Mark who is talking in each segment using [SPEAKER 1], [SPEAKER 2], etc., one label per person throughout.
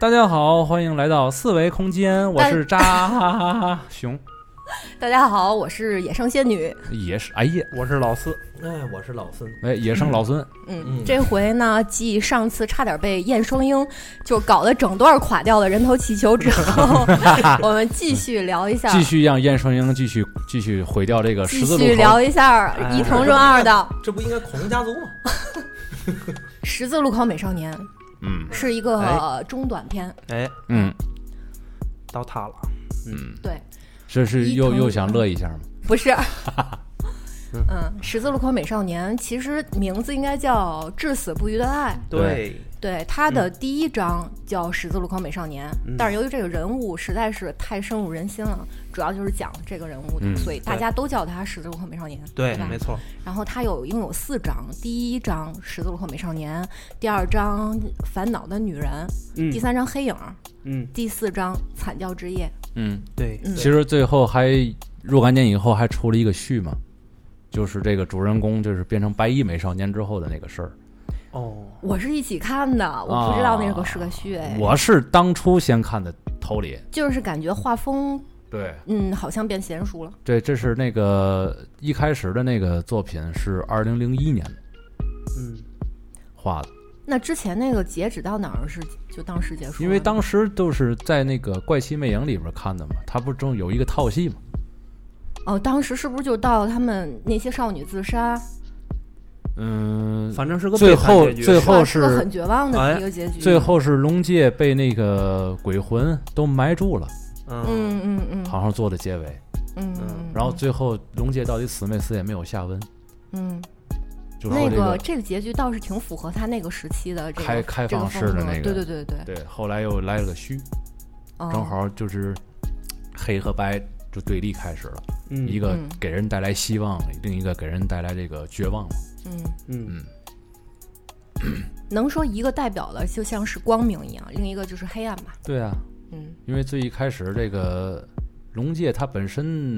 [SPEAKER 1] 大家好，欢迎来到四维空
[SPEAKER 2] 哎
[SPEAKER 1] 间，我是渣哈哈哈熊，
[SPEAKER 2] 大家好，我是野生仙女。
[SPEAKER 1] 也是哎呀，
[SPEAKER 3] 我是老四，
[SPEAKER 4] 哎，我是老孙，
[SPEAKER 1] 哎，野生老孙，
[SPEAKER 2] 嗯，
[SPEAKER 4] 嗯
[SPEAKER 2] 这回呢，继上次差点被燕双鹰就搞得整段垮掉的人头气球之 后，我们继续聊一下，
[SPEAKER 1] 继续让燕双鹰继续继续毁掉这个
[SPEAKER 2] 继
[SPEAKER 1] 十字路
[SPEAKER 2] 续
[SPEAKER 1] 口。哎
[SPEAKER 2] 聊一下《伊藤润二的
[SPEAKER 4] 这不应该恐龙家族吗？
[SPEAKER 2] 十字路口美少年》，
[SPEAKER 1] 嗯
[SPEAKER 2] 是一个
[SPEAKER 3] 哎
[SPEAKER 2] 中短篇。
[SPEAKER 3] 哎，
[SPEAKER 1] 嗯
[SPEAKER 3] 到他了，
[SPEAKER 1] 嗯，
[SPEAKER 2] 对，
[SPEAKER 1] 这是
[SPEAKER 2] 伊
[SPEAKER 1] 又
[SPEAKER 2] 藤
[SPEAKER 1] 又想乐一下吗？
[SPEAKER 2] 不是。 嗯，十字路口美少年其实名字应该叫《至死不渝的爱》。
[SPEAKER 1] 对
[SPEAKER 3] 对，
[SPEAKER 2] 对，它的第一章叫《十字路口美少年》
[SPEAKER 3] 嗯
[SPEAKER 2] 但是由于这个人物实在是太深入人心了，主要就是讲这个人物的，
[SPEAKER 1] 嗯
[SPEAKER 2] 所以大家都叫他《十字路口美少年》，
[SPEAKER 3] 对，
[SPEAKER 2] 吧
[SPEAKER 3] 没？错，
[SPEAKER 2] 然后它有一共有四章，第一章《十字路口美少年》，第二章《烦恼的女人》，
[SPEAKER 3] 嗯
[SPEAKER 2] 第三章《黑影》，
[SPEAKER 3] 嗯，
[SPEAKER 2] 第四章《惨叫之夜
[SPEAKER 1] 嗯，
[SPEAKER 3] 对，》。
[SPEAKER 2] 嗯，
[SPEAKER 1] 其实最后还若干年以后还出了一个续嘛，就是这个主人公就是变成白衣美少年之后的那个事儿。
[SPEAKER 3] 哦，
[SPEAKER 2] 我是一起看的，我不知道那个是个虚哎，
[SPEAKER 1] 我是当初先看的头里，
[SPEAKER 2] 就是感觉画风，
[SPEAKER 1] 对，
[SPEAKER 2] 嗯，好像变娴熟了。
[SPEAKER 1] 对，这是那个一开始的那个作品是二零零一年
[SPEAKER 3] 嗯，
[SPEAKER 1] 画的，
[SPEAKER 2] 那之前那个截止到哪儿是就当时结束了呢？
[SPEAKER 1] 因为当时都是在那个《怪奇魅影》里边看的嘛，它不正有一个套戏嘛？
[SPEAKER 2] 哦，当时是不是就到他们那些少女自杀，
[SPEAKER 1] 嗯，
[SPEAKER 3] 反正是个
[SPEAKER 1] 最
[SPEAKER 3] 背叛
[SPEAKER 1] 后
[SPEAKER 3] 结局
[SPEAKER 1] 最
[SPEAKER 3] 是
[SPEAKER 1] 后
[SPEAKER 2] 哇是个
[SPEAKER 1] 是哎
[SPEAKER 2] 很绝望的一个结局。
[SPEAKER 1] 最，后是龙界被那个鬼魂都埋住了，
[SPEAKER 3] 嗯，
[SPEAKER 2] 嗯嗯嗯，
[SPEAKER 1] 好，好做的结尾，
[SPEAKER 2] 嗯
[SPEAKER 3] 嗯，
[SPEAKER 1] 然后最后龙界到底死没死也没有下文，
[SPEAKER 2] 嗯，
[SPEAKER 1] 就说
[SPEAKER 2] 那
[SPEAKER 1] 这
[SPEAKER 2] 这个结局倒是挺符合他那个时期的这个
[SPEAKER 1] 开开放式的
[SPEAKER 2] 这个风格
[SPEAKER 1] 那个
[SPEAKER 2] 对对对对，
[SPEAKER 1] 对，后来又来了个虚，
[SPEAKER 2] 哦
[SPEAKER 1] 正好就是黑和白就对立开始了。
[SPEAKER 3] 嗯
[SPEAKER 1] 一，个
[SPEAKER 2] 嗯
[SPEAKER 1] 给人带来希望，另一个给人带来这个绝望。
[SPEAKER 2] 嗯，
[SPEAKER 3] 嗯，
[SPEAKER 1] 嗯，
[SPEAKER 2] 能说一个代表了就像是光明一样，另一个就是黑暗吧。
[SPEAKER 1] 对啊，
[SPEAKER 2] 嗯
[SPEAKER 1] 因为最一开始这个龙界它本身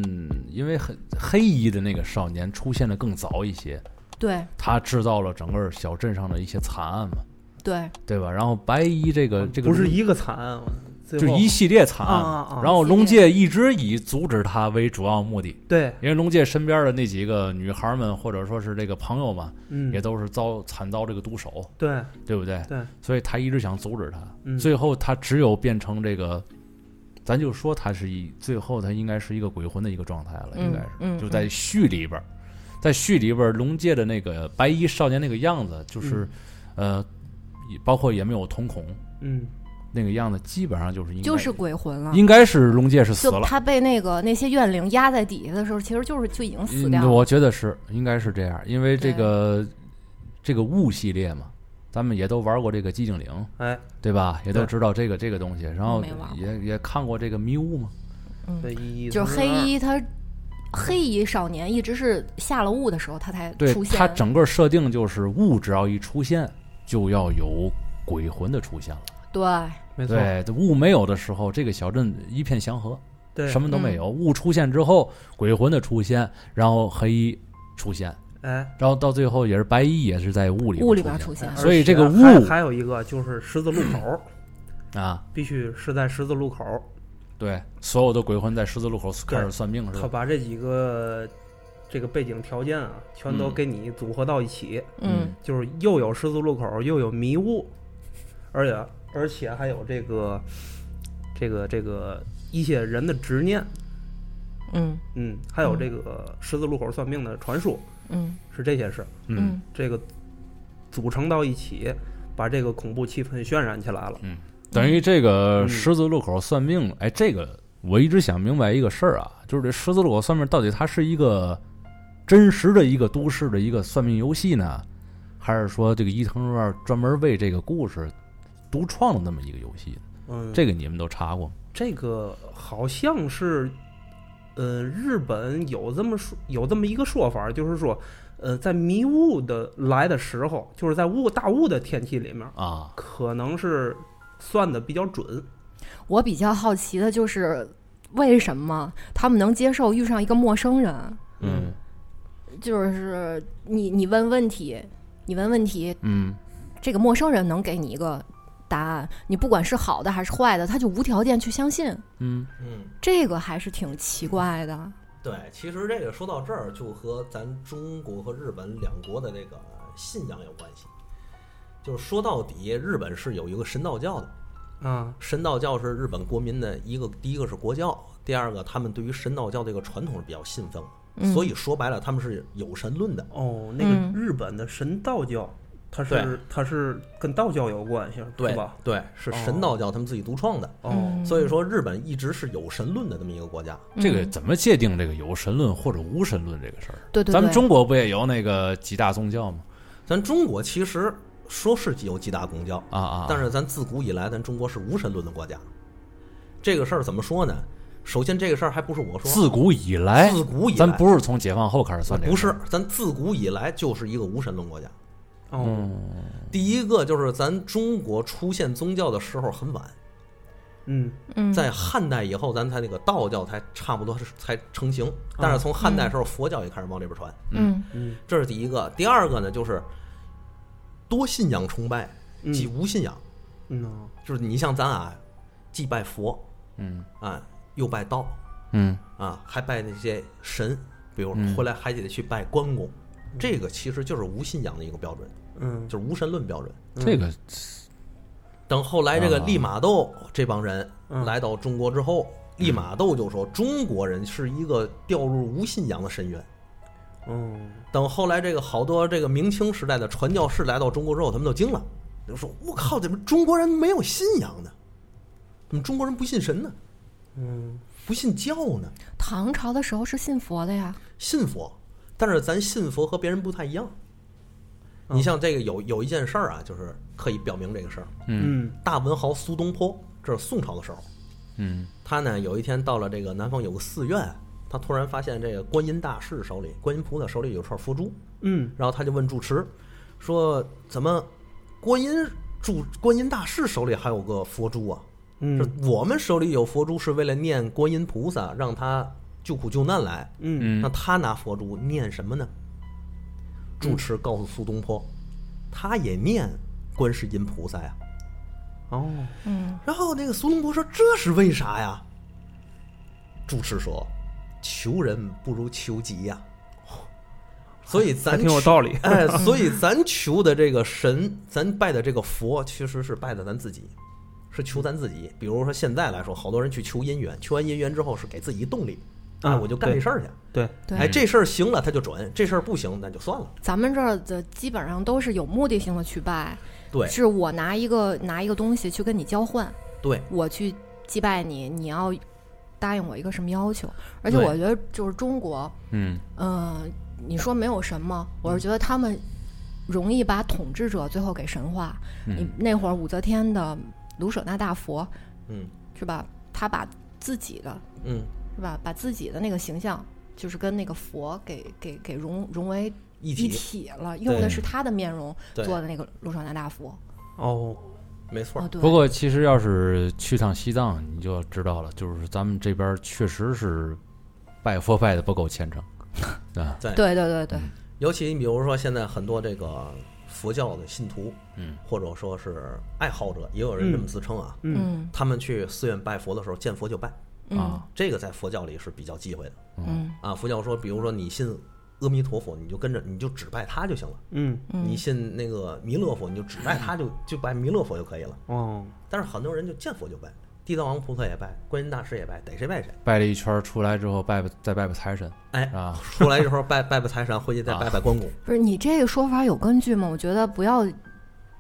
[SPEAKER 1] 因为很黑衣的那个少年出现的更早一些，
[SPEAKER 2] 对
[SPEAKER 1] 他制造了整个小镇上的一些惨案嘛，
[SPEAKER 2] 对，
[SPEAKER 1] 对吧？然后白衣这个这个
[SPEAKER 3] 啊不是
[SPEAKER 1] 龙
[SPEAKER 3] 一个惨，我最
[SPEAKER 1] 就
[SPEAKER 3] 后
[SPEAKER 1] 一系列惨案
[SPEAKER 3] 啊
[SPEAKER 1] 嘛，
[SPEAKER 3] 啊啊
[SPEAKER 1] 然后龙界一直以阻止他为主要目的。
[SPEAKER 3] 对，
[SPEAKER 1] 因为龙界身边的那几个女孩们，或者说是这个朋友们，
[SPEAKER 3] 嗯，
[SPEAKER 1] 也都是遭惨遭这个毒手，
[SPEAKER 3] 对，
[SPEAKER 1] 对不对？
[SPEAKER 3] 对，
[SPEAKER 1] 所以他一直想阻止他，
[SPEAKER 3] 嗯
[SPEAKER 1] 最后他只有变成这个，咱就说他是一最后他应该是一个鬼魂的一个状态了，
[SPEAKER 2] 嗯
[SPEAKER 1] 应该是、
[SPEAKER 2] 嗯
[SPEAKER 1] 就在序里边儿，在序里边儿龙界的那个白衣少年那个样子，就是、
[SPEAKER 2] 嗯
[SPEAKER 1] 呃，也包括也没有瞳孔
[SPEAKER 3] 嗯，
[SPEAKER 1] 那个样子，基本上就是应该
[SPEAKER 2] 就是鬼魂了。
[SPEAKER 1] 应该是龙界是死
[SPEAKER 2] 就
[SPEAKER 1] 了，
[SPEAKER 2] 他被那个那些怨灵压在底下的时候，其实就是就已经死
[SPEAKER 1] 嗯
[SPEAKER 2] 掉了。
[SPEAKER 1] 我觉得是应该是这样，因为这
[SPEAKER 2] 对
[SPEAKER 1] 个这个雾系列嘛，咱们也都玩过这个寂静岭，
[SPEAKER 3] 哎，
[SPEAKER 1] 对吧？也都
[SPEAKER 3] 对
[SPEAKER 1] 知道这个这个东西，然后
[SPEAKER 2] 没玩过
[SPEAKER 1] 也也看过这个迷雾嘛，
[SPEAKER 3] 这一一
[SPEAKER 2] 就是
[SPEAKER 3] 从
[SPEAKER 2] 黑
[SPEAKER 3] 二
[SPEAKER 2] 衣他黑衣少年一直是下了雾的时候他才
[SPEAKER 1] 对
[SPEAKER 2] 出现，
[SPEAKER 1] 它整个设定就是雾只要一出现，就要有鬼魂的出现了。
[SPEAKER 2] 对
[SPEAKER 3] 没错，
[SPEAKER 1] 对，雾没有的时候，这个小镇一片祥和，
[SPEAKER 3] 对，
[SPEAKER 1] 什
[SPEAKER 3] 么？
[SPEAKER 1] 么都
[SPEAKER 2] 嗯
[SPEAKER 1] 没有。雾出现之后，鬼魂的出现，然后黑衣出现，
[SPEAKER 3] 哎，
[SPEAKER 1] 然后到最后也是白衣也是在雾里
[SPEAKER 2] 雾里边
[SPEAKER 1] 出
[SPEAKER 2] 出现。
[SPEAKER 1] 所以这个
[SPEAKER 3] 而且还
[SPEAKER 1] 雾
[SPEAKER 3] 还有一个就是十字路口，
[SPEAKER 1] 现啊。
[SPEAKER 3] 必须是在十字路口，
[SPEAKER 1] 对，所有的鬼魂在十字路口开始算命是
[SPEAKER 3] 他
[SPEAKER 1] 吧？
[SPEAKER 3] 把这几个这个背景条件啊，全都
[SPEAKER 1] 嗯
[SPEAKER 3] 给你组合到一起，
[SPEAKER 2] 嗯，
[SPEAKER 3] 就是又有十字路口，又有迷雾，而且而且还有这个这个这个一些人的执念，
[SPEAKER 2] 嗯
[SPEAKER 3] 嗯，还有这个十字路口算命的传说，
[SPEAKER 2] 嗯
[SPEAKER 3] 是这些事儿，
[SPEAKER 1] 嗯，
[SPEAKER 3] 这个组成到一起，把这个恐怖气氛渲染起来
[SPEAKER 1] 嗯
[SPEAKER 3] 了。
[SPEAKER 1] 等于这个
[SPEAKER 3] 嗯
[SPEAKER 1] 十字路口算命，哎，这个我一直想明白一个事儿啊，就是这十字路口算命到底它是一个真实的一个都市的一个算命游戏呢，还是说这个伊藤润二专门为这个故事独创的那么一个游戏？
[SPEAKER 3] 嗯，
[SPEAKER 1] 这个你们都查过吗？
[SPEAKER 3] 这个好像是，呃，日本有这么说有这么一个说法，就是说，呃，在迷雾的来的时候，就是在雾大雾的天气里面，
[SPEAKER 1] 啊，
[SPEAKER 3] 可能是算的比较准。
[SPEAKER 2] 我比较好奇的就是为什么他们能接受遇上一个陌生人？
[SPEAKER 1] 嗯
[SPEAKER 2] 就是你你问问题，你问问题，
[SPEAKER 1] 嗯
[SPEAKER 2] 这个陌生人能给你一个答案，你不管是好的还是坏的，他就无条件去相信，
[SPEAKER 1] 嗯
[SPEAKER 4] 嗯，
[SPEAKER 2] 这个还是挺奇怪的。
[SPEAKER 4] 对，其实这个说到这儿，就和咱中国和日本两国的这个信仰有关系。就是说到底，日本是有一个神道教的，
[SPEAKER 3] 啊，
[SPEAKER 4] 神道教是日本国民的一个，第一个是国教，第二个他们对于神道教这个传统是比较信奉的，
[SPEAKER 2] 嗯、
[SPEAKER 4] 所以说白了他们是有神论的。
[SPEAKER 3] 哦，那个
[SPEAKER 2] 嗯
[SPEAKER 3] 日本的神道教，它
[SPEAKER 4] 对
[SPEAKER 3] 是它是跟道教有关系，
[SPEAKER 4] 对
[SPEAKER 3] 是吧？
[SPEAKER 4] 对，是神道教他们自己独创的，
[SPEAKER 2] 嗯
[SPEAKER 3] 哦，
[SPEAKER 4] 所以说日本一直是有神论的这么一个国家。
[SPEAKER 1] 这个
[SPEAKER 2] 嗯
[SPEAKER 1] 怎么界定这个有神论或者无神论这个事儿？
[SPEAKER 2] 对对对，
[SPEAKER 1] 咱们中国不也有那个几大宗教吗？
[SPEAKER 4] 咱中国其实说是有几大公教，
[SPEAKER 1] 啊啊，
[SPEAKER 4] 但是咱自古以来，咱中国是无神论的国家。这个事儿怎么说呢？首先，这个事儿还不是我说，
[SPEAKER 1] 自古以来，
[SPEAKER 4] 自古以来，
[SPEAKER 1] 咱不是从解放后开始算这个，嗯
[SPEAKER 4] 不是，咱自古以来就是一个无神论国家。
[SPEAKER 3] 哦，
[SPEAKER 4] 嗯第一个就是咱中国出现宗教的时候很晚，
[SPEAKER 3] 嗯，
[SPEAKER 2] 嗯
[SPEAKER 4] 在汉代以后，咱才那个道教才差不多是才成型，但是从汉代时候佛教也开始往这边传，
[SPEAKER 2] 嗯
[SPEAKER 3] 嗯
[SPEAKER 4] 这是第一个。第二个呢，就是多信仰崇拜
[SPEAKER 3] 嗯
[SPEAKER 4] 即无信仰，
[SPEAKER 3] 嗯哦
[SPEAKER 4] 就是你像咱啊，既拜佛，
[SPEAKER 1] 嗯
[SPEAKER 4] 啊，又拜道，
[SPEAKER 1] 嗯
[SPEAKER 4] 啊，还拜那些神，比如
[SPEAKER 1] 嗯
[SPEAKER 4] 回来还得去拜关公，这个其实就是无信仰的一个标准，
[SPEAKER 3] 嗯
[SPEAKER 4] 就是无神论标准。
[SPEAKER 1] 这个
[SPEAKER 4] 等后来这个
[SPEAKER 1] 啊
[SPEAKER 4] 利玛窦这帮人
[SPEAKER 3] 嗯
[SPEAKER 4] 来到中国之后，
[SPEAKER 1] 嗯
[SPEAKER 4] 利玛窦就说中国人是一个掉入无信仰的深渊。
[SPEAKER 3] 哦，
[SPEAKER 4] 等后来这个好多这个明清时代的传教士来到中国之后，他们都惊了，就说：“我靠，怎么中国人没有信仰呢？怎么中国人不信神呢？
[SPEAKER 3] 嗯
[SPEAKER 4] 不信教呢？
[SPEAKER 2] 唐朝的时候是信佛的呀，
[SPEAKER 4] 信佛，但是咱信佛和别人不太一样。
[SPEAKER 3] 嗯
[SPEAKER 4] 你像这个有有一件事儿啊，就是可以表明这个事儿。
[SPEAKER 3] 嗯
[SPEAKER 4] 大文豪苏东坡，这是宋朝的时候，
[SPEAKER 1] 嗯
[SPEAKER 4] 他呢有一天到了这个南方有个寺院，他突然发现这个观音大士手里，观音菩萨手里有串佛珠，
[SPEAKER 3] 嗯
[SPEAKER 4] 然后他就问住持说：“怎么观音住观音大士手里还有个佛珠啊？
[SPEAKER 3] 嗯
[SPEAKER 4] 这我们手里有佛珠是为了念观音菩萨，让他救苦救难来。
[SPEAKER 3] 嗯
[SPEAKER 1] 嗯
[SPEAKER 4] 那他拿佛珠念什么呢？住持告诉苏东坡，他也念观世音菩萨呀。
[SPEAKER 3] 哦，
[SPEAKER 2] 嗯
[SPEAKER 4] 然后那个苏东坡说：“这是为啥呀？”住持说：“求人不如求己呀。”所以咱
[SPEAKER 3] 还挺有
[SPEAKER 4] 求
[SPEAKER 3] 道理
[SPEAKER 4] 哎，所以咱求的这个神，咱拜的这个佛，其实是拜的咱自己，是求咱自己。比如说现在来说，好多人去求姻缘，求完姻缘之后是给自己一动力，哎，
[SPEAKER 3] 啊
[SPEAKER 4] 我就干这事儿去。
[SPEAKER 3] 对，
[SPEAKER 2] 对
[SPEAKER 4] 哎，这事儿行了他就准，这事儿不行那就算了。
[SPEAKER 2] 咱们这儿的基本上都是有目的性的去拜，
[SPEAKER 4] 对
[SPEAKER 2] 是我拿一个拿一个东西去跟你交换，
[SPEAKER 4] 对，
[SPEAKER 2] 我去祭拜你，你要答应我一个什么要求。而且
[SPEAKER 4] 对
[SPEAKER 2] 我觉得就是中国，
[SPEAKER 1] 嗯
[SPEAKER 2] 嗯、你说没有神吗？我是觉得他们容易把统治者最后给神化。你
[SPEAKER 1] 嗯
[SPEAKER 2] 那会儿武则天的卢舍那大佛
[SPEAKER 4] 嗯
[SPEAKER 2] 是吧？他把自己的
[SPEAKER 4] 嗯，
[SPEAKER 2] 是吧？把自己的那个形象，就是跟那个佛给给给融融为
[SPEAKER 4] 一
[SPEAKER 2] 一
[SPEAKER 4] 体
[SPEAKER 2] 体了，用的是他的面容
[SPEAKER 4] 对
[SPEAKER 2] 做的那个卢舍那大佛。
[SPEAKER 3] 哦，
[SPEAKER 4] 没错
[SPEAKER 2] 哦，
[SPEAKER 4] 儿。
[SPEAKER 2] 对，
[SPEAKER 1] 不过其实要是去趟西藏，你就知道了，就是咱们这边确实是拜佛拜的不够虔诚啊，
[SPEAKER 2] 对对对对，
[SPEAKER 4] 尤其你比如说现在很多这个佛教的信徒，
[SPEAKER 1] 嗯，
[SPEAKER 4] 或者说是爱好者，也有人这么自称啊，
[SPEAKER 3] 嗯
[SPEAKER 2] 嗯
[SPEAKER 4] 他们去寺院拜佛的时候见佛就拜，
[SPEAKER 2] 嗯
[SPEAKER 1] 啊
[SPEAKER 4] 这个在佛教里是比较忌讳的
[SPEAKER 2] 嗯
[SPEAKER 4] 啊。佛教说，比如说你信阿弥陀佛，你就跟着你就只拜他就行了；
[SPEAKER 3] 嗯
[SPEAKER 4] 你
[SPEAKER 2] 嗯
[SPEAKER 4] 信那个弥勒佛，你就只拜他就就拜弥勒佛就可以了。
[SPEAKER 3] 哦，
[SPEAKER 4] 但是很多人就见佛就拜，地藏王菩萨也拜，观音大师也拜，逮谁拜谁。
[SPEAKER 1] 拜了一圈儿出来之后，拜拜再拜拜财神
[SPEAKER 4] 哎，
[SPEAKER 1] 啊，
[SPEAKER 4] 出来之后拜拜拜财神，回去再拜拜关公，
[SPEAKER 2] 不是你这个说法有根据吗？我觉得不要，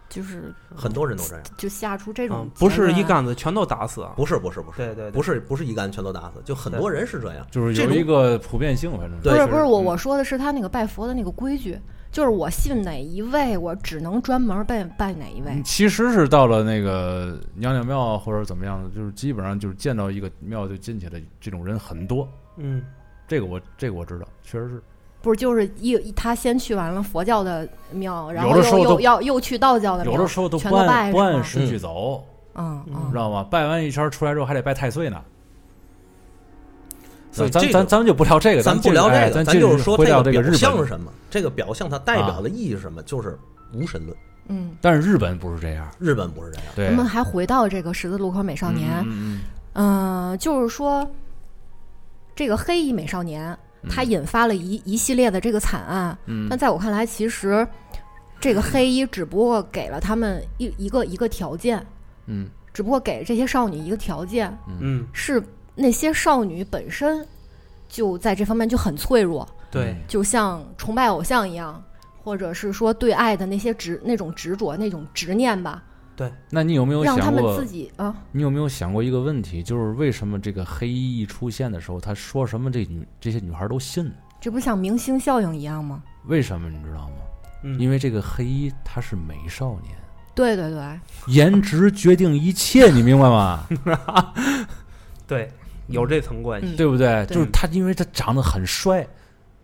[SPEAKER 2] 就是
[SPEAKER 4] 很多人都这样。
[SPEAKER 2] 就下出这种
[SPEAKER 3] 嗯不是
[SPEAKER 2] 结论
[SPEAKER 3] 一竿子全都打死啊，
[SPEAKER 4] 不是不是不是，
[SPEAKER 3] 对对对
[SPEAKER 4] 不是不是一竿全都打死，就很多人是这样。
[SPEAKER 1] 就是
[SPEAKER 4] 这
[SPEAKER 1] 有
[SPEAKER 4] 种
[SPEAKER 1] 一个普遍性，反正是
[SPEAKER 4] 对
[SPEAKER 2] 不是
[SPEAKER 4] 是嗯
[SPEAKER 2] 不是我我说的是他那个拜佛的那个规矩，就是我信哪一位，我只能专门拜拜哪一位
[SPEAKER 1] 嗯。其实是到了那个娘娘庙或者怎么样的，就是基本上就是见到一个庙就进去的这种人很多。
[SPEAKER 3] 嗯
[SPEAKER 1] 这个我这个我知道，确实是
[SPEAKER 2] 不是就是一一他先去完了佛教的庙，然后
[SPEAKER 1] 有的时
[SPEAKER 2] 又
[SPEAKER 1] 候
[SPEAKER 2] 又
[SPEAKER 1] 都
[SPEAKER 2] 要又去道教的庙，
[SPEAKER 1] 有的时候都
[SPEAKER 2] 全
[SPEAKER 1] 不按
[SPEAKER 2] 拜
[SPEAKER 1] 不按
[SPEAKER 2] 是
[SPEAKER 1] 顺序走，
[SPEAKER 2] 吗？嗯
[SPEAKER 1] 知
[SPEAKER 2] 嗯，
[SPEAKER 1] 道吗？拜完一圈出来之后还得拜太岁呢。
[SPEAKER 4] 所以
[SPEAKER 1] 咱
[SPEAKER 4] 这
[SPEAKER 1] 咱
[SPEAKER 4] 个
[SPEAKER 1] 咱们就不聊这个，
[SPEAKER 4] 咱
[SPEAKER 1] 们进
[SPEAKER 4] 不聊
[SPEAKER 1] 哎
[SPEAKER 4] 这
[SPEAKER 1] 咱
[SPEAKER 4] 个，咱就是
[SPEAKER 1] 进
[SPEAKER 4] 说
[SPEAKER 1] 回
[SPEAKER 4] 这
[SPEAKER 1] 到
[SPEAKER 4] 个
[SPEAKER 1] 这个
[SPEAKER 4] 表
[SPEAKER 1] 日
[SPEAKER 4] 象
[SPEAKER 1] 本
[SPEAKER 4] 啊是什么，这个表象它代表的意义是什么，就是无神论。
[SPEAKER 2] 嗯，
[SPEAKER 1] 但是日本不是这样，
[SPEAKER 4] 日本不是这样，
[SPEAKER 1] 对
[SPEAKER 2] 咱们还回到这个十字路口美少年，
[SPEAKER 1] 嗯
[SPEAKER 2] 嗯、就是说，这个黑衣美少年他引发了一一系列的这个惨案，
[SPEAKER 1] 嗯
[SPEAKER 2] 但在我看来，其实这个黑衣只不过给了他们一一个一个条件，
[SPEAKER 1] 嗯
[SPEAKER 2] 只不过给这些少女一个条件，
[SPEAKER 3] 嗯，
[SPEAKER 2] 是那些少女本身就在这方面就很脆弱，
[SPEAKER 3] 对，
[SPEAKER 2] 就像崇拜偶像一样，或者是说对爱的那些执那种执着、那种执念吧，
[SPEAKER 1] 那你有没有
[SPEAKER 2] 让他
[SPEAKER 1] 想
[SPEAKER 2] 们
[SPEAKER 1] 过
[SPEAKER 2] 自？己啊，
[SPEAKER 1] 你有没有想过一个问题，就是为什么这个黑衣一出现的时候，他说什么这女这些女孩都信呢？
[SPEAKER 2] 这不像明星效应一样吗？
[SPEAKER 1] 为什么你知道吗？
[SPEAKER 3] 嗯，
[SPEAKER 1] 因为这个黑衣她是美少年，
[SPEAKER 2] 对对对，
[SPEAKER 1] 颜值决定一切，你明白吗？
[SPEAKER 3] 对，有这层关系。
[SPEAKER 2] 嗯
[SPEAKER 1] 对不对？
[SPEAKER 2] 对
[SPEAKER 1] 就是他，因为他长得很帅，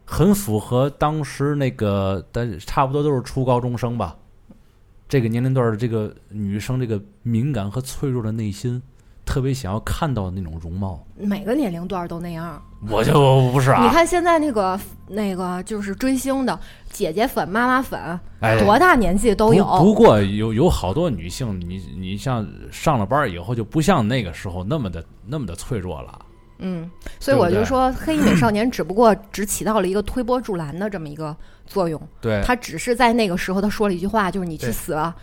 [SPEAKER 1] 很符合当时那个，但差不多都是初高中生吧，这个年龄段的这个女生，这个敏感和脆弱的内心，特别想要看到的那种容貌。
[SPEAKER 2] 每个年龄段儿都那样儿。
[SPEAKER 1] 我就我不是
[SPEAKER 2] 你
[SPEAKER 1] 啊，
[SPEAKER 2] 看现在那个那个就是追星的姐姐粉、妈妈粉，
[SPEAKER 1] 哎，
[SPEAKER 2] 多大年纪都
[SPEAKER 1] 不不
[SPEAKER 2] 有。
[SPEAKER 1] 过有有好多女性，你你像上了班以后，就不像那个时候那么的那么的脆弱了。
[SPEAKER 2] 嗯，所
[SPEAKER 1] 对
[SPEAKER 2] 以
[SPEAKER 1] 不
[SPEAKER 2] 我就
[SPEAKER 1] 对
[SPEAKER 2] 说，黑衣美少年只不过只起到了一个推波助澜的这么一个作用。
[SPEAKER 1] 对，
[SPEAKER 2] 他只是在那个时候，他说了一句话，就是“你去
[SPEAKER 3] 对
[SPEAKER 2] 死吧”，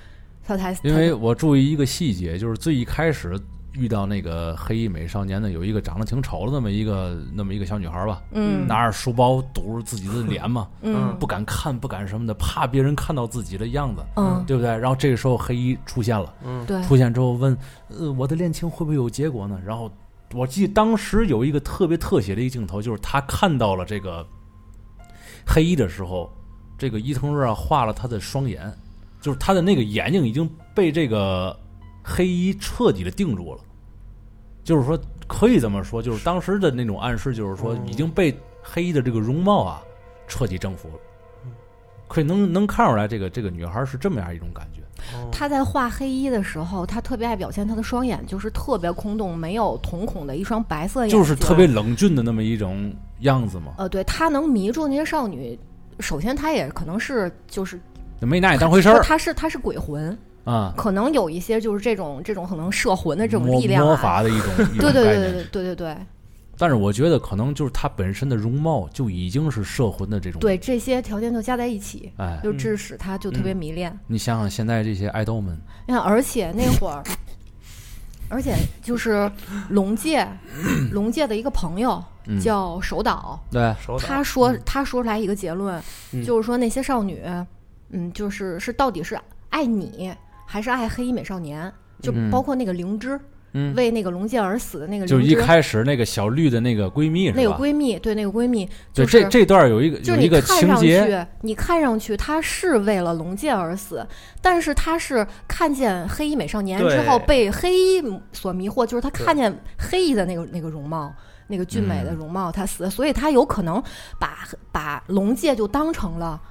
[SPEAKER 2] 他才
[SPEAKER 1] 因为我注意一个细节，就是最一开始遇到那个黑衣美少年的，有一个长得挺丑的那么一个那么一个小女孩吧，
[SPEAKER 2] 嗯
[SPEAKER 1] 拿着书包堵着自己的脸嘛，
[SPEAKER 2] 嗯
[SPEAKER 1] 不敢看，不敢什么的，怕别人看到自己的样子，
[SPEAKER 2] 嗯
[SPEAKER 1] 对不对？然后这个时候黑衣出现了，
[SPEAKER 3] 嗯，
[SPEAKER 2] 对
[SPEAKER 1] 出现之后问，呃，我的恋情会不会有结果呢？然后我记得当时有一个特别特写的一个镜头，就是他看到了这个黑衣的时候，这个伊藤润二画了他的双眼，就是他的那个眼睛已经被这个黑衣彻底的定住了，就是说可以这么说，就是当时的那种暗示，就是说
[SPEAKER 3] 哦
[SPEAKER 1] 已经被黑衣的这个容貌啊彻底征服了。可以能能看出来，这个这个女孩是这么样一种感觉。
[SPEAKER 3] 哦
[SPEAKER 2] 他在画黑衣的时候，他特别爱表现他的双眼，就是特别空洞、没有瞳孔的一双白色眼睛，
[SPEAKER 1] 就是特别冷峻的那么一种样子嘛，
[SPEAKER 2] 呃，对他能迷住那些少女，首先他也可能是就是
[SPEAKER 1] 没拿你当回事儿
[SPEAKER 2] 他是他是鬼魂，
[SPEAKER 1] 啊，
[SPEAKER 2] 可能有一些就是这种这种可能摄魂的这种
[SPEAKER 1] 魔
[SPEAKER 2] 力量、
[SPEAKER 1] 魔
[SPEAKER 2] 啊。
[SPEAKER 1] 法的一 种一种
[SPEAKER 2] 对
[SPEAKER 1] 概
[SPEAKER 2] 对对对
[SPEAKER 1] 念。
[SPEAKER 2] 对对对
[SPEAKER 1] 但是我觉得可能就是它本身的容貌就已经是摄魂的这种。
[SPEAKER 2] 对，，这些条件就加在一起，
[SPEAKER 1] 哎，嗯
[SPEAKER 2] 就致使他就特别迷恋。
[SPEAKER 1] 你想想现在这些爱豆们，
[SPEAKER 2] 你看，而且那会儿，而且就是龙 界，龙界的一个朋友
[SPEAKER 1] 嗯，
[SPEAKER 2] 叫手岛，
[SPEAKER 1] 对，
[SPEAKER 4] 手打
[SPEAKER 2] 他
[SPEAKER 1] 嗯
[SPEAKER 2] 说他说出来一个结论，
[SPEAKER 3] 嗯
[SPEAKER 2] 就是说那些少女，嗯，就是是到底是爱你还是爱黑衣美少年？就
[SPEAKER 1] 嗯
[SPEAKER 2] 包括那个灵芝，
[SPEAKER 1] 嗯，
[SPEAKER 2] 为那个龙介而死的那个
[SPEAKER 1] 就
[SPEAKER 2] 灵
[SPEAKER 1] 是一
[SPEAKER 2] 芝，
[SPEAKER 1] 开始那个小绿的那个闺蜜
[SPEAKER 2] 那
[SPEAKER 1] 是
[SPEAKER 2] 个
[SPEAKER 1] 吧？
[SPEAKER 2] 闺蜜，对那个闺蜜，
[SPEAKER 1] 对，
[SPEAKER 2] 是
[SPEAKER 1] 这这段有一个
[SPEAKER 2] 就
[SPEAKER 1] 有
[SPEAKER 2] 是
[SPEAKER 1] 一
[SPEAKER 2] 你
[SPEAKER 1] 个
[SPEAKER 2] 看
[SPEAKER 1] 情
[SPEAKER 2] 上
[SPEAKER 1] 节，
[SPEAKER 2] 去，你看上去她是为了龙介而死，但是她是看见黑衣美少年之后
[SPEAKER 3] 对
[SPEAKER 2] 被黑衣所迷惑，就是她看见黑衣的那个那个容貌。那个俊美
[SPEAKER 1] 嗯
[SPEAKER 2] 的容貌，她死，所以她有可能把把龙介就当成了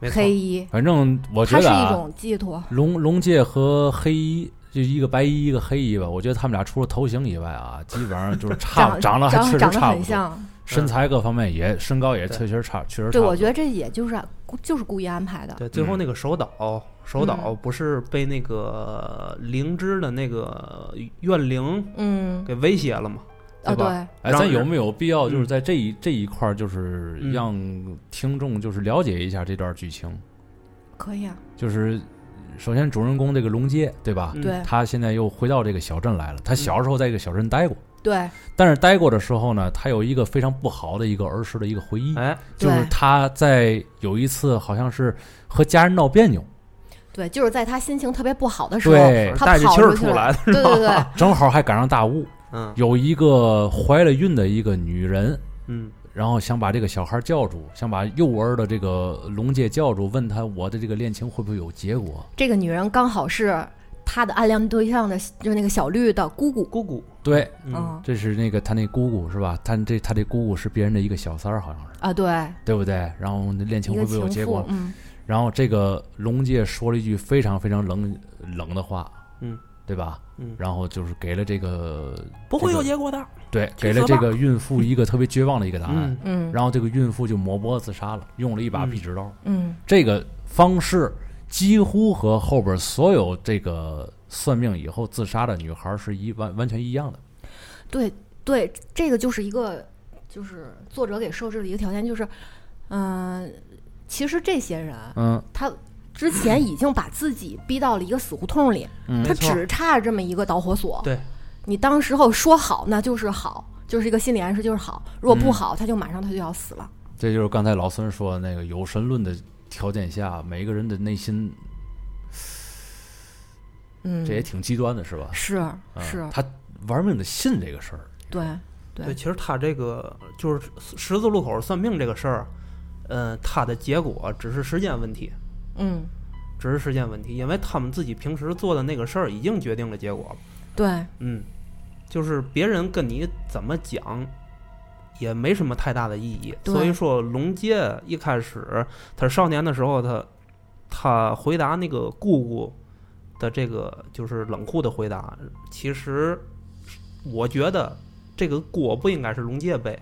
[SPEAKER 3] 没错
[SPEAKER 2] 黑衣，
[SPEAKER 1] 反正我觉
[SPEAKER 2] 它是
[SPEAKER 1] 得
[SPEAKER 2] 一
[SPEAKER 1] 啊，
[SPEAKER 2] 种寄托。
[SPEAKER 1] 龙龙介和黑衣。就一个白衣，一个黑衣吧。我觉得他们俩除了头型以外啊，基本上就是差
[SPEAKER 2] 长
[SPEAKER 1] 长得还
[SPEAKER 2] 长
[SPEAKER 1] 确实
[SPEAKER 2] 长得
[SPEAKER 1] 差
[SPEAKER 2] 很
[SPEAKER 1] 不多，
[SPEAKER 2] 像，
[SPEAKER 1] 身材各方面也身高也
[SPEAKER 3] 嗯对
[SPEAKER 1] 确实差，确实差不
[SPEAKER 2] 对，
[SPEAKER 1] 多。
[SPEAKER 2] 我觉得这也就是就是故意安排的。
[SPEAKER 3] 对，最后
[SPEAKER 1] 嗯
[SPEAKER 3] 那个手岛，手岛
[SPEAKER 2] 嗯
[SPEAKER 3] 不是被那个灵芝的那个怨灵
[SPEAKER 2] 嗯，
[SPEAKER 3] 给威胁了吗？
[SPEAKER 2] 啊，
[SPEAKER 3] 对吧
[SPEAKER 2] 对，
[SPEAKER 1] 哎，
[SPEAKER 3] 让
[SPEAKER 1] 咱
[SPEAKER 3] 人
[SPEAKER 1] 有没有必要
[SPEAKER 3] 嗯
[SPEAKER 1] 就是在这一、这一块，儿，就是让听众就是了解一下这段剧情？
[SPEAKER 2] 可以啊，
[SPEAKER 1] 就是首先主人公这个龙介，对吧？
[SPEAKER 3] 嗯
[SPEAKER 2] 对
[SPEAKER 1] 他现在又回到这个小镇来了。他小时候在这个小镇待过，
[SPEAKER 2] 对，
[SPEAKER 1] 但是待过的时候呢，他有一个非常不好的一个儿时的一个回忆，
[SPEAKER 3] 哎，
[SPEAKER 1] 就是
[SPEAKER 2] 对
[SPEAKER 1] 他在有一次好像是和家人闹别扭，
[SPEAKER 2] 对，就是在他心情特别不好的时候，
[SPEAKER 1] 对，
[SPEAKER 2] 他
[SPEAKER 3] 带着
[SPEAKER 2] 跑
[SPEAKER 3] 气儿
[SPEAKER 2] 出去
[SPEAKER 3] 出来
[SPEAKER 2] 了
[SPEAKER 3] 的，
[SPEAKER 2] 对对对，
[SPEAKER 1] 正好还赶上大雾，
[SPEAKER 3] 嗯
[SPEAKER 1] 有一个怀了孕的一个女人，
[SPEAKER 3] 嗯
[SPEAKER 1] 然后想把这个小孩叫住，想把幼儿的这个龙界叫住，问他我的这个恋情会不会有结果？
[SPEAKER 2] 这个女人刚好是他的暗恋对象的，就是那个小绿的姑姑，
[SPEAKER 3] 姑姑，
[SPEAKER 1] 对，
[SPEAKER 2] 哦
[SPEAKER 3] 嗯，
[SPEAKER 1] 这是那个他那姑姑是吧？他这他这姑姑是别人的一个小三儿，好像是，
[SPEAKER 2] 啊，对，
[SPEAKER 1] 对不对？然后那恋情
[SPEAKER 2] 一
[SPEAKER 1] 会
[SPEAKER 2] 个
[SPEAKER 1] 不会有
[SPEAKER 2] 情
[SPEAKER 1] 结
[SPEAKER 2] 妇
[SPEAKER 1] 果，？
[SPEAKER 2] 嗯，
[SPEAKER 1] 然后这个龙界说了一句非常非常冷冷的话，
[SPEAKER 3] 嗯，
[SPEAKER 1] 对吧？
[SPEAKER 3] 嗯
[SPEAKER 1] 然后就是给了这个
[SPEAKER 4] 不会有结果的。
[SPEAKER 1] 对，给
[SPEAKER 4] 听
[SPEAKER 1] 了
[SPEAKER 4] 说
[SPEAKER 1] 这
[SPEAKER 4] 吧
[SPEAKER 1] 个孕妇一个特别绝望的一个答案
[SPEAKER 3] 嗯，，
[SPEAKER 2] 嗯，
[SPEAKER 1] 然后这个孕妇就抹脖自杀了，用了一把
[SPEAKER 3] 嗯
[SPEAKER 1] 壁纸刀。
[SPEAKER 2] 嗯，
[SPEAKER 1] 这个方式几乎和后边所有这个算命以后自杀的女孩是一完完全一样的。
[SPEAKER 2] 对对，这个就是一个就是作者给设置的一个条件，就是嗯、其实这些人
[SPEAKER 1] 嗯
[SPEAKER 2] 他之前已经把自己逼到了一个死胡同里，
[SPEAKER 1] 嗯
[SPEAKER 2] 他
[SPEAKER 3] 没错
[SPEAKER 2] 只差这么一个导火索。
[SPEAKER 3] 对，
[SPEAKER 2] 你当时候说好，那就是好，就是一个心理暗示，就是好。如果不
[SPEAKER 3] 嗯
[SPEAKER 2] 好，他就马上他就要死了。
[SPEAKER 1] 这就是刚才老孙说的那个有神论的条件下，每个人的内心
[SPEAKER 2] 嗯，
[SPEAKER 1] 这也挺极端的，是吧？
[SPEAKER 2] 是
[SPEAKER 3] 嗯
[SPEAKER 1] 啊
[SPEAKER 2] 是，
[SPEAKER 1] 他玩命的信这个事儿。
[SPEAKER 2] 对
[SPEAKER 3] 对，其实他这个就是十字路口算命这个事儿，呃，他的结果只是时间问题，
[SPEAKER 2] 嗯
[SPEAKER 3] 只是时间问题，因为他们自己平时做的那个事儿已经决定了结果了。
[SPEAKER 2] 对
[SPEAKER 3] 嗯，就是别人跟你怎么讲，也没什么太大的意义。
[SPEAKER 2] 对
[SPEAKER 3] 所以说，龙介一开始他少年的时候，他他回答那个姑姑的这个就是冷酷的回答，其实我觉得这个锅不应该是龙介背，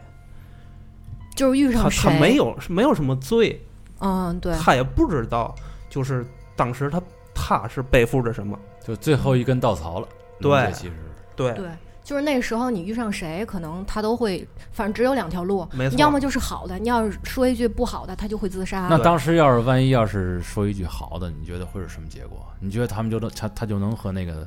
[SPEAKER 2] 就是遇
[SPEAKER 3] 他
[SPEAKER 2] 上谁
[SPEAKER 3] 他没有没有什么罪，
[SPEAKER 2] 嗯对
[SPEAKER 3] 他也不知道，就是当时他他是背负着什么。
[SPEAKER 1] 就最后一根稻草了。
[SPEAKER 3] 对
[SPEAKER 1] 龙介其实
[SPEAKER 3] 对，
[SPEAKER 2] 对。就是那时候，你遇上谁，可能他都会，反正只有两条路，
[SPEAKER 3] 没错
[SPEAKER 2] 要么就是好的，你要是说一句不好的，他就会自杀。
[SPEAKER 1] 那当时要是万一要是说一句好的，你觉得会是什么结果？你觉得他们就能他他就能和那个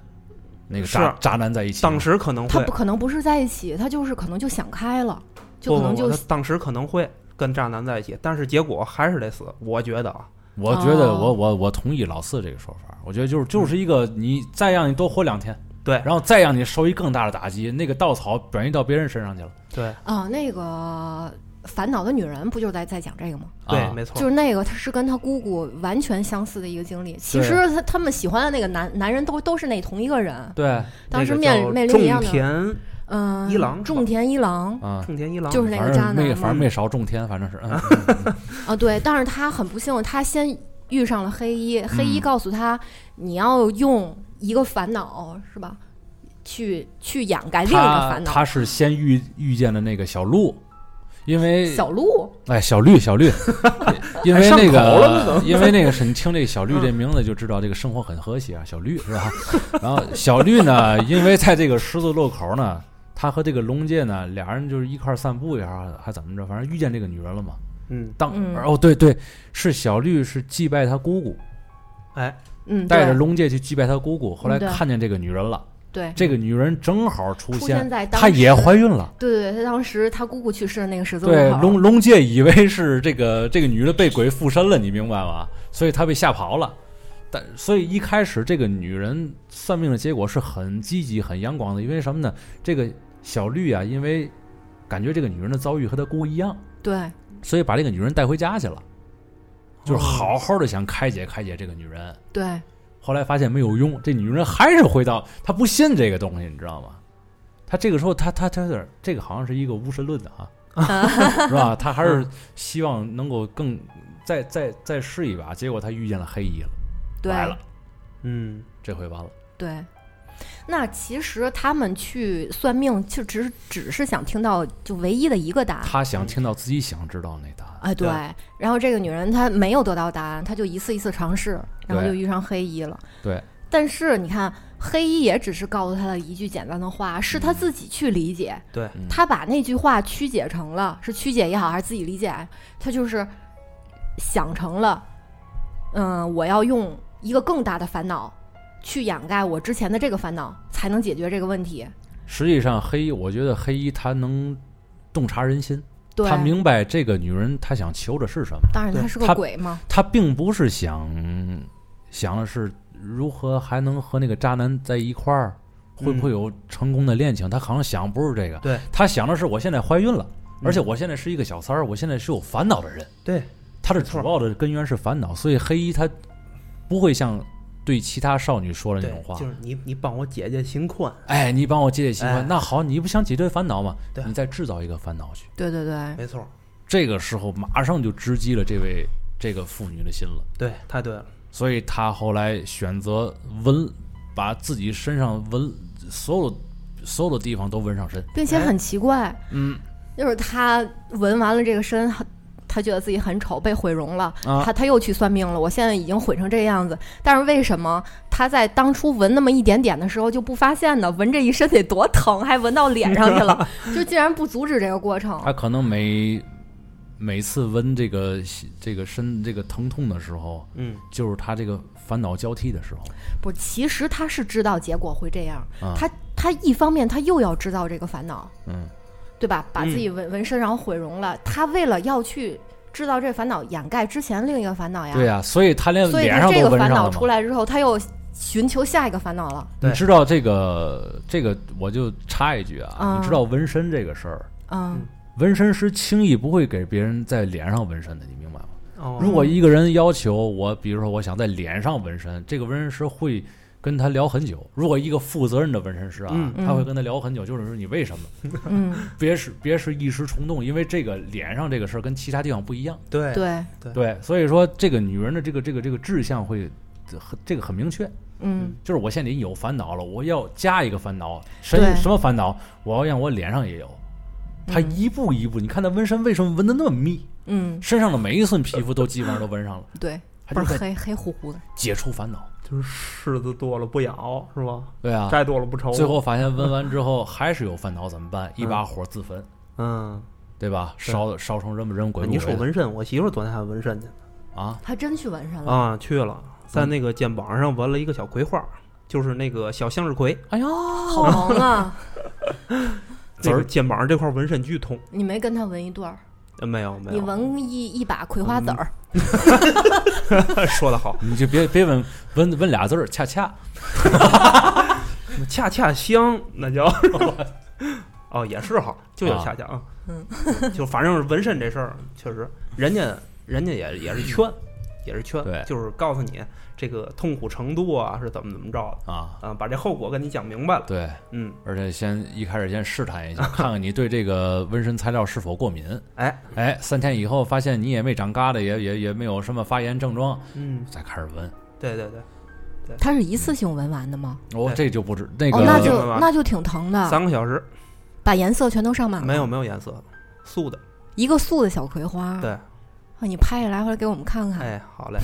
[SPEAKER 1] 那个渣
[SPEAKER 3] 是
[SPEAKER 1] 渣男在一起吗？
[SPEAKER 3] 当时可能
[SPEAKER 2] 他
[SPEAKER 3] 会
[SPEAKER 2] 不可能不是在一起，他就是可能就想开了，就
[SPEAKER 3] 不
[SPEAKER 2] 可能
[SPEAKER 3] 不
[SPEAKER 2] 就
[SPEAKER 3] 不他当时可能会跟渣男在一起，但是结果还是得死。我觉得啊，
[SPEAKER 1] 我觉得我、
[SPEAKER 2] 哦
[SPEAKER 1] 我我同意老四这个说法，我觉得就是就是一个你再让你多活两天，
[SPEAKER 3] 对
[SPEAKER 1] 然后再让你受一更大的打击，那个稻草转移到别人身上去了，
[SPEAKER 3] 对
[SPEAKER 2] 啊、那个烦恼的女人不就是在在讲这个吗？
[SPEAKER 3] 对，
[SPEAKER 1] 啊、
[SPEAKER 3] 没错，
[SPEAKER 2] 就是那个，她是跟她姑姑完全相似的一个经历。其
[SPEAKER 1] 对
[SPEAKER 2] 实她他们喜欢的那个男男人都都是那同一个人，
[SPEAKER 1] 对，
[SPEAKER 2] 当时
[SPEAKER 3] 那个
[SPEAKER 2] 面
[SPEAKER 3] 叫
[SPEAKER 2] 面临一样
[SPEAKER 3] 种
[SPEAKER 2] 的，
[SPEAKER 3] 田
[SPEAKER 2] 嗯，
[SPEAKER 3] 一郎是吧
[SPEAKER 2] 种田一郎
[SPEAKER 1] 啊，
[SPEAKER 3] 种田一郎
[SPEAKER 2] 就是那
[SPEAKER 1] 反
[SPEAKER 2] 个渣
[SPEAKER 1] 正
[SPEAKER 2] 男
[SPEAKER 1] 没
[SPEAKER 2] 嘛
[SPEAKER 1] 反正没少种田，反正是，嗯
[SPEAKER 2] 啊，对，但是他很不幸，他先遇上了黑衣，黑衣
[SPEAKER 1] 嗯
[SPEAKER 2] 告诉他，你要用一个烦恼是吧，去去掩盖另一个
[SPEAKER 1] 他
[SPEAKER 2] 烦恼。
[SPEAKER 1] 他是先遇遇见了那个小鹿，因为
[SPEAKER 2] 小鹿，
[SPEAKER 1] 哎，小绿，小 绿，因
[SPEAKER 3] 还
[SPEAKER 1] 为
[SPEAKER 3] 上
[SPEAKER 1] 那
[SPEAKER 3] 口了
[SPEAKER 1] 个，因为那个是你听这个小绿这名字就知道这个生活很和谐啊，小绿是吧？然后小绿呢，因为在这个十字路口呢，他和这个龙介呢，俩人就是一块儿散步也好，还怎么着，反正遇见这个女人了嘛。
[SPEAKER 3] 嗯，
[SPEAKER 1] 当、
[SPEAKER 2] 嗯
[SPEAKER 1] 哦对对，是小绿是祭拜他姑姑，
[SPEAKER 3] 哎，
[SPEAKER 2] 嗯，
[SPEAKER 1] 带着
[SPEAKER 2] 对
[SPEAKER 1] 龙介去祭拜他姑姑，后来
[SPEAKER 2] 嗯对
[SPEAKER 1] 看见这个女人了，
[SPEAKER 2] 对
[SPEAKER 1] 这个女人正好出
[SPEAKER 2] 出现
[SPEAKER 1] 现，
[SPEAKER 2] 在当
[SPEAKER 1] 她也
[SPEAKER 2] 时
[SPEAKER 1] 怀孕了。
[SPEAKER 2] 对对对，他当时他姑姑去世的那个十字路
[SPEAKER 1] 对，
[SPEAKER 2] 口，
[SPEAKER 1] 龙龙介以为是这个这个女的被鬼附身了，你明白吗？所以他被吓跑了。但所以一开始这个女人算命的结果是很积极、很阳光的，因为什么呢？这个小绿啊，因为感觉这个女人的遭遇和她姑一样，
[SPEAKER 2] 对
[SPEAKER 1] 所以把这个女人带回家去了，就是好好的想开解开解这个女人。
[SPEAKER 2] 对
[SPEAKER 1] 后来发现没有用，这女人还是回到她不信这个东西，你知道吗？她这个时候，她她她有点这个好像是一个无神论的 啊，是吧？她还是希望能够更再再再试一把，结果她遇见了黑衣了，
[SPEAKER 2] 对
[SPEAKER 1] 完了，
[SPEAKER 3] 嗯，
[SPEAKER 1] 这回完了。
[SPEAKER 2] 对。那其实他们去算命，就只是只是想听到就唯一的一个答案。
[SPEAKER 1] 她想听到自己想知道那答案，
[SPEAKER 2] 哎，对
[SPEAKER 3] 对。
[SPEAKER 2] 然后这个女人她没有得到答案，她就一次一次尝试，然后
[SPEAKER 1] 对
[SPEAKER 2] 就遇上黑衣了。
[SPEAKER 1] 对。
[SPEAKER 2] 但是你看，黑衣也只是告诉她了一句简单的话，是她自己去理解，
[SPEAKER 3] 对，
[SPEAKER 1] 嗯
[SPEAKER 2] 她把那句话曲解成了是曲解也好，还是自己理解，她就是想成了，嗯，我要用一个更大的烦恼去掩盖我之前的这个烦恼，才能解决这个问题。
[SPEAKER 1] 实际上黑衣，我觉得黑衣她能洞察人心，
[SPEAKER 2] 对，
[SPEAKER 1] 她明白这个女人她想求的是什么。
[SPEAKER 2] 当然她
[SPEAKER 3] 对
[SPEAKER 2] 是个
[SPEAKER 1] 她
[SPEAKER 2] 鬼嘛，
[SPEAKER 1] 他并不是想想的是如何还能和那个渣男在一块儿，
[SPEAKER 3] 嗯
[SPEAKER 1] 会不会有成功的恋情？他好像想不是这个，
[SPEAKER 3] 对，
[SPEAKER 1] 他想的是我现在怀孕了，
[SPEAKER 3] 嗯
[SPEAKER 1] 而且我现在是一个小三儿，我现在是有烦恼的人。
[SPEAKER 3] 对，
[SPEAKER 1] 他的
[SPEAKER 3] 没
[SPEAKER 1] 主
[SPEAKER 3] 错
[SPEAKER 1] 要的根源是烦恼，所以黑衣他不会像对其他少女说的那种
[SPEAKER 3] 对，
[SPEAKER 1] 话
[SPEAKER 3] 就。是你你帮我解解心宽，
[SPEAKER 1] 哎，你帮我解解心
[SPEAKER 3] 哎
[SPEAKER 1] 宽。那好，你不想解决烦恼吗
[SPEAKER 3] 对？
[SPEAKER 1] 你再制造一个烦恼去。
[SPEAKER 2] 对对对，
[SPEAKER 3] 没错，
[SPEAKER 1] 这个时候马上就直击了这位这个妇女的心了。
[SPEAKER 3] 对，太对了，
[SPEAKER 1] 所以他后来选择纹，把自己身上纹所有所有的地方都纹上身。
[SPEAKER 2] 并且
[SPEAKER 3] 哎
[SPEAKER 2] 很奇怪，
[SPEAKER 1] 嗯，
[SPEAKER 2] 就是他纹完了这个身，他觉得自己很丑，被毁容了，
[SPEAKER 1] 啊
[SPEAKER 2] 他他又去算命了，我现在已经毁成这样子，但是为什么他在当初纹那么一点点的时候就不发现呢？纹这一身得多疼，还纹到脸上 去了，就竟然不阻止这个过程。
[SPEAKER 1] 他可能每每次闻这个这个身这个疼痛的时候，
[SPEAKER 3] 嗯，
[SPEAKER 1] 就是他这个烦恼交替的时候。
[SPEAKER 2] 不，其实他是知道结果会这样，
[SPEAKER 1] 啊
[SPEAKER 2] 他他一方面他又要制造这个烦恼，
[SPEAKER 1] 嗯，
[SPEAKER 2] 对吧？把自己纹纹身然后毁容了，他为了要去制造这烦恼，掩盖之前另一个烦恼哎呀，
[SPEAKER 1] 对啊呀、所以 他连
[SPEAKER 2] 所以
[SPEAKER 1] 脸
[SPEAKER 2] 他
[SPEAKER 1] 上
[SPEAKER 2] 这
[SPEAKER 1] 都
[SPEAKER 2] 个
[SPEAKER 1] 纹
[SPEAKER 2] 烦
[SPEAKER 1] 上
[SPEAKER 2] 恼
[SPEAKER 1] 了
[SPEAKER 2] 出
[SPEAKER 1] 嘛。
[SPEAKER 2] 来之后，他又寻求下一个烦恼了
[SPEAKER 1] 你
[SPEAKER 3] 对
[SPEAKER 1] 知道这个这个，我就插一句啊，
[SPEAKER 2] 啊
[SPEAKER 1] 你知道纹身这个事儿，
[SPEAKER 2] 啊。
[SPEAKER 3] 嗯
[SPEAKER 1] 纹身师轻易不会给别人在脸上纹身的，你明白吗？
[SPEAKER 3] 哦，
[SPEAKER 1] 如果一个人要求我，比如说我想在脸上纹身，这个纹身师会跟他聊很久。如果一个负责任的纹身师啊，
[SPEAKER 3] 嗯
[SPEAKER 2] 嗯
[SPEAKER 1] 他会跟他聊很久，就是说你为什么，
[SPEAKER 2] 嗯，
[SPEAKER 1] 别是别是一时冲动，因为这个脸上这个事儿跟其他地方不一样。
[SPEAKER 4] 对
[SPEAKER 2] 嗯对，
[SPEAKER 1] 对，所以说这个女人的这个这个这个志向会很这个很明确，
[SPEAKER 2] 嗯，
[SPEAKER 1] 就是我现在已经有烦恼了，我要加一个烦恼，什
[SPEAKER 2] 对
[SPEAKER 1] 什么烦恼？我要让我脸上也有。他
[SPEAKER 2] 嗯
[SPEAKER 1] 一步一步，你看他纹身为什么纹的那么密，
[SPEAKER 2] 嗯，
[SPEAKER 1] 身上的每一寸皮肤都基本上都纹上了，
[SPEAKER 2] 对，
[SPEAKER 1] 他
[SPEAKER 2] 倍
[SPEAKER 1] 就
[SPEAKER 2] 儿
[SPEAKER 1] 在
[SPEAKER 2] 黑黑乎乎的，
[SPEAKER 1] 解除烦恼。
[SPEAKER 3] 就是柿子多了不咬是吧？
[SPEAKER 1] 对啊，
[SPEAKER 3] 债多了不愁。
[SPEAKER 1] 最后发现纹完之后还是有烦恼，怎么办？一把火自焚，
[SPEAKER 3] 嗯，
[SPEAKER 1] 对吧？
[SPEAKER 3] 对
[SPEAKER 1] 烧烧成人不人鬼不
[SPEAKER 3] 啊你说
[SPEAKER 1] 鬼的
[SPEAKER 3] 纹身，我媳妇儿昨天还纹身去呢
[SPEAKER 1] 啊？
[SPEAKER 2] 还真去纹身了。
[SPEAKER 3] 啊，去了，
[SPEAKER 1] 嗯
[SPEAKER 3] 在那个肩膀上纹了一个小葵花，就是那个小向日葵，
[SPEAKER 1] 哎呦，
[SPEAKER 2] 好萌啊！
[SPEAKER 3] 那
[SPEAKER 1] 籽
[SPEAKER 3] 个
[SPEAKER 1] 儿
[SPEAKER 3] 肩膀上这块纹身巨痛。
[SPEAKER 2] 你没跟他纹一对儿，
[SPEAKER 3] 呃没有没
[SPEAKER 2] 你
[SPEAKER 3] 有，
[SPEAKER 2] 纹一一把葵花籽儿，
[SPEAKER 3] 说的好，
[SPEAKER 1] 你就别别问问问俩字儿，恰恰
[SPEAKER 3] 恰恰香，那叫 哦，也是哈，就叫
[SPEAKER 1] 啊
[SPEAKER 3] 恰恰啊，
[SPEAKER 2] 嗯，
[SPEAKER 3] 就反正是纹身这事儿，确实，人家人家也也是劝，也是劝
[SPEAKER 1] 对，
[SPEAKER 3] 就是告诉你这个痛苦程度啊是怎么怎么着
[SPEAKER 1] 啊，
[SPEAKER 3] 的啊，把这后果跟你讲明白了，
[SPEAKER 1] 对，
[SPEAKER 3] 嗯，
[SPEAKER 1] 而且先一开始先试探 一下，看看你对这个纹身材料是否过敏。
[SPEAKER 3] 哎，
[SPEAKER 1] 哎，三天以后发现你也没长疙瘩，也也也没有什么发炎症状，
[SPEAKER 3] 嗯，
[SPEAKER 1] 再开始纹。
[SPEAKER 3] 对对对，
[SPEAKER 2] 他是一次性纹完的吗？
[SPEAKER 1] 我、
[SPEAKER 3] 对
[SPEAKER 1] 这就不知那个、
[SPEAKER 2] 哦，那
[SPEAKER 3] 纹
[SPEAKER 2] 就
[SPEAKER 3] 完
[SPEAKER 2] 那就挺疼的，
[SPEAKER 3] 三个小时
[SPEAKER 2] 把颜色全都上满了。
[SPEAKER 3] 没有没有颜色，素的，
[SPEAKER 2] 一个素的小葵花，
[SPEAKER 3] 对
[SPEAKER 2] 啊，你拍下来回来给我们看看，
[SPEAKER 3] 哎，好嘞，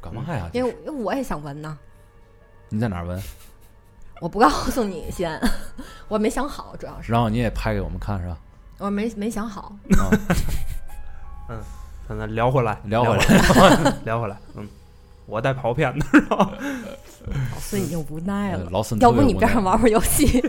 [SPEAKER 1] 干嘛呀？
[SPEAKER 2] 因为因为我也想纹呢。
[SPEAKER 1] 你在哪儿纹？
[SPEAKER 2] 我不告诉你先， 我没想好，主要是
[SPEAKER 1] 然后你也拍给我们看是吧？
[SPEAKER 2] 我没没想好。
[SPEAKER 1] 啊，
[SPEAKER 3] 咱咱聊回来，
[SPEAKER 1] 聊回
[SPEAKER 3] 回来，
[SPEAKER 1] 来。
[SPEAKER 3] 聊回来， 嗯，我带跑偏的，
[SPEAKER 2] 老孙已经无奈了，
[SPEAKER 1] 老 孙特
[SPEAKER 2] 哎要
[SPEAKER 1] 别无
[SPEAKER 2] 不
[SPEAKER 1] 奈，
[SPEAKER 2] 你边上玩玩游 戏，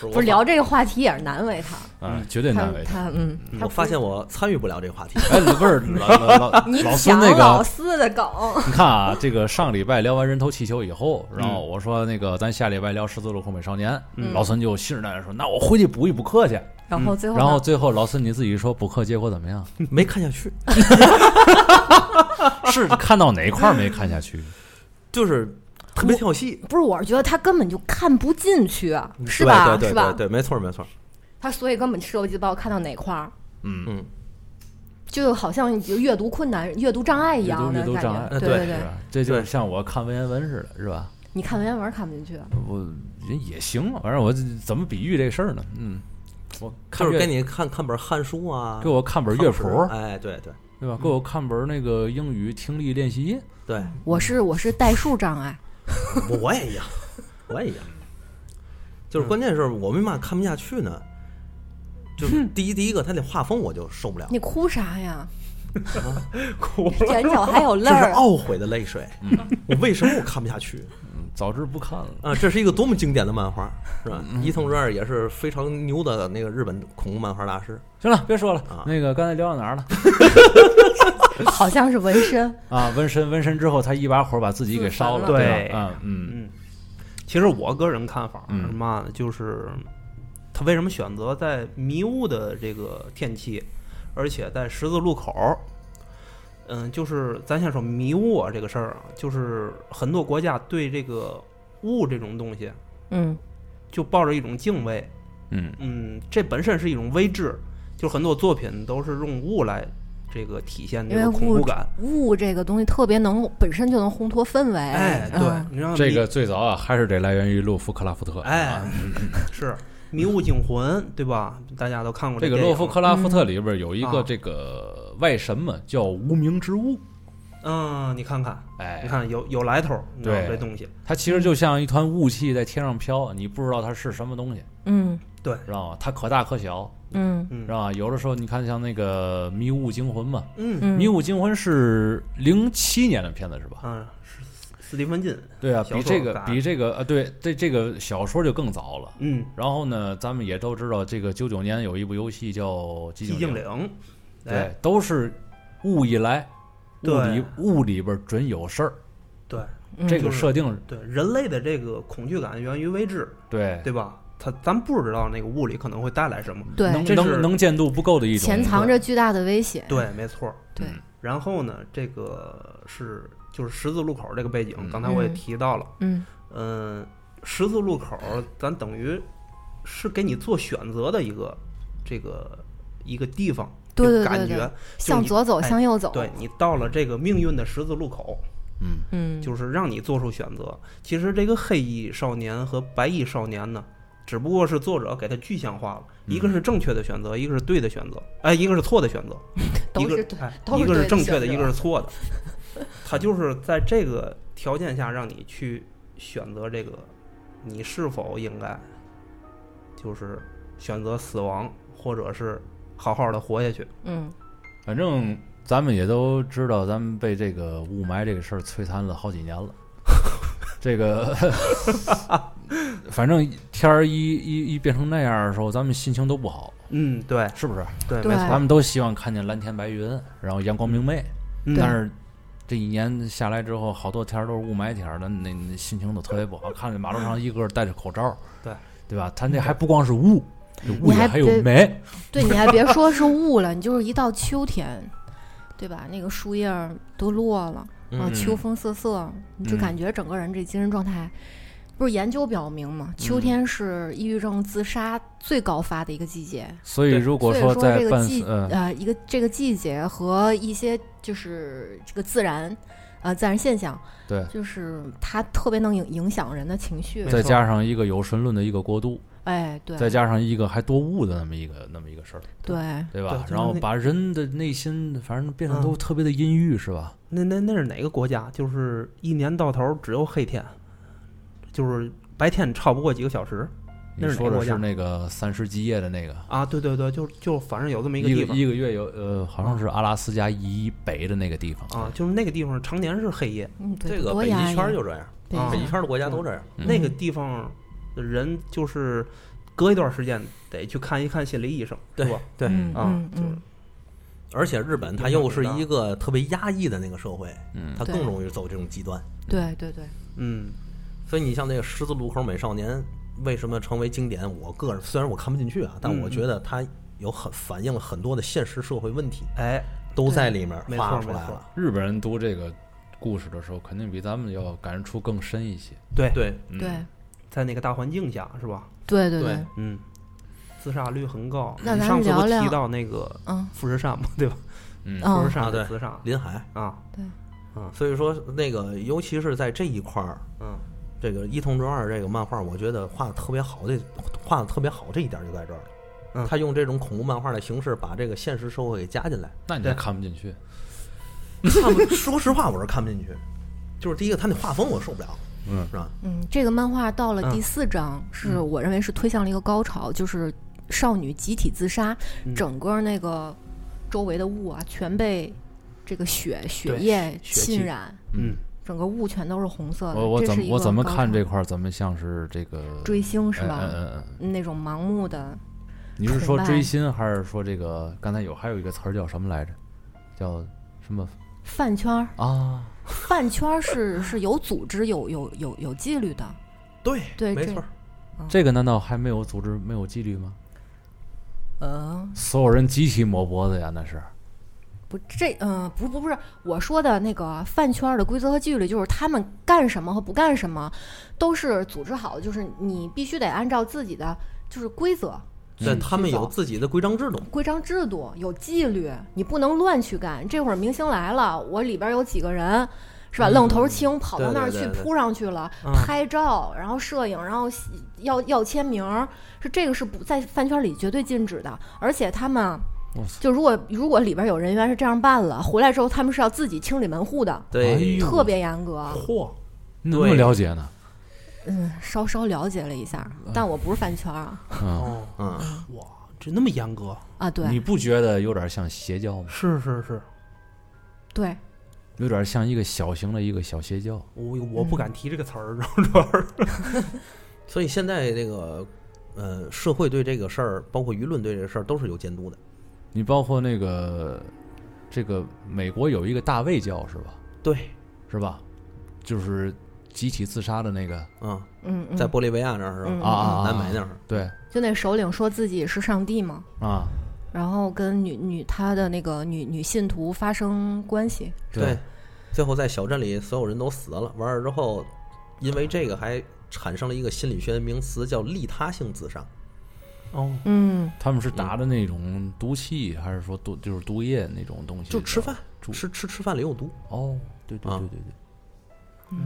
[SPEAKER 2] 不
[SPEAKER 3] 我
[SPEAKER 2] 是聊这个话题也是难为 他，
[SPEAKER 1] 啊，绝对
[SPEAKER 2] 他
[SPEAKER 1] 难为他。
[SPEAKER 2] 他嗯，他不
[SPEAKER 4] 我发现我参与不了这个话题。
[SPEAKER 1] 哎，不 是老老老
[SPEAKER 2] 你
[SPEAKER 1] 老孙
[SPEAKER 2] 抢
[SPEAKER 1] 那
[SPEAKER 2] 老
[SPEAKER 1] 个，
[SPEAKER 2] 四的梗，
[SPEAKER 1] 你看啊，这个上礼拜聊完人头气球以后，然
[SPEAKER 4] 嗯
[SPEAKER 1] 后我说那个咱下礼拜聊十字路口美少年，
[SPEAKER 2] 嗯
[SPEAKER 1] 老孙就信誓旦旦说，那我回去补一补课去。
[SPEAKER 2] 然后最后
[SPEAKER 1] 嗯
[SPEAKER 2] 呢
[SPEAKER 1] 然后最后老孙你自己说补课结果怎么样？
[SPEAKER 4] 没看下去，
[SPEAKER 1] 是看到哪一块儿没看下去？
[SPEAKER 4] 就是特别跳戏，
[SPEAKER 2] 不是，我是觉得他根本就看不进去，
[SPEAKER 1] 嗯
[SPEAKER 2] 是
[SPEAKER 4] 对
[SPEAKER 2] 吧？
[SPEAKER 4] 对
[SPEAKER 2] 是
[SPEAKER 4] 对对
[SPEAKER 2] 吧？
[SPEAKER 4] 对，没错没错，
[SPEAKER 2] 他所以根本涉及不到看到哪块儿，
[SPEAKER 1] 嗯，
[SPEAKER 4] 嗯，
[SPEAKER 2] 就好像有阅读困难、阅读障碍一
[SPEAKER 1] 阅读
[SPEAKER 2] 样的
[SPEAKER 1] 阅
[SPEAKER 2] 感
[SPEAKER 1] 读障碍
[SPEAKER 2] 觉。对
[SPEAKER 4] 对
[SPEAKER 2] 对
[SPEAKER 1] 是
[SPEAKER 2] 对，
[SPEAKER 1] 吧？这就是
[SPEAKER 4] 对
[SPEAKER 1] 像我看文言文似的，是吧？
[SPEAKER 2] 你看文言文看不进去，
[SPEAKER 1] 我也行，啊反正我怎么比喻这事儿呢？嗯，我看
[SPEAKER 4] 就是
[SPEAKER 1] 阅
[SPEAKER 4] 给你看看本汉书啊，
[SPEAKER 1] 给我看本乐谱，
[SPEAKER 4] 哎，对对
[SPEAKER 1] 对吧？给
[SPEAKER 4] 嗯
[SPEAKER 1] 我看本那个英语听力练习音。
[SPEAKER 4] 对，
[SPEAKER 2] 我是我是代数障碍，
[SPEAKER 4] 我 我也一样，我也一样。就是关键是我为嘛看不下去呢？就是第一第一个，他那画风我就受不了，
[SPEAKER 2] 你哭 啥呀？
[SPEAKER 3] 哭 了，
[SPEAKER 2] 眼角还有
[SPEAKER 4] 这
[SPEAKER 2] 泪
[SPEAKER 4] 是
[SPEAKER 2] 儿，
[SPEAKER 4] 懊悔的泪水。我为什么我看不下去
[SPEAKER 1] 嗯，早知不看了。
[SPEAKER 4] 啊？这是一个多么经典的漫画，是吧？伊藤润二也是非常牛的那个日本恐怖漫画大师。
[SPEAKER 1] 行了，别说了。
[SPEAKER 4] 啊
[SPEAKER 1] 那个刚才聊到哪儿了？
[SPEAKER 2] 好像是纹身。
[SPEAKER 1] 啊，纹身，纹身之后，他一把火把自己给烧了。
[SPEAKER 3] 自焚了
[SPEAKER 1] 吧啊，嗯
[SPEAKER 3] 嗯，其实我个人看法
[SPEAKER 1] 嗯
[SPEAKER 3] 是嘛呢？就是他为什么选择在迷雾的这个天气，而且在十字路口儿？嗯，就是咱先说迷雾啊这个事儿啊，就是很多国家对这个雾这种东西
[SPEAKER 2] 嗯，
[SPEAKER 3] 就抱着一种敬畏。
[SPEAKER 1] 嗯
[SPEAKER 3] 嗯，这本身是一种微制，就很多作品都是用雾来这个体现这
[SPEAKER 2] 因为
[SPEAKER 3] 个恐
[SPEAKER 2] 雾
[SPEAKER 3] 怖感。
[SPEAKER 2] 雾这个东西特别能本身就能烘托氛围。
[SPEAKER 3] 哎，对
[SPEAKER 2] 嗯，
[SPEAKER 3] 你知道
[SPEAKER 1] 这
[SPEAKER 3] 迷
[SPEAKER 1] 个最早啊，还是得来源于洛夫克拉夫特。
[SPEAKER 3] 哎
[SPEAKER 1] 啊，
[SPEAKER 3] 是迷雾惊魂》，对吧？大家都看过
[SPEAKER 1] 这个
[SPEAKER 3] 电影
[SPEAKER 1] 洛夫克拉夫特里边有一个
[SPEAKER 3] 啊
[SPEAKER 1] 这个外神嘛，叫无名之物。
[SPEAKER 3] 嗯，你看看，你
[SPEAKER 1] 哎，
[SPEAKER 3] 看有有来头儿，你知道
[SPEAKER 1] 对
[SPEAKER 3] 这东西，
[SPEAKER 1] 它其实就像一团雾气在天上飘，你不知道它是什么东西，
[SPEAKER 2] 嗯
[SPEAKER 1] 知道吗？它可大可小，
[SPEAKER 2] 嗯
[SPEAKER 3] 嗯
[SPEAKER 1] 知道吗？有的时候你看像那个《迷雾惊魂》嘛，
[SPEAKER 3] 嗯
[SPEAKER 1] 《
[SPEAKER 2] 嗯，
[SPEAKER 1] 迷雾惊魂》是零七年的片子是吧？
[SPEAKER 3] 啊，是斯斯蒂芬金，
[SPEAKER 1] 对啊，
[SPEAKER 3] 小
[SPEAKER 1] 比
[SPEAKER 3] 说
[SPEAKER 1] 这个
[SPEAKER 3] 改
[SPEAKER 1] 比这个呃，对，这这个小说就更早了。
[SPEAKER 3] 嗯，
[SPEAKER 1] 然后呢，咱们也都知道，这个九九年有一部游戏叫《寂
[SPEAKER 3] 寂
[SPEAKER 1] 静
[SPEAKER 3] 静
[SPEAKER 1] 岭》，
[SPEAKER 3] 岭，哎，
[SPEAKER 1] 对，都是雾一来，雾
[SPEAKER 3] 对
[SPEAKER 1] 里雾里边准有事儿，
[SPEAKER 3] 对
[SPEAKER 2] 嗯
[SPEAKER 1] 这
[SPEAKER 3] 就
[SPEAKER 1] 个
[SPEAKER 3] 是
[SPEAKER 1] 设定
[SPEAKER 3] 对，人类的这个恐惧感源于未知，
[SPEAKER 1] 对
[SPEAKER 3] 对吧？他咱不知道那个物理可能会带来什么，
[SPEAKER 2] 对
[SPEAKER 1] 能
[SPEAKER 3] 这是
[SPEAKER 1] 能能见度不够的一种
[SPEAKER 2] 潜藏着巨大的危险。
[SPEAKER 3] 对，没错儿。
[SPEAKER 2] 对
[SPEAKER 1] 嗯
[SPEAKER 3] 然后呢，这个是就是十字路口这个背景，刚才我也
[SPEAKER 2] 嗯
[SPEAKER 3] 提到了，
[SPEAKER 2] 嗯
[SPEAKER 3] 嗯，十字路口儿咱等于是给你做选择的一个这个一个地方，
[SPEAKER 2] 对
[SPEAKER 3] 就
[SPEAKER 2] 对对
[SPEAKER 3] 感
[SPEAKER 2] 对
[SPEAKER 3] 觉
[SPEAKER 2] 向左走，
[SPEAKER 3] 哎
[SPEAKER 2] 向右走。
[SPEAKER 3] 对你到了这个命运的十字路口，
[SPEAKER 1] 嗯，
[SPEAKER 2] 嗯，
[SPEAKER 3] 就是让你做出选择。其实这个黑衣少年和白衣少年呢，只不过是作者给它具象化了，一个是正确的选择，一个是对的选择，哎，一个是错的选择，一
[SPEAKER 2] 都
[SPEAKER 3] 个
[SPEAKER 2] 是对
[SPEAKER 3] 哎
[SPEAKER 2] 都是
[SPEAKER 3] 一个是
[SPEAKER 2] 对的
[SPEAKER 3] 正确
[SPEAKER 2] 选择
[SPEAKER 3] 的，一个是 错的。他就是在这个条件下让你去选择这个，你是否应该就是选择死亡，或者是好好的活下去。
[SPEAKER 2] 嗯
[SPEAKER 1] 反正咱们也都知道，咱们被这个雾霾这个事儿摧残了好几年 了。这个， 反正天儿一一一变成那样的时候，咱们心情都不好，
[SPEAKER 3] 嗯，对
[SPEAKER 1] 是不是？
[SPEAKER 3] 对，
[SPEAKER 2] 对
[SPEAKER 3] 没错
[SPEAKER 1] 咱。们都希望看见蓝天白云，然后阳光明媚。
[SPEAKER 3] 嗯
[SPEAKER 1] 但是这一年下来之后，好多天儿都是雾霾天儿，那那那心情都特别不好。看着马路上一个个戴着口罩，
[SPEAKER 3] 对嗯
[SPEAKER 1] 对吧？咱这还不光是雾，这雾里
[SPEAKER 2] 你还
[SPEAKER 1] 还有
[SPEAKER 2] 别
[SPEAKER 1] 霾。
[SPEAKER 2] 对，你还别说是雾了，你就是一到秋天，对吧？那个树叶儿都落了，然后
[SPEAKER 1] 嗯
[SPEAKER 2] 秋风瑟瑟，你就
[SPEAKER 1] 嗯
[SPEAKER 2] 感觉整个人这精神状态。不是研究表明
[SPEAKER 3] 嗯
[SPEAKER 2] 嘛，秋天是抑郁症自杀最高发的一个季节。
[SPEAKER 1] 所以
[SPEAKER 3] 对
[SPEAKER 1] 如果
[SPEAKER 2] 所以说
[SPEAKER 1] 在
[SPEAKER 2] 这个
[SPEAKER 1] 伴
[SPEAKER 2] 季
[SPEAKER 1] 随呃
[SPEAKER 2] 呃，一个这个季节和一些就是这个自然，呃，自然现象，
[SPEAKER 1] 对
[SPEAKER 2] 就是它特别能影影响人的情绪
[SPEAKER 3] 没。
[SPEAKER 1] 再
[SPEAKER 3] 错
[SPEAKER 1] 加上一个有神论的一个国度，
[SPEAKER 2] 哎，对
[SPEAKER 1] 再加上一个还多雾的那么一个那么一个事儿，
[SPEAKER 2] 对，
[SPEAKER 1] 对吧？
[SPEAKER 3] 对
[SPEAKER 1] 然后
[SPEAKER 3] 就是那嗯
[SPEAKER 1] 把人的内心反正变得都特别的阴郁，是吧？
[SPEAKER 3] 那那那是哪个国家？就是一年到头只有黑天，就是白天超不过几个小时
[SPEAKER 1] 你
[SPEAKER 3] 那是哪
[SPEAKER 1] 说
[SPEAKER 3] 个
[SPEAKER 1] 的
[SPEAKER 3] 国家
[SPEAKER 1] 是那个三十基夜的那个，
[SPEAKER 3] 啊！对对对，就就反正有这么一个
[SPEAKER 1] 一
[SPEAKER 3] 地
[SPEAKER 1] 个
[SPEAKER 3] 方
[SPEAKER 1] 一个月有呃，好像是阿拉斯加以北的那个地方
[SPEAKER 3] 啊，，就是那个地方常年是黑夜，
[SPEAKER 2] 嗯，对，
[SPEAKER 4] 这个
[SPEAKER 2] 多
[SPEAKER 4] 北
[SPEAKER 2] 压
[SPEAKER 4] 极
[SPEAKER 2] 抑
[SPEAKER 4] 圈就这样，
[SPEAKER 2] 北
[SPEAKER 3] 啊
[SPEAKER 2] 极
[SPEAKER 4] 北极
[SPEAKER 2] 圈
[SPEAKER 4] 圈的国家都这样。
[SPEAKER 1] 嗯
[SPEAKER 3] 那个地方的人就是隔一段时间得去看一看心理医生，是吧？
[SPEAKER 4] 对
[SPEAKER 2] 嗯
[SPEAKER 3] 啊
[SPEAKER 2] 嗯
[SPEAKER 3] 就是
[SPEAKER 2] 嗯
[SPEAKER 4] 而且日本它又是一个特别压抑的那个社会，
[SPEAKER 1] 嗯
[SPEAKER 4] 它
[SPEAKER 2] 对
[SPEAKER 4] 更容易走这种极端。
[SPEAKER 2] 对对对，
[SPEAKER 3] 嗯，
[SPEAKER 4] 所以你像那个十字路口美少年为什么成为经典？我个人虽然我看不进去啊，但
[SPEAKER 3] 嗯
[SPEAKER 4] 我觉得它有很反映了很多的现实社会问题，
[SPEAKER 3] 哎，
[SPEAKER 4] 都在里面
[SPEAKER 3] 没错
[SPEAKER 4] 画出来
[SPEAKER 3] 没错
[SPEAKER 4] 了。
[SPEAKER 1] 日本人读这个故事的时候，肯定比咱们要感触更深一些。
[SPEAKER 3] 对，
[SPEAKER 4] 对，
[SPEAKER 1] 嗯
[SPEAKER 2] 对，
[SPEAKER 3] 在那个大环境下是吧？
[SPEAKER 2] 对对
[SPEAKER 4] 对
[SPEAKER 2] 对，
[SPEAKER 3] 嗯，自杀率很高。
[SPEAKER 2] 那
[SPEAKER 3] 你
[SPEAKER 2] 咱
[SPEAKER 3] 上次
[SPEAKER 2] 聊
[SPEAKER 3] 不提
[SPEAKER 2] 聊
[SPEAKER 3] 到那个
[SPEAKER 2] 嗯
[SPEAKER 3] 富士山嘛， 对吧？
[SPEAKER 1] 嗯
[SPEAKER 2] 嗯
[SPEAKER 3] 富士山
[SPEAKER 4] 啊对
[SPEAKER 3] 自杀
[SPEAKER 4] 林海。
[SPEAKER 3] 啊，
[SPEAKER 4] 所以说那个，尤其是在这一块儿，
[SPEAKER 3] 嗯，
[SPEAKER 4] 这个伊藤哲二这个漫画，我觉得画的特别好，这画的特别好这一点就在这儿了。
[SPEAKER 3] 嗯
[SPEAKER 4] 他用这种恐怖漫画的形式，把这个现实社会给加 进来。
[SPEAKER 1] 那你
[SPEAKER 3] 对
[SPEAKER 1] 就看不进去。
[SPEAKER 4] 看不，说实话，我是看不进去。就是第一个，他那画风我受不了，
[SPEAKER 1] 嗯
[SPEAKER 4] 是吧？
[SPEAKER 2] 嗯，这个漫画到了
[SPEAKER 3] 嗯
[SPEAKER 2] 第四章，是
[SPEAKER 3] 嗯
[SPEAKER 2] 我认为是推向了一个高潮，就是少女集体自杀，
[SPEAKER 3] 嗯
[SPEAKER 2] 整个那个周围的雾啊，全被这个血血
[SPEAKER 3] 对
[SPEAKER 2] 液
[SPEAKER 3] 血
[SPEAKER 2] 浸
[SPEAKER 3] 气
[SPEAKER 2] 染，
[SPEAKER 3] 嗯，
[SPEAKER 2] 整个雾全都是红色的。
[SPEAKER 1] 我我
[SPEAKER 2] 这
[SPEAKER 1] 怎
[SPEAKER 2] 是
[SPEAKER 1] 么
[SPEAKER 2] 一
[SPEAKER 1] 我
[SPEAKER 2] 个
[SPEAKER 1] 怎么
[SPEAKER 2] 高
[SPEAKER 1] 看
[SPEAKER 2] 潮
[SPEAKER 1] 这块儿？怎么像是这个
[SPEAKER 2] 追星是
[SPEAKER 1] 哎
[SPEAKER 2] 吧？
[SPEAKER 1] 嗯嗯嗯。
[SPEAKER 2] 那种盲目的，
[SPEAKER 1] 你是
[SPEAKER 2] 崇
[SPEAKER 1] 说
[SPEAKER 2] 拜
[SPEAKER 1] 追星，还是说这个？刚才有还有一个词儿叫什么来着？叫什么
[SPEAKER 2] 饭圈儿，
[SPEAKER 1] 啊？
[SPEAKER 2] 饭圈儿是是有组织、有有有有纪律的。
[SPEAKER 4] 对，
[SPEAKER 2] 对，
[SPEAKER 4] 没
[SPEAKER 2] 这
[SPEAKER 4] 错儿。
[SPEAKER 1] 这个难道还没有组织、没有纪律吗？
[SPEAKER 2] 呃，
[SPEAKER 1] 所有人集体抹脖子呀，那是。
[SPEAKER 2] 不，这嗯、呃，不不不是我说的那个饭圈儿的规则和纪律，就是他们干什么和不干什么，都是组织好的，就是你必须得按照自己的就是规则、
[SPEAKER 4] 对，
[SPEAKER 1] 嗯
[SPEAKER 4] 他们有
[SPEAKER 2] 去走
[SPEAKER 4] 自己的规章制度。
[SPEAKER 2] 规章制度，有纪律，你不能乱去干。这会儿明星来了，我里边儿有几个人。是吧？
[SPEAKER 3] 嗯
[SPEAKER 2] 愣头青跑到那儿
[SPEAKER 4] 对
[SPEAKER 2] 去
[SPEAKER 4] 对对对
[SPEAKER 2] 扑上去了，
[SPEAKER 3] 嗯
[SPEAKER 2] 拍照，然后摄影，然后洗要要签名儿，是这个是不在饭圈里绝对禁止的。而且他们
[SPEAKER 1] 我操
[SPEAKER 2] 就如果如果里边有人员是这样办了，回来之后他们是要自己清理门户的，
[SPEAKER 1] 哎
[SPEAKER 4] 对
[SPEAKER 1] 呦，
[SPEAKER 2] 特别严格。
[SPEAKER 4] 嚯，
[SPEAKER 1] 你怎么那么了解呢？
[SPEAKER 2] 嗯，稍稍了解了一下，但我不是饭圈啊
[SPEAKER 1] 啊，
[SPEAKER 3] 哦，
[SPEAKER 4] 嗯，
[SPEAKER 3] 哇，这那么严格？
[SPEAKER 2] 啊，
[SPEAKER 1] 你
[SPEAKER 2] 对
[SPEAKER 1] 不觉得有点像邪教吗？
[SPEAKER 3] 是是是，
[SPEAKER 2] 对，
[SPEAKER 1] 有点像一个小型的一个小邪教。
[SPEAKER 3] 我我
[SPEAKER 2] 嗯
[SPEAKER 3] 不敢提这个词儿，主要是
[SPEAKER 4] 所以现在这个呃，社会对这个事儿，包括舆论对这个事儿，都是有监督的。
[SPEAKER 1] 你包括那个这个美国有一个大卫教是吧？
[SPEAKER 3] 对，
[SPEAKER 1] 是吧？就是集体自杀的那个，
[SPEAKER 4] 嗯，
[SPEAKER 2] 嗯嗯，
[SPEAKER 4] 在玻利维亚那儿是吧？
[SPEAKER 2] 嗯
[SPEAKER 1] 啊啊啊
[SPEAKER 4] 南美那儿，
[SPEAKER 1] 对
[SPEAKER 2] 就那首领说自己是上帝嘛，
[SPEAKER 1] 啊，
[SPEAKER 2] 然后跟女女他的那个女女信徒发生关系，
[SPEAKER 4] 对，最后在小镇里所有人都死了。完了之后，因为这个还产生了一个心理学名词叫利他性自杀。
[SPEAKER 3] 哦，
[SPEAKER 2] 嗯，
[SPEAKER 1] 他们是打的那种毒气，还是说毒就是毒液那种东西？
[SPEAKER 4] 就吃饭，
[SPEAKER 1] 猪
[SPEAKER 4] 吃吃吃饭里有毒。
[SPEAKER 1] 哦，对对
[SPEAKER 4] 啊
[SPEAKER 1] 对对对。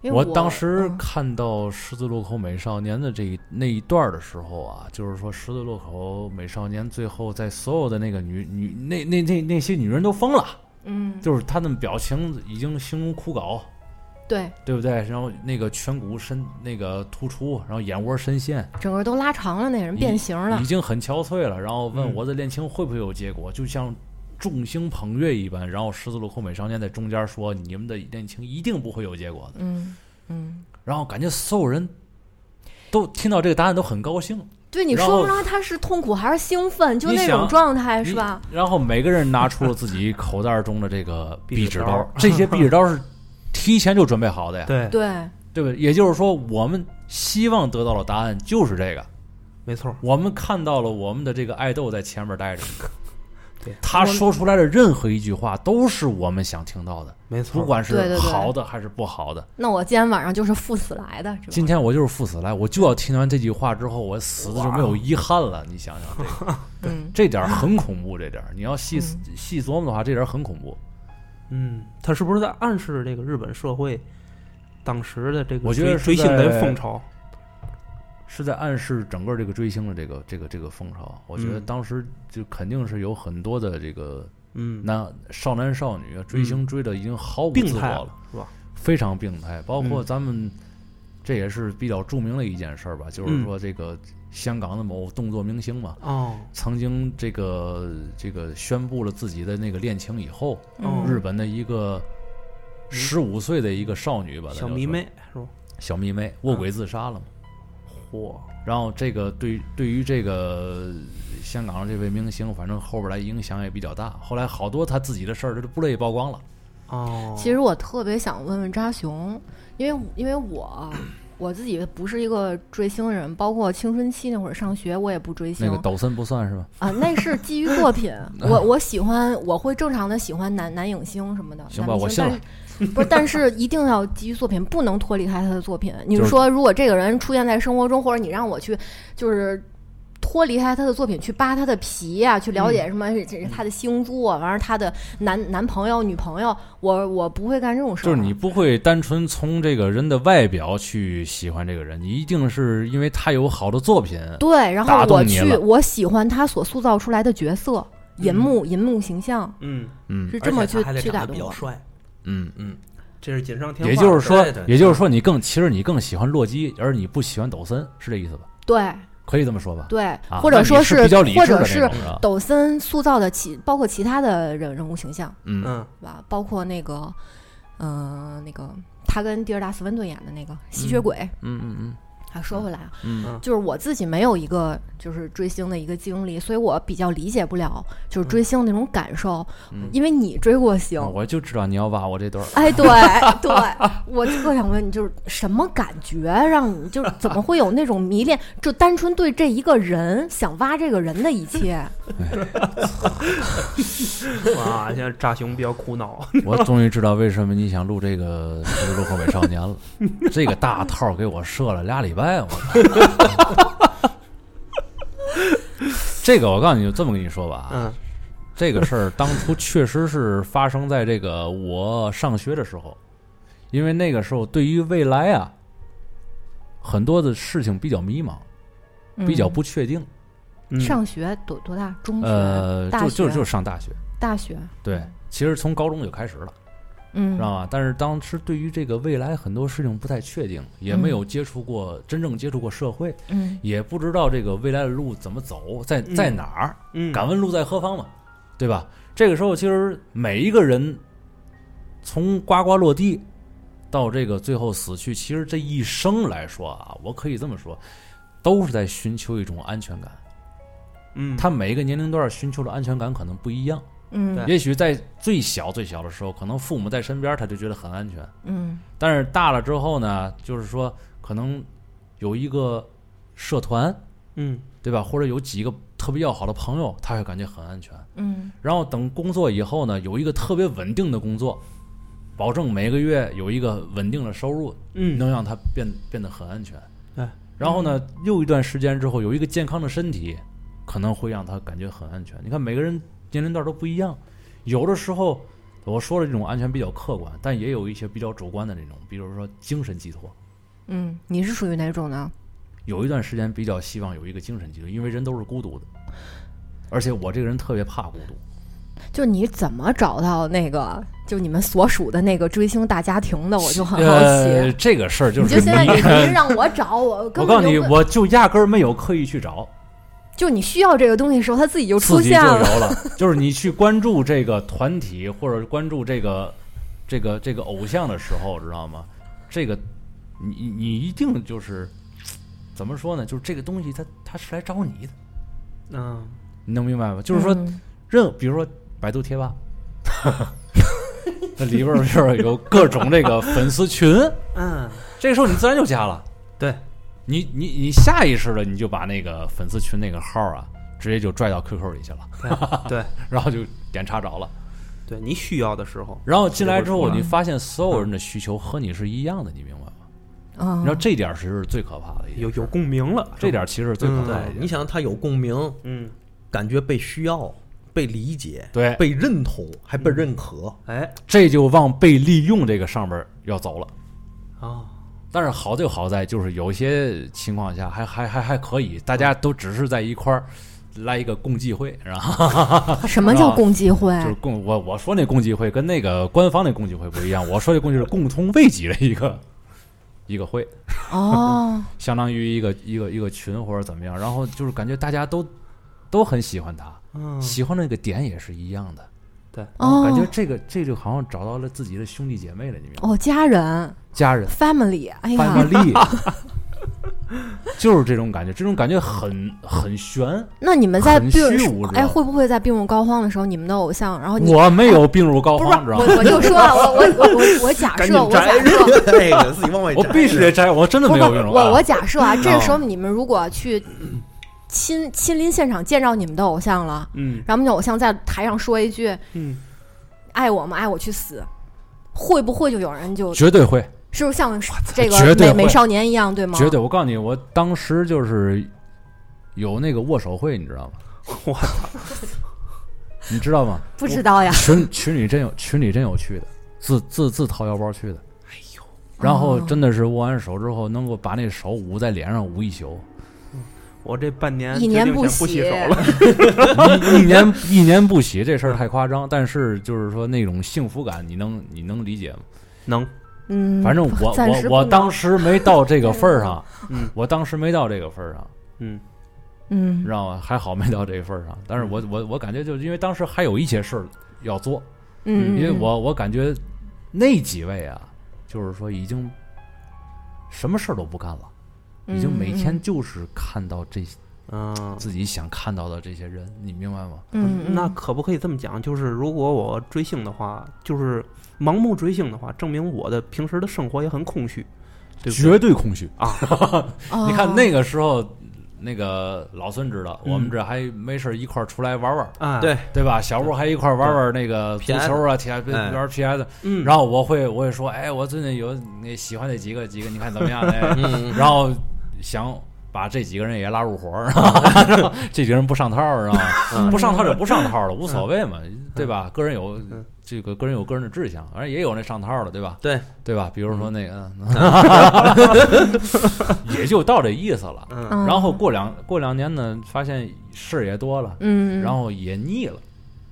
[SPEAKER 2] 因为
[SPEAKER 1] 我
[SPEAKER 2] 我
[SPEAKER 1] 当时
[SPEAKER 2] 嗯
[SPEAKER 1] 看到《十字路口美少年》的这一那一段的时候啊，就是说《十字路口美少年》最后在所有的那个女女那那那那些女人都疯了，
[SPEAKER 2] 嗯
[SPEAKER 1] 就是她们表情已经形如枯槁，
[SPEAKER 2] 对，
[SPEAKER 1] 对不对？然后那个颧骨深那个突出，然后眼窝深陷，
[SPEAKER 2] 整个都拉长了，那人
[SPEAKER 1] 已
[SPEAKER 2] 变形了
[SPEAKER 1] 已，经很憔悴了。然后问
[SPEAKER 3] 嗯
[SPEAKER 1] 我的恋情会不会有结果，就像众星捧月一般。然后十字路口美少年在中间说：“你们的恋情一定不会有结果的。
[SPEAKER 2] 嗯嗯，”
[SPEAKER 1] 然后感觉所有人都听到这个答案都很高兴，
[SPEAKER 2] 对，你
[SPEAKER 1] 然
[SPEAKER 2] 说
[SPEAKER 1] 后
[SPEAKER 2] 不出来他是痛苦还是兴奋，就
[SPEAKER 1] 你
[SPEAKER 2] 那种
[SPEAKER 1] 想
[SPEAKER 2] 状态哎是吧？
[SPEAKER 1] 然后每个人拿出了自己口袋中的这个
[SPEAKER 3] 壁
[SPEAKER 1] 壁
[SPEAKER 3] 纸
[SPEAKER 1] 纸
[SPEAKER 3] 刀
[SPEAKER 1] 刀，这些壁纸刀是提前就准备好的呀，
[SPEAKER 3] 对，
[SPEAKER 2] 对，
[SPEAKER 1] 对不对？也就是说，我们希望得到的答案就是这个。
[SPEAKER 3] 没错，
[SPEAKER 1] 我们看到了我们的这个爱豆在前面待着
[SPEAKER 3] 对，
[SPEAKER 1] 他说出来的任何一句话都是我们想听到的，
[SPEAKER 3] 没
[SPEAKER 1] 不
[SPEAKER 3] 错，
[SPEAKER 1] 管
[SPEAKER 2] 对
[SPEAKER 1] 是
[SPEAKER 2] 对对
[SPEAKER 1] 好的还是不好的。
[SPEAKER 2] 那我今天晚上就是赴死来的，是吧？
[SPEAKER 1] 今天我就是赴死来，我就要听完这句话之后，我死的就没有遗憾了。你想想，这个
[SPEAKER 2] 嗯，
[SPEAKER 1] 这点儿很恐怖，这点儿你要细思细琢磨的话，这点儿很恐怖。
[SPEAKER 3] 嗯，他是不是在暗示这个日本社会当时的这个
[SPEAKER 1] 我觉得
[SPEAKER 3] 追追
[SPEAKER 1] 是
[SPEAKER 3] 星
[SPEAKER 1] 在
[SPEAKER 3] 人风潮？
[SPEAKER 1] 是在暗示整个这个追星的这个这个这个风潮，我觉得
[SPEAKER 3] 嗯
[SPEAKER 1] 当时就肯定是有很多的这个
[SPEAKER 3] 嗯，
[SPEAKER 1] 男少男少女追星追的已经毫无
[SPEAKER 3] 病
[SPEAKER 1] 自我
[SPEAKER 3] 态
[SPEAKER 1] 了，
[SPEAKER 3] 是吧？
[SPEAKER 1] 非常病态。包括
[SPEAKER 3] 嗯
[SPEAKER 1] 咱们、这也是比较著名的一件事儿吧，
[SPEAKER 3] 嗯
[SPEAKER 1] 就是说这个香港的某动作明星嘛，
[SPEAKER 3] 哦，
[SPEAKER 1] 曾经这个这个宣布了自己的那个恋情以后，
[SPEAKER 3] 哦
[SPEAKER 1] 日本的一个
[SPEAKER 3] 嗯
[SPEAKER 1] 十五岁的一个少女吧，咱
[SPEAKER 3] 小
[SPEAKER 1] 就
[SPEAKER 3] 迷
[SPEAKER 1] 说
[SPEAKER 3] 妹是吧？
[SPEAKER 1] 小迷妹卧轨自杀了嘛。
[SPEAKER 3] 嚯，
[SPEAKER 1] 然后这个对对于这个香港的这位明星，反正后边来影响也比较大。后来好多他自己的事儿，他都不乐意曝光了。
[SPEAKER 3] 哦，
[SPEAKER 2] 其实我特别想问问扎熊，因为因为我我自己不是一个追星人，包括青春期那会儿上学，我也不追星
[SPEAKER 1] 那个抖森不算是吧？
[SPEAKER 2] 啊，那是基于 作品。我我喜欢，我会正常的喜欢男男影星什么的。
[SPEAKER 1] 行
[SPEAKER 2] 男
[SPEAKER 1] 吧
[SPEAKER 2] 明
[SPEAKER 1] 我
[SPEAKER 2] 星
[SPEAKER 1] 信
[SPEAKER 2] 但是不是，但是一定要基于作品，不能脱离开他的作品。你
[SPEAKER 1] 就是
[SPEAKER 2] 说，如果这个人出现在生活中，或者你让我去，就是。脱离开他的作品，去扒他的皮呀、去了
[SPEAKER 1] 嗯
[SPEAKER 2] 解什么这这他的星座，完了他的男男朋友、女朋友，我我不会干这种事儿。
[SPEAKER 1] 就是你不会单纯从这个人的外表去喜欢这个人，你一定是因为他有好的作品。
[SPEAKER 2] 对，然后
[SPEAKER 1] 打
[SPEAKER 2] 我
[SPEAKER 1] 动你
[SPEAKER 2] 去，
[SPEAKER 1] 了
[SPEAKER 2] 我喜欢他所塑造出来的角色，银
[SPEAKER 3] 嗯
[SPEAKER 2] 幕、银幕形象
[SPEAKER 3] 嗯，
[SPEAKER 1] 嗯
[SPEAKER 2] 是这么
[SPEAKER 4] 而且
[SPEAKER 2] 去
[SPEAKER 4] 他还得
[SPEAKER 2] 去打
[SPEAKER 4] 长得
[SPEAKER 2] 动
[SPEAKER 4] 比较
[SPEAKER 2] 我。
[SPEAKER 4] 帅，
[SPEAKER 1] 嗯，
[SPEAKER 4] 嗯，
[SPEAKER 3] 这是锦上添花。
[SPEAKER 1] 也就是说
[SPEAKER 4] 对对，
[SPEAKER 1] 也就是说，你更其实你更喜欢洛基，而你不喜欢抖森，是这意思吧？
[SPEAKER 2] 对，
[SPEAKER 1] 可以这么说吧？
[SPEAKER 2] 对，
[SPEAKER 1] 啊
[SPEAKER 2] 或者说
[SPEAKER 1] 那你是比较理
[SPEAKER 2] 或
[SPEAKER 1] 智的
[SPEAKER 2] 者
[SPEAKER 1] 那
[SPEAKER 2] 是
[SPEAKER 1] 种，啊吧？
[SPEAKER 2] 抖森塑造的其包括其他的人人物形象
[SPEAKER 1] 嗯，
[SPEAKER 3] 嗯，
[SPEAKER 2] 是吧，包括那个，呃，那个他跟蒂尔达·斯温顿演的那个吸血鬼。
[SPEAKER 1] 嗯嗯嗯
[SPEAKER 2] 啊，说回来啊，
[SPEAKER 1] 嗯
[SPEAKER 2] 就是我自己没有一个就是追星的一个经历，所以我比较理解不了就是追星那种感受，
[SPEAKER 1] 嗯
[SPEAKER 2] 因为你追过星，
[SPEAKER 1] 嗯，我就知道你要挖我这段儿。
[SPEAKER 2] 哎，对对，我特想问你，就是什么感觉让你就是怎么会有那种迷恋？就单纯对这一个人想挖这个人的一切，
[SPEAKER 3] 啊，现在扎熊比较 苦恼。
[SPEAKER 1] 我终于知道为什么你想录这个《十字路口美少年》了，这个大套给我设了俩礼拜，我 操！这个我告诉你，就这么跟你说吧啊，
[SPEAKER 3] 嗯
[SPEAKER 1] 这个事儿当初确实是发生在这个我上学的时候，因为那个时候对于未来啊，很多的事情比较迷茫，
[SPEAKER 2] 嗯
[SPEAKER 1] 比较不确定。
[SPEAKER 3] 嗯
[SPEAKER 2] 上学多多大？中学、
[SPEAKER 1] 呃，
[SPEAKER 2] 大
[SPEAKER 1] 就
[SPEAKER 2] 学、
[SPEAKER 1] 就就是上大学，
[SPEAKER 2] 大学，
[SPEAKER 1] 对，其实从高中就开始了，
[SPEAKER 2] 嗯
[SPEAKER 1] 知，道吗？但是当时对于这个未来很多事情不太确定，也没有接触过真正接触过社会，
[SPEAKER 2] 嗯，
[SPEAKER 1] 也不知道这个未来的路怎么走，在
[SPEAKER 3] 嗯
[SPEAKER 1] 在哪儿。
[SPEAKER 3] 嗯，
[SPEAKER 1] 敢问路在何方嘛，对吧？这个时候，其实每一个人从呱呱落地到这个最后死去，其实这一生来说啊，我可以这么说，都是在寻求一种安全感。
[SPEAKER 3] 嗯，
[SPEAKER 1] 他每一个年龄段寻求的安全感可能不一样。
[SPEAKER 2] 嗯
[SPEAKER 1] 也许在最小最小的时候，可能父母在身边，他就觉得很安全。
[SPEAKER 2] 嗯
[SPEAKER 1] 但是大了之后呢，就是说可能有一个社团，
[SPEAKER 3] 嗯
[SPEAKER 1] 对吧？或者有几个特别要好的朋友，他会感觉很安全。
[SPEAKER 2] 嗯
[SPEAKER 1] 然后等工作以后呢，有一个特别稳定的工作，保证每个月有一个稳定的收入，
[SPEAKER 3] 嗯
[SPEAKER 1] 能让他变变得很安全。
[SPEAKER 3] 哎，
[SPEAKER 1] 然后呢，又一段时间之后，有一个健康的身体，可能会让他感觉很安全。你看，每个人年龄段都不一样，有的时候我说的这种安全比较客观，但也有一些比较主观的那种，比如说精神寄托。
[SPEAKER 2] 嗯，你是属于哪种呢？
[SPEAKER 1] 有一段时间比较希望有一个精神寄托，因为人都是孤独的，而且我这个人特别怕孤独。
[SPEAKER 2] 就你怎么找到那个，就你们所属的那个追星大家庭的？我就很 好
[SPEAKER 1] 呃，
[SPEAKER 2] 奇。啊
[SPEAKER 1] 这个事儿就
[SPEAKER 2] 你
[SPEAKER 1] 是
[SPEAKER 2] 就现在
[SPEAKER 1] 你
[SPEAKER 2] 你您让我找，我
[SPEAKER 1] 我
[SPEAKER 2] 根
[SPEAKER 1] 告诉
[SPEAKER 2] 本
[SPEAKER 1] 你，
[SPEAKER 2] 就不
[SPEAKER 1] 我就压根儿没有刻意去找，
[SPEAKER 2] 就你需要这个东西的时候，它自己就出
[SPEAKER 1] 自己就
[SPEAKER 2] 现
[SPEAKER 1] 有
[SPEAKER 2] 了。
[SPEAKER 1] 了。就是你去关注这个团体或者关注这个这个这个偶像的时候，知道吗？这个你你你一定就是怎么说呢？就是这个东西它它是来找你的，
[SPEAKER 3] 嗯
[SPEAKER 1] 你能明白吗？就是说
[SPEAKER 2] 嗯
[SPEAKER 1] 任比如说百度贴吧， 那里边儿就是有各种这个粉丝群，
[SPEAKER 3] 嗯，
[SPEAKER 1] 这个时候你自然就加了。
[SPEAKER 3] 对，
[SPEAKER 1] 你你你下意识的你就把那个粉丝群那个号啊，直接就拽到 QQ 里去了，
[SPEAKER 3] 对对
[SPEAKER 1] 然后就点查找了，
[SPEAKER 3] 对，你需要的时候，
[SPEAKER 1] 然后进来之后，
[SPEAKER 3] 嗯
[SPEAKER 1] 你发现所有人的需求和你是一样的，你明白吗？
[SPEAKER 2] 嗯
[SPEAKER 1] 你知道这点儿其实是最可怕的一
[SPEAKER 3] 有
[SPEAKER 1] 点，
[SPEAKER 3] 有共鸣了，
[SPEAKER 1] 这点儿其实是最可怕的
[SPEAKER 4] 对，
[SPEAKER 1] 一
[SPEAKER 4] 你
[SPEAKER 1] 点。
[SPEAKER 4] 想他有共鸣，
[SPEAKER 3] 嗯，
[SPEAKER 4] 感觉被需要、被理解、
[SPEAKER 1] 对，
[SPEAKER 4] 被认同，还被认可。
[SPEAKER 3] 哎
[SPEAKER 1] 这就往被利用这个上边儿要走了。
[SPEAKER 3] 啊，
[SPEAKER 1] 但是好就好在就是有些情况下还还还还可以，大家都只是在一块儿来一个共济会，然后
[SPEAKER 2] 啊什么叫共济会？
[SPEAKER 1] 啊就是共我我说那共济会跟那个官方那共济会不一样，我说的共济是共同慰藉的一个 一个会，
[SPEAKER 2] 哦，
[SPEAKER 1] 相当于一个一个一个群或者怎么样，然后就是感觉大家都都很喜欢他，
[SPEAKER 3] 嗯，
[SPEAKER 1] 喜欢那个点也是一样的，
[SPEAKER 3] 对，
[SPEAKER 1] 然后感觉
[SPEAKER 2] 哦
[SPEAKER 1] 这个这就好像找到了自己的兄弟姐妹了，你明白吗？
[SPEAKER 2] 哦，家人
[SPEAKER 1] 家人
[SPEAKER 2] family，哎呀，
[SPEAKER 1] family，就是这种感觉，这种感觉很很玄。
[SPEAKER 2] 那你们在
[SPEAKER 1] 很
[SPEAKER 2] 病
[SPEAKER 1] 虚无知道
[SPEAKER 2] 哎，会不会在病入膏肓的时候，你们的偶像，然后你哦
[SPEAKER 1] 我没有病入膏
[SPEAKER 2] 不是
[SPEAKER 1] 肓，知道
[SPEAKER 2] 我
[SPEAKER 1] 吗？
[SPEAKER 2] 我就说啊，我我我我我假设，哦 我假设，
[SPEAKER 4] 这个自己往外
[SPEAKER 1] 我必须得摘，我真的
[SPEAKER 2] 不
[SPEAKER 1] 没
[SPEAKER 2] 是
[SPEAKER 1] 有病入
[SPEAKER 2] 我
[SPEAKER 1] 膏
[SPEAKER 2] 我
[SPEAKER 1] 肓。
[SPEAKER 2] 假设啊，这个时候你们如果去亲亲临现场见着你们的偶像了，
[SPEAKER 3] 嗯
[SPEAKER 2] 然后你的偶像在台上说一句
[SPEAKER 3] 嗯，
[SPEAKER 2] “爱我吗？爱我去死”，会不会就有人就
[SPEAKER 1] 绝对会，
[SPEAKER 2] 是不是像这
[SPEAKER 1] 绝
[SPEAKER 2] 个
[SPEAKER 1] 对
[SPEAKER 2] 美
[SPEAKER 1] 会
[SPEAKER 2] 美少年一样，对吗？
[SPEAKER 1] 绝对！我告诉你，我当时就是有那个握手会，你知道吗？
[SPEAKER 3] 我操，
[SPEAKER 1] 你知道吗？
[SPEAKER 2] 不知道呀，
[SPEAKER 1] 群群里真有群里真有去的，自自自掏腰包去的。
[SPEAKER 2] 哎
[SPEAKER 1] 然
[SPEAKER 2] 哦
[SPEAKER 1] 后真的是握完手之后，能够把那手捂在脸上捂一宿，
[SPEAKER 3] 我这半年
[SPEAKER 2] 一年
[SPEAKER 3] 决定
[SPEAKER 2] 不
[SPEAKER 3] 先不洗
[SPEAKER 2] 洗
[SPEAKER 3] 手 了，
[SPEAKER 1] 一一年一年不洗这事儿太夸张，但是就是说那种幸福感，你能你能理解吗？
[SPEAKER 3] 能，
[SPEAKER 2] 嗯，
[SPEAKER 1] 反正我
[SPEAKER 2] 暂时
[SPEAKER 1] 我
[SPEAKER 2] 不
[SPEAKER 1] 我
[SPEAKER 2] 能
[SPEAKER 1] 当时没到这个份儿 上，
[SPEAKER 3] 嗯
[SPEAKER 1] 我当时没到这个份儿上，
[SPEAKER 3] 嗯
[SPEAKER 1] 你
[SPEAKER 2] 嗯
[SPEAKER 1] 知道吗？还好没到这个份儿上，但是我我我感觉就是因为当时还有一些事儿要做，
[SPEAKER 2] 嗯，
[SPEAKER 1] 因为
[SPEAKER 2] 嗯
[SPEAKER 1] 我我感觉那几位啊，就是说已经什么事儿都不干了，已
[SPEAKER 2] 嗯
[SPEAKER 1] 经每天就是看到这
[SPEAKER 3] 嗯。
[SPEAKER 1] 自己想看到的这些人，你明白吗？
[SPEAKER 2] 嗯嗯
[SPEAKER 3] 那可不可以这么讲？就是如果我追星的话，就是盲目追星的话，证明我的平时的生活也很空虚，对不对？
[SPEAKER 1] 对空虚
[SPEAKER 3] 啊！
[SPEAKER 1] 你看
[SPEAKER 2] 个
[SPEAKER 1] 那个时候，那个老孙知道，
[SPEAKER 3] 嗯
[SPEAKER 1] 我们这还没事儿一块儿出来玩玩儿，
[SPEAKER 3] 哎，
[SPEAKER 4] 对
[SPEAKER 1] 对吧？小屋还一块儿玩玩那个足
[SPEAKER 4] PS
[SPEAKER 1] 球啊，踢
[SPEAKER 4] 哎
[SPEAKER 1] 玩 PS，
[SPEAKER 3] 嗯，
[SPEAKER 1] 然后我会我
[SPEAKER 3] 嗯
[SPEAKER 1] 会说，哎，我最近有那喜欢那几个几个，你看怎么样？哎，
[SPEAKER 4] 嗯，
[SPEAKER 1] 然后想把这几个人也拉入伙儿，
[SPEAKER 3] 嗯
[SPEAKER 1] 然后这几个人不上套儿啊，
[SPEAKER 4] 嗯
[SPEAKER 1] 不上套儿就不上套儿了，无所谓嘛，对吧？个人有
[SPEAKER 3] 嗯
[SPEAKER 1] 这个个人有个人的志向，反正也有那上套儿的，对吧？
[SPEAKER 4] 对
[SPEAKER 1] 对吧？比如
[SPEAKER 3] 嗯
[SPEAKER 1] 说那 个， 也就到这意思了。
[SPEAKER 3] 嗯
[SPEAKER 2] 嗯
[SPEAKER 1] 然后过两过两年呢，发现事儿也多了，
[SPEAKER 2] 嗯，
[SPEAKER 1] 然后也腻了，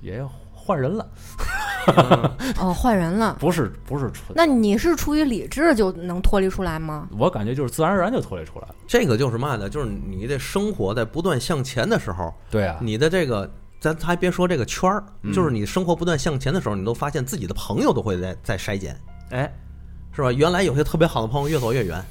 [SPEAKER 1] 也换人了，
[SPEAKER 3] 嗯
[SPEAKER 2] 哦换人了，
[SPEAKER 1] 不是不是纯，
[SPEAKER 2] 那你是出于理智就能脱离出来吗？
[SPEAKER 1] 我感觉就是自然而然就脱离出来了。
[SPEAKER 4] 这个就是嘛呢？就是你的生活在不断向前的时候，
[SPEAKER 1] 对啊，
[SPEAKER 4] 你的这个，咱还别说这个圈儿，
[SPEAKER 1] 嗯
[SPEAKER 4] 就是你生活不断向前的时候，你都发现自己的朋友都会在在筛减，
[SPEAKER 3] 哎，
[SPEAKER 4] 是吧？原来有些特别好的朋友越走越远，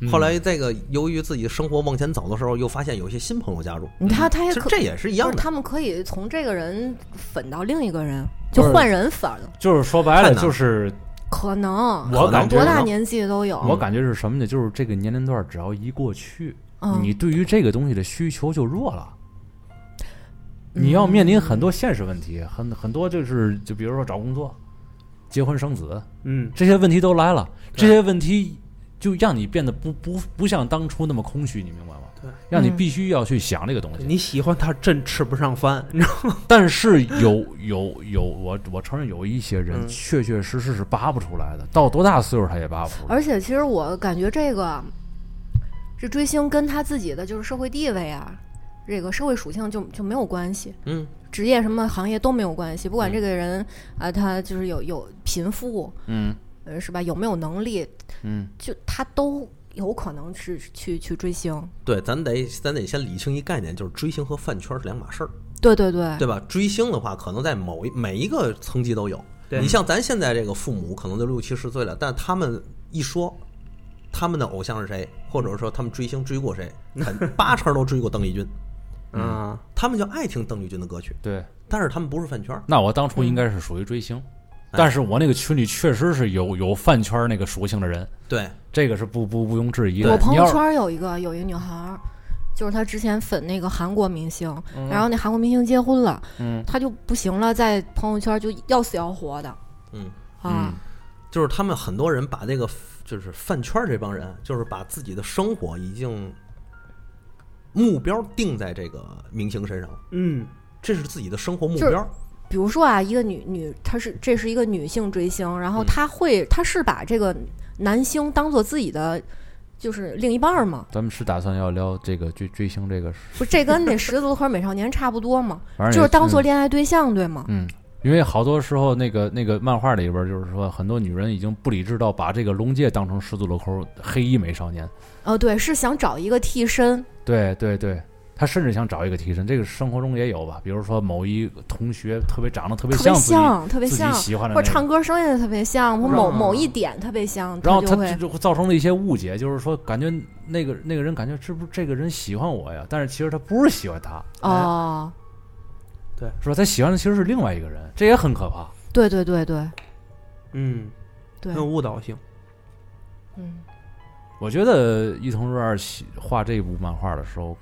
[SPEAKER 1] 嗯
[SPEAKER 4] 后来这个由于自己生活往前走的时候，又发现有一些新朋友加入，
[SPEAKER 2] 你他他也
[SPEAKER 4] 嗯其实
[SPEAKER 2] 可
[SPEAKER 4] 这也是一样
[SPEAKER 2] 不是
[SPEAKER 4] 的。
[SPEAKER 2] 他们可以从这个人粉到另一个人，就
[SPEAKER 1] 不是
[SPEAKER 2] 换人粉，
[SPEAKER 1] 就是说白
[SPEAKER 4] 太
[SPEAKER 1] 了，
[SPEAKER 4] 难
[SPEAKER 1] 就是
[SPEAKER 2] 可能
[SPEAKER 1] 我感觉
[SPEAKER 2] 多
[SPEAKER 4] 可
[SPEAKER 2] 大
[SPEAKER 4] 能
[SPEAKER 2] 年纪都有。
[SPEAKER 1] 我感觉是什么呢？就是这个年龄段，只要一过去，
[SPEAKER 2] 嗯
[SPEAKER 1] 你对于这个东西的需求就弱了。
[SPEAKER 2] 嗯
[SPEAKER 1] 你要面临很多现实问题，很很多就是就比如说找工作、结婚生子
[SPEAKER 3] 嗯
[SPEAKER 1] 这些问题都来了，这些问题就让你变得不不不像当初那么空虚，你明白吗？
[SPEAKER 3] 对，
[SPEAKER 1] 让你
[SPEAKER 2] 嗯
[SPEAKER 1] 必须要去想这个东西。
[SPEAKER 3] 你喜欢他真吃不上饭，你知道吗？
[SPEAKER 1] 但是有有有，我我承认有一些人
[SPEAKER 3] 嗯
[SPEAKER 1] 确确实实是拔不出来的，到多大岁数他也拔不出来。
[SPEAKER 2] 而且其实我感觉这个，这追星跟他自己的就是社会地位啊，这个社会属性就就没有关系，
[SPEAKER 4] 嗯，
[SPEAKER 2] 职业什么行业都没有关系。不管这个人啊、他就是有有贫富，
[SPEAKER 1] 嗯
[SPEAKER 2] 呃，是吧？有没有能力，
[SPEAKER 1] 嗯，
[SPEAKER 2] 就他都有可能是去去追星。
[SPEAKER 4] 对，咱得咱得先理清一概念，就是追星和饭圈是两码事儿，
[SPEAKER 2] 对对对，
[SPEAKER 4] 对吧？追星的话，可能在某一每一个层级都有。
[SPEAKER 3] 对
[SPEAKER 4] 你像咱现在这个父母，可能都六七十岁了，但他们一说他们的偶像是谁，或者说他们追星追过谁，肯八成都追过邓丽君，
[SPEAKER 3] 嗯，
[SPEAKER 4] 他们就爱听邓丽君的歌曲，
[SPEAKER 1] 对。
[SPEAKER 4] 但是他们不是饭圈儿。
[SPEAKER 1] 那我当初
[SPEAKER 2] 嗯
[SPEAKER 1] 应该是属于追星，
[SPEAKER 2] 哎
[SPEAKER 1] 但是我那个群里确实是有有饭圈那个属性的人，
[SPEAKER 4] 对，
[SPEAKER 1] 这个是不不毋庸置疑的。
[SPEAKER 2] 我朋
[SPEAKER 1] 你
[SPEAKER 2] 友
[SPEAKER 1] 要是
[SPEAKER 2] 圈有一个有一个女孩儿，就是她之前粉那个韩国明星，然后那韩国明星结婚了，
[SPEAKER 1] 嗯
[SPEAKER 2] 她就不行了，在朋友圈就要死要活的
[SPEAKER 4] 嗯，
[SPEAKER 2] 啊，
[SPEAKER 4] 就是他们很多人把这个就是饭圈儿这帮人，就是把自己的生活已经目标定在这个明星身上了，
[SPEAKER 3] 嗯
[SPEAKER 4] 这是自己的生活目
[SPEAKER 2] 就是
[SPEAKER 4] 标。
[SPEAKER 2] 比如说啊，一个女女，她是这是一个女性追星，然后
[SPEAKER 4] 嗯
[SPEAKER 2] 她会，她是把这个男星当做自己的就是另一半儿嘛，
[SPEAKER 1] 咱们是打算要聊这个追追星这个事，
[SPEAKER 2] 不是这跟那十足和美少年差不多嘛，
[SPEAKER 1] 反正
[SPEAKER 2] 就是当做
[SPEAKER 1] 嗯
[SPEAKER 2] 恋爱对象对吗？
[SPEAKER 1] 嗯因为好多时候那个那个漫画里边就是说，很多女人已经不理智到把这个龙介当成十字路口黑衣美少年。
[SPEAKER 2] 哦，对，是想找一个替身，
[SPEAKER 1] 对对对，他甚至想找一个替身，这个生活中也有吧，比如说某一同学特别长得特别
[SPEAKER 2] 特别
[SPEAKER 1] 像自己
[SPEAKER 2] 像，特别
[SPEAKER 1] 自己
[SPEAKER 2] 像，
[SPEAKER 1] 喜欢的、
[SPEAKER 2] 或者
[SPEAKER 1] 那
[SPEAKER 4] 嗯
[SPEAKER 1] 个。
[SPEAKER 2] 唱歌声音也特别像，或某
[SPEAKER 3] 啊
[SPEAKER 2] 某一点特别像，
[SPEAKER 1] 然后
[SPEAKER 2] 就
[SPEAKER 1] 他
[SPEAKER 2] 会
[SPEAKER 1] 这就会造成了一些误解，就是说感觉那个那个人感觉是不是这个人喜欢我呀？但是其实他不是喜欢他，
[SPEAKER 2] 哦，
[SPEAKER 4] 哎
[SPEAKER 1] 是吧？他喜欢的其实是另外一个人，这也很可怕。
[SPEAKER 2] 对对对对
[SPEAKER 3] 嗯，
[SPEAKER 2] 对
[SPEAKER 3] 很，有误导性。
[SPEAKER 2] 嗯，
[SPEAKER 1] 我觉得伊藤润二喜画这部漫画的时候，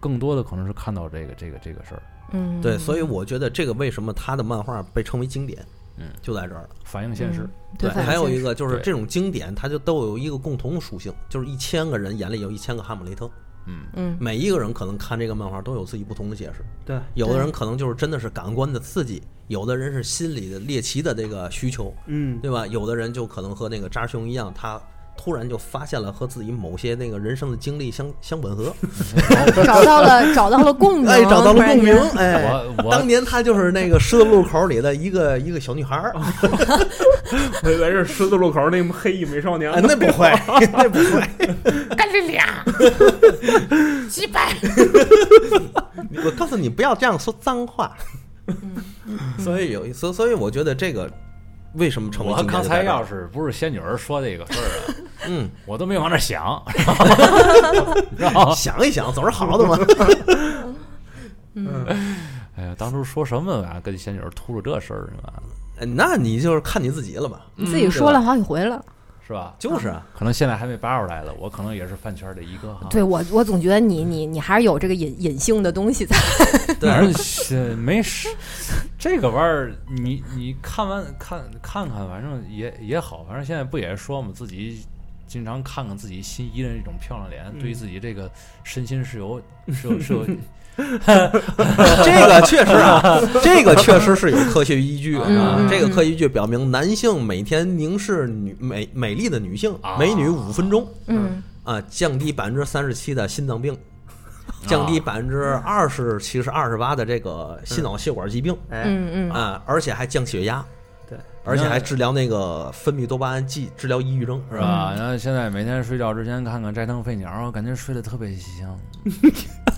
[SPEAKER 1] 更多的可能是看到这个这个这个事儿，
[SPEAKER 2] 嗯，
[SPEAKER 4] 对，所以我觉得这个为什么他的漫画被称为经典，
[SPEAKER 1] 嗯，
[SPEAKER 4] 就在这儿了。
[SPEAKER 1] 反映现实。
[SPEAKER 2] 嗯对，反
[SPEAKER 4] 还有一
[SPEAKER 2] 正
[SPEAKER 4] 个就是
[SPEAKER 1] 对
[SPEAKER 4] 这种经典，它就都有一个共同属性，就是一千个人眼里有一千个哈姆雷特，
[SPEAKER 1] 嗯，
[SPEAKER 2] 嗯
[SPEAKER 4] 每一个人可能看这个漫画都有自己不同的解释。
[SPEAKER 3] 对，
[SPEAKER 4] 有的人可能就是真的是感官的刺激，有的人是心理的猎奇的这个需求，
[SPEAKER 3] 嗯，
[SPEAKER 4] 对吧？有的人就可能和那个扎兄一样，他突然就发现了和自己某些那个人生的经历相相吻合，
[SPEAKER 2] 找到了 找到了共鸣，
[SPEAKER 4] 哎，找到
[SPEAKER 2] 突
[SPEAKER 4] 了
[SPEAKER 2] 然
[SPEAKER 4] 共鸣
[SPEAKER 2] 间，
[SPEAKER 4] 哎。
[SPEAKER 1] 我
[SPEAKER 4] 当
[SPEAKER 1] 我
[SPEAKER 4] 年他就是那个十字路口里的一个一个小女孩儿，
[SPEAKER 3] 我 以为是十字路口那黑衣美少年
[SPEAKER 4] 哎，那不会，那不 会，
[SPEAKER 5] 干这俩，几百。
[SPEAKER 4] 我告 诉你不要这样说脏话。
[SPEAKER 5] 嗯
[SPEAKER 4] 所以有，所所以我觉得这个为什么成为
[SPEAKER 1] 我
[SPEAKER 4] 经典
[SPEAKER 1] 刚
[SPEAKER 4] 就在
[SPEAKER 1] 才
[SPEAKER 4] 这儿
[SPEAKER 1] 要是不是仙女儿说这个事儿啊，
[SPEAKER 4] 嗯，
[SPEAKER 1] 我都没往那儿想， 然后
[SPEAKER 4] 想一想，总是好的嘛。
[SPEAKER 1] 哎呀，当初说什么啊，跟仙女儿秃噜这事儿是吧？
[SPEAKER 4] 哎那你就是看你自己了嗯吧？
[SPEAKER 2] 你自己说了好几回了。
[SPEAKER 1] 是吧？
[SPEAKER 4] 就是啊，
[SPEAKER 1] 可能现在还没扒出来了，我可能也是饭圈儿的一个哈。
[SPEAKER 2] 对我，我总觉得你你你还是有这个隐隐性的东西 在。
[SPEAKER 4] 对
[SPEAKER 1] 反正是没事，这个玩意儿，你你看完看看看，反正也也好，反正现在不也说嘛，自己经常看看自己心仪的这种漂亮脸，
[SPEAKER 3] 嗯
[SPEAKER 1] 对于自己这个身心是 有是有是有
[SPEAKER 4] 这个确实啊， 这个确实是有科学依据
[SPEAKER 1] 嗯
[SPEAKER 4] 啊
[SPEAKER 2] 嗯。
[SPEAKER 4] 这个科学依据表明，男性每天凝视女美美丽的女性
[SPEAKER 1] 啊
[SPEAKER 4] 美女五分钟
[SPEAKER 2] 嗯
[SPEAKER 4] 啊，降低百分之三十七的心脏病，降
[SPEAKER 2] 啊
[SPEAKER 4] 低百分之二十其实二十八的这个心脑血管疾病
[SPEAKER 3] 哎，
[SPEAKER 2] 嗯嗯，
[SPEAKER 4] 啊，而且还降血压，
[SPEAKER 3] 对，
[SPEAKER 4] 而且还治疗那个分泌多巴胺剂，治疗抑郁症。
[SPEAKER 1] 是吧？然后现在每天睡觉之前看看《斋藤飞鸟》，感觉睡得特别香。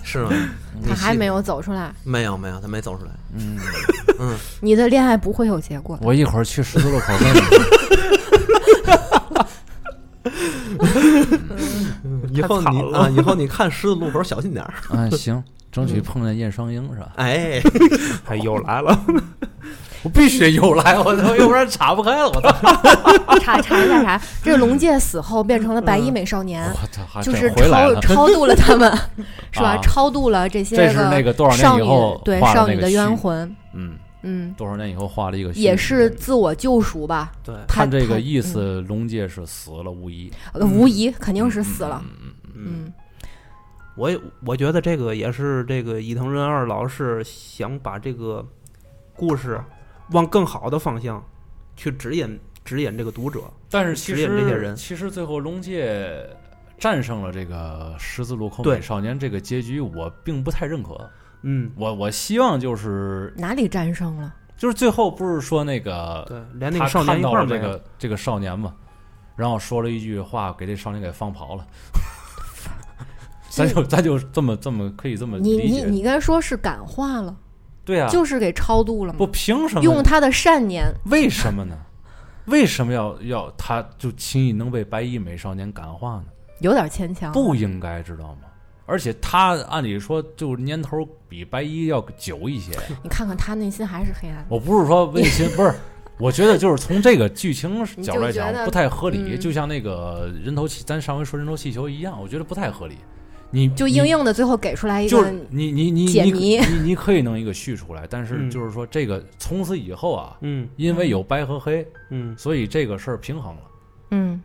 [SPEAKER 4] 是吗？
[SPEAKER 2] 嗯他还没有走出来，
[SPEAKER 4] 没有没有，他没走出来。
[SPEAKER 1] 嗯，
[SPEAKER 4] 嗯，
[SPEAKER 2] 你的恋爱不会有结 果。
[SPEAKER 1] 我一会儿去十字路口问你。
[SPEAKER 2] 嗯
[SPEAKER 4] 以后
[SPEAKER 3] 太
[SPEAKER 4] 你
[SPEAKER 3] 惨了
[SPEAKER 4] 啊，以后你看十字路口小心点儿。
[SPEAKER 1] 啊，行，争取碰见燕双鹰是吧？
[SPEAKER 4] 哎，
[SPEAKER 3] 哎，又来了，
[SPEAKER 1] 嗯我必须又来，我操，要不然岔不开了，我 操！
[SPEAKER 2] 查查一下啥？这个龙介死后变成了白衣美少年，
[SPEAKER 4] 嗯
[SPEAKER 1] 我操，
[SPEAKER 4] 啊
[SPEAKER 1] 还
[SPEAKER 2] 就
[SPEAKER 1] 真
[SPEAKER 2] 是
[SPEAKER 1] 回来
[SPEAKER 2] 超
[SPEAKER 1] 了。
[SPEAKER 2] 超度了他 们，是吧？
[SPEAKER 1] 啊
[SPEAKER 2] 超度了这些
[SPEAKER 1] 这是那个多少年
[SPEAKER 2] 少
[SPEAKER 1] 以
[SPEAKER 2] 女
[SPEAKER 1] 后
[SPEAKER 2] 对
[SPEAKER 1] 画的
[SPEAKER 2] 少
[SPEAKER 1] 那
[SPEAKER 2] 女
[SPEAKER 1] 个
[SPEAKER 2] 的
[SPEAKER 1] 虚
[SPEAKER 2] 冤魂，
[SPEAKER 1] 嗯，
[SPEAKER 2] 嗯，
[SPEAKER 1] 多少年以后画了一个虚
[SPEAKER 2] 也是自我救赎吧。
[SPEAKER 3] 对，
[SPEAKER 2] 他
[SPEAKER 1] 看这
[SPEAKER 2] 他
[SPEAKER 1] 个意
[SPEAKER 2] 嗯
[SPEAKER 1] 思，龙介是死了无疑，
[SPEAKER 2] 呃无疑肯定是死了。
[SPEAKER 1] 嗯嗯。嗯嗯
[SPEAKER 2] 嗯
[SPEAKER 3] 我也我觉得这个也是这个伊藤润二老师想把这个故事往更好的方向去指引指引这个读者。
[SPEAKER 1] 但是其
[SPEAKER 3] 指引
[SPEAKER 1] 实
[SPEAKER 3] 这些人
[SPEAKER 1] 其实最后龙介战胜了这个十字路口
[SPEAKER 3] 对
[SPEAKER 1] 美少年这个结局，我并不太认可。
[SPEAKER 3] 嗯，
[SPEAKER 1] 我我希望就是
[SPEAKER 2] 哪里战 胜了？
[SPEAKER 1] 就是最后不是说那个
[SPEAKER 3] 对，连
[SPEAKER 1] 呃
[SPEAKER 3] 那
[SPEAKER 1] 他
[SPEAKER 3] 个少年
[SPEAKER 1] 看
[SPEAKER 3] 一
[SPEAKER 1] 到
[SPEAKER 3] 块儿
[SPEAKER 1] 了
[SPEAKER 3] 没
[SPEAKER 1] 这
[SPEAKER 3] 有。
[SPEAKER 1] 个这个少年嘛，然后说了一句话，给这少年给放跑 了。咱就咱就这么这么可以这么
[SPEAKER 2] 你
[SPEAKER 1] 理
[SPEAKER 2] 你
[SPEAKER 1] 解，
[SPEAKER 2] 你该说是感化了，
[SPEAKER 1] 对啊，
[SPEAKER 2] 就是给超度了
[SPEAKER 1] 不
[SPEAKER 2] 嘛，
[SPEAKER 1] 凭什
[SPEAKER 2] 用
[SPEAKER 1] 么？
[SPEAKER 2] 他的善念。
[SPEAKER 1] 为什么呢？ 为什么要要他就轻易能被白衣美少年感化呢？
[SPEAKER 2] 有点牵强，
[SPEAKER 1] 不应该知道吗？而且他按理说就是年头比白衣要久一些。
[SPEAKER 2] 你看看他内心还是黑暗的。
[SPEAKER 1] 我不是说温 馨，不是，我觉得就是从这个剧情角度来
[SPEAKER 2] 你就觉
[SPEAKER 1] 讲
[SPEAKER 2] 得
[SPEAKER 1] 不太合理，
[SPEAKER 2] 嗯
[SPEAKER 1] 就像那个人头气，咱上回说人头气球一样，我觉得不太合理。你
[SPEAKER 2] 就硬硬的最后给出来
[SPEAKER 1] 你
[SPEAKER 2] 一
[SPEAKER 1] 就
[SPEAKER 2] 个
[SPEAKER 1] 是，你你你
[SPEAKER 2] 解
[SPEAKER 1] 你
[SPEAKER 2] 谜
[SPEAKER 1] 你你可以弄一个续出来，但是
[SPEAKER 3] 嗯
[SPEAKER 1] 就是说这个从此以后啊，
[SPEAKER 3] 嗯
[SPEAKER 1] 因为有白和黑，
[SPEAKER 3] 嗯，
[SPEAKER 1] 所以这个事儿平衡了。
[SPEAKER 2] 嗯，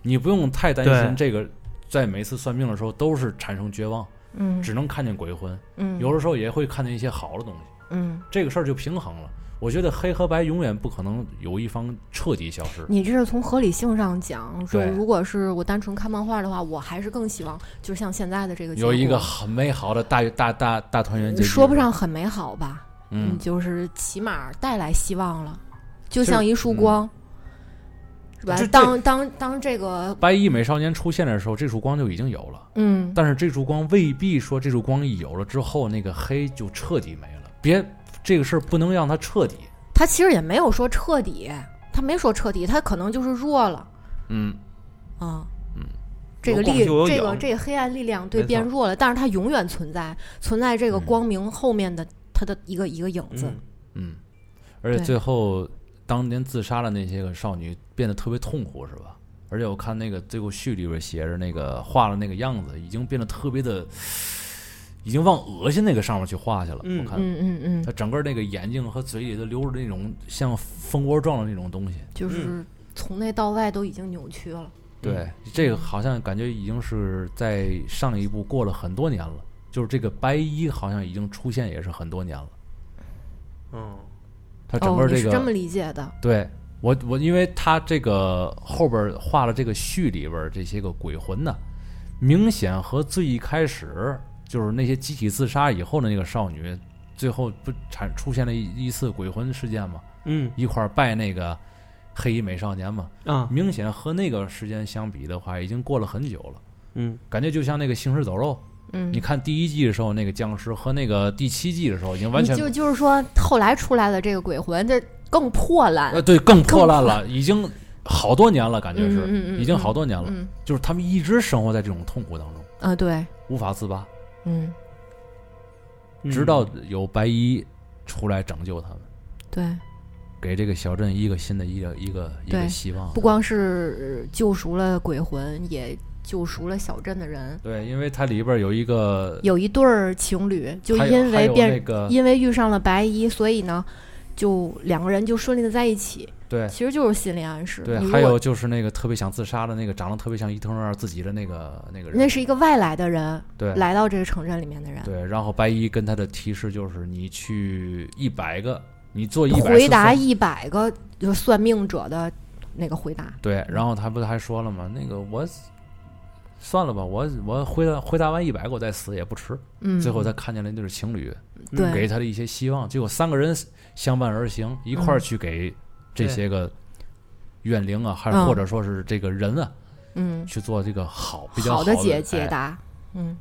[SPEAKER 1] 你不用太担心
[SPEAKER 3] 对
[SPEAKER 1] 这个，在每次算命的时候都是产生绝望，
[SPEAKER 2] 嗯
[SPEAKER 1] 只能看见鬼魂。
[SPEAKER 2] 嗯，
[SPEAKER 1] 有的时候也会看见一些好的东西，
[SPEAKER 2] 嗯，
[SPEAKER 1] 这个事儿就平衡了。我觉得黑和白永远不可能有一方彻底消失。
[SPEAKER 2] 你这是从合理性上讲，说
[SPEAKER 1] 对
[SPEAKER 2] 如果是我单纯看漫画的话，我还是更希望就是像现在的这个结
[SPEAKER 1] 有一
[SPEAKER 2] 果
[SPEAKER 1] 个很美好的大大大大团圆结局，
[SPEAKER 2] 说不，上很美好吧，
[SPEAKER 1] 嗯，
[SPEAKER 2] 就是起码带来希望了，就
[SPEAKER 1] 就是
[SPEAKER 2] 像一束
[SPEAKER 1] 嗯
[SPEAKER 2] 光，是吧
[SPEAKER 1] 这？
[SPEAKER 2] 当当当这个，
[SPEAKER 1] 白衣美少年出现的时候，这束光就已经有了，
[SPEAKER 2] 嗯，
[SPEAKER 1] 但是这束光未必说这束光一有了之后，那个黑就彻底没了。别，这个事儿不能让它彻底，
[SPEAKER 2] 他其实也没有说彻底，他没说彻底，他可能就是弱了
[SPEAKER 1] 嗯，
[SPEAKER 2] 啊。这
[SPEAKER 3] 有
[SPEAKER 2] 个
[SPEAKER 3] 光
[SPEAKER 2] 力，
[SPEAKER 3] 就有
[SPEAKER 2] 这个
[SPEAKER 3] 影
[SPEAKER 2] 这个黑暗力量对
[SPEAKER 3] 没错
[SPEAKER 2] 变弱了，但是它永远存在，存在这个
[SPEAKER 1] 嗯
[SPEAKER 2] 光明后面的它的一个一个影子。
[SPEAKER 3] 嗯
[SPEAKER 1] 嗯，而且
[SPEAKER 2] 对
[SPEAKER 1] 最后当年自杀的那些个少女变得特别痛苦，是吧？而且我看那个最后序里边写着那个画的那个样子，已经变得特别的，已经往恶心那个上面去画去了。
[SPEAKER 3] 嗯
[SPEAKER 1] 我看
[SPEAKER 2] 嗯嗯嗯
[SPEAKER 1] 他，整个那个眼睛和嘴里都流着那种像蜂窝状的那种东西。嗯
[SPEAKER 2] 就是从内到外都已经扭曲了。
[SPEAKER 1] 对，嗯这个好像感觉已经是在上一部过了很多年了，就是这个白衣好像已经出现也是很多年了。
[SPEAKER 3] 嗯，
[SPEAKER 1] 他整个
[SPEAKER 2] 哦，你
[SPEAKER 1] 这
[SPEAKER 2] 是
[SPEAKER 1] 个、
[SPEAKER 2] 这么理解的？
[SPEAKER 1] 对我我，因为他这个后边画了这个序里边这些个鬼魂呢，明显和最一开始就是那些集体自杀以后的那个少女，最后不产出现了一一次鬼魂事件嘛，
[SPEAKER 3] 嗯
[SPEAKER 1] 一块儿拜那个黑衣美少年嘛，
[SPEAKER 3] 啊
[SPEAKER 1] 明显和那个时间相比的话，已经过了很久了，
[SPEAKER 3] 嗯
[SPEAKER 1] 感觉就像那个行尸走肉。
[SPEAKER 2] 嗯，
[SPEAKER 1] 你看第一季的时候那个僵尸和那个第七季的时候已经完
[SPEAKER 2] 你
[SPEAKER 1] 全
[SPEAKER 2] 就就是说，后来出来的这个鬼魂，这更破烂
[SPEAKER 1] 呃，对，更破烂
[SPEAKER 2] 更破
[SPEAKER 1] 了，已经好多年了，感觉是，
[SPEAKER 2] 嗯嗯嗯嗯
[SPEAKER 1] 已经好多年了，
[SPEAKER 2] 嗯
[SPEAKER 1] 就是他们一直生活在这种痛苦当中，
[SPEAKER 2] 啊，对，
[SPEAKER 1] 无法自拔，
[SPEAKER 2] 嗯，
[SPEAKER 3] 嗯
[SPEAKER 1] 直到有白衣出来拯救他们，
[SPEAKER 2] 对，
[SPEAKER 1] 给这个小镇一个新的一个一个一
[SPEAKER 2] 对
[SPEAKER 1] 个希望
[SPEAKER 2] 不。光是救赎了鬼魂，也救赎了小镇的人。
[SPEAKER 1] 对，因为它里边有一个，
[SPEAKER 2] 有一对儿情侣，就
[SPEAKER 1] 还有
[SPEAKER 2] 因
[SPEAKER 1] 还
[SPEAKER 2] 为
[SPEAKER 1] 有
[SPEAKER 2] 变
[SPEAKER 1] 那个
[SPEAKER 2] 因为遇上了白衣，所以呢，就两个人就顺利的在一起，
[SPEAKER 1] 对
[SPEAKER 2] 其实就是心理暗示。
[SPEAKER 1] 对
[SPEAKER 2] 你，如
[SPEAKER 1] 还
[SPEAKER 2] 果
[SPEAKER 1] 有就是那个特别想自杀的那个，长得特别像伊藤润二自己的那个那个人，
[SPEAKER 2] 那是一个外来的人
[SPEAKER 1] 对
[SPEAKER 2] 来到这个城镇里面的人，
[SPEAKER 1] 对。然后白衣跟他的提示就是，你去一百个，你做一百
[SPEAKER 2] 回答
[SPEAKER 1] 一
[SPEAKER 2] 一百个就是算命者的那个回答。
[SPEAKER 1] 对。然后他不还说了吗？那个我算了吧，我我回答回答完一百个，我再死也不迟。
[SPEAKER 2] 嗯，
[SPEAKER 1] 最后他看见了那对情侣，给
[SPEAKER 2] 对
[SPEAKER 1] 他的一些希望。结果三个人相伴而行，一
[SPEAKER 2] 嗯
[SPEAKER 1] 块儿去给这些个怨灵啊，还
[SPEAKER 2] 嗯
[SPEAKER 1] 或者说是这个人啊，
[SPEAKER 2] 嗯
[SPEAKER 1] 去做这个好比较
[SPEAKER 2] 好
[SPEAKER 1] 的
[SPEAKER 2] 解
[SPEAKER 1] 哎
[SPEAKER 2] 解答，嗯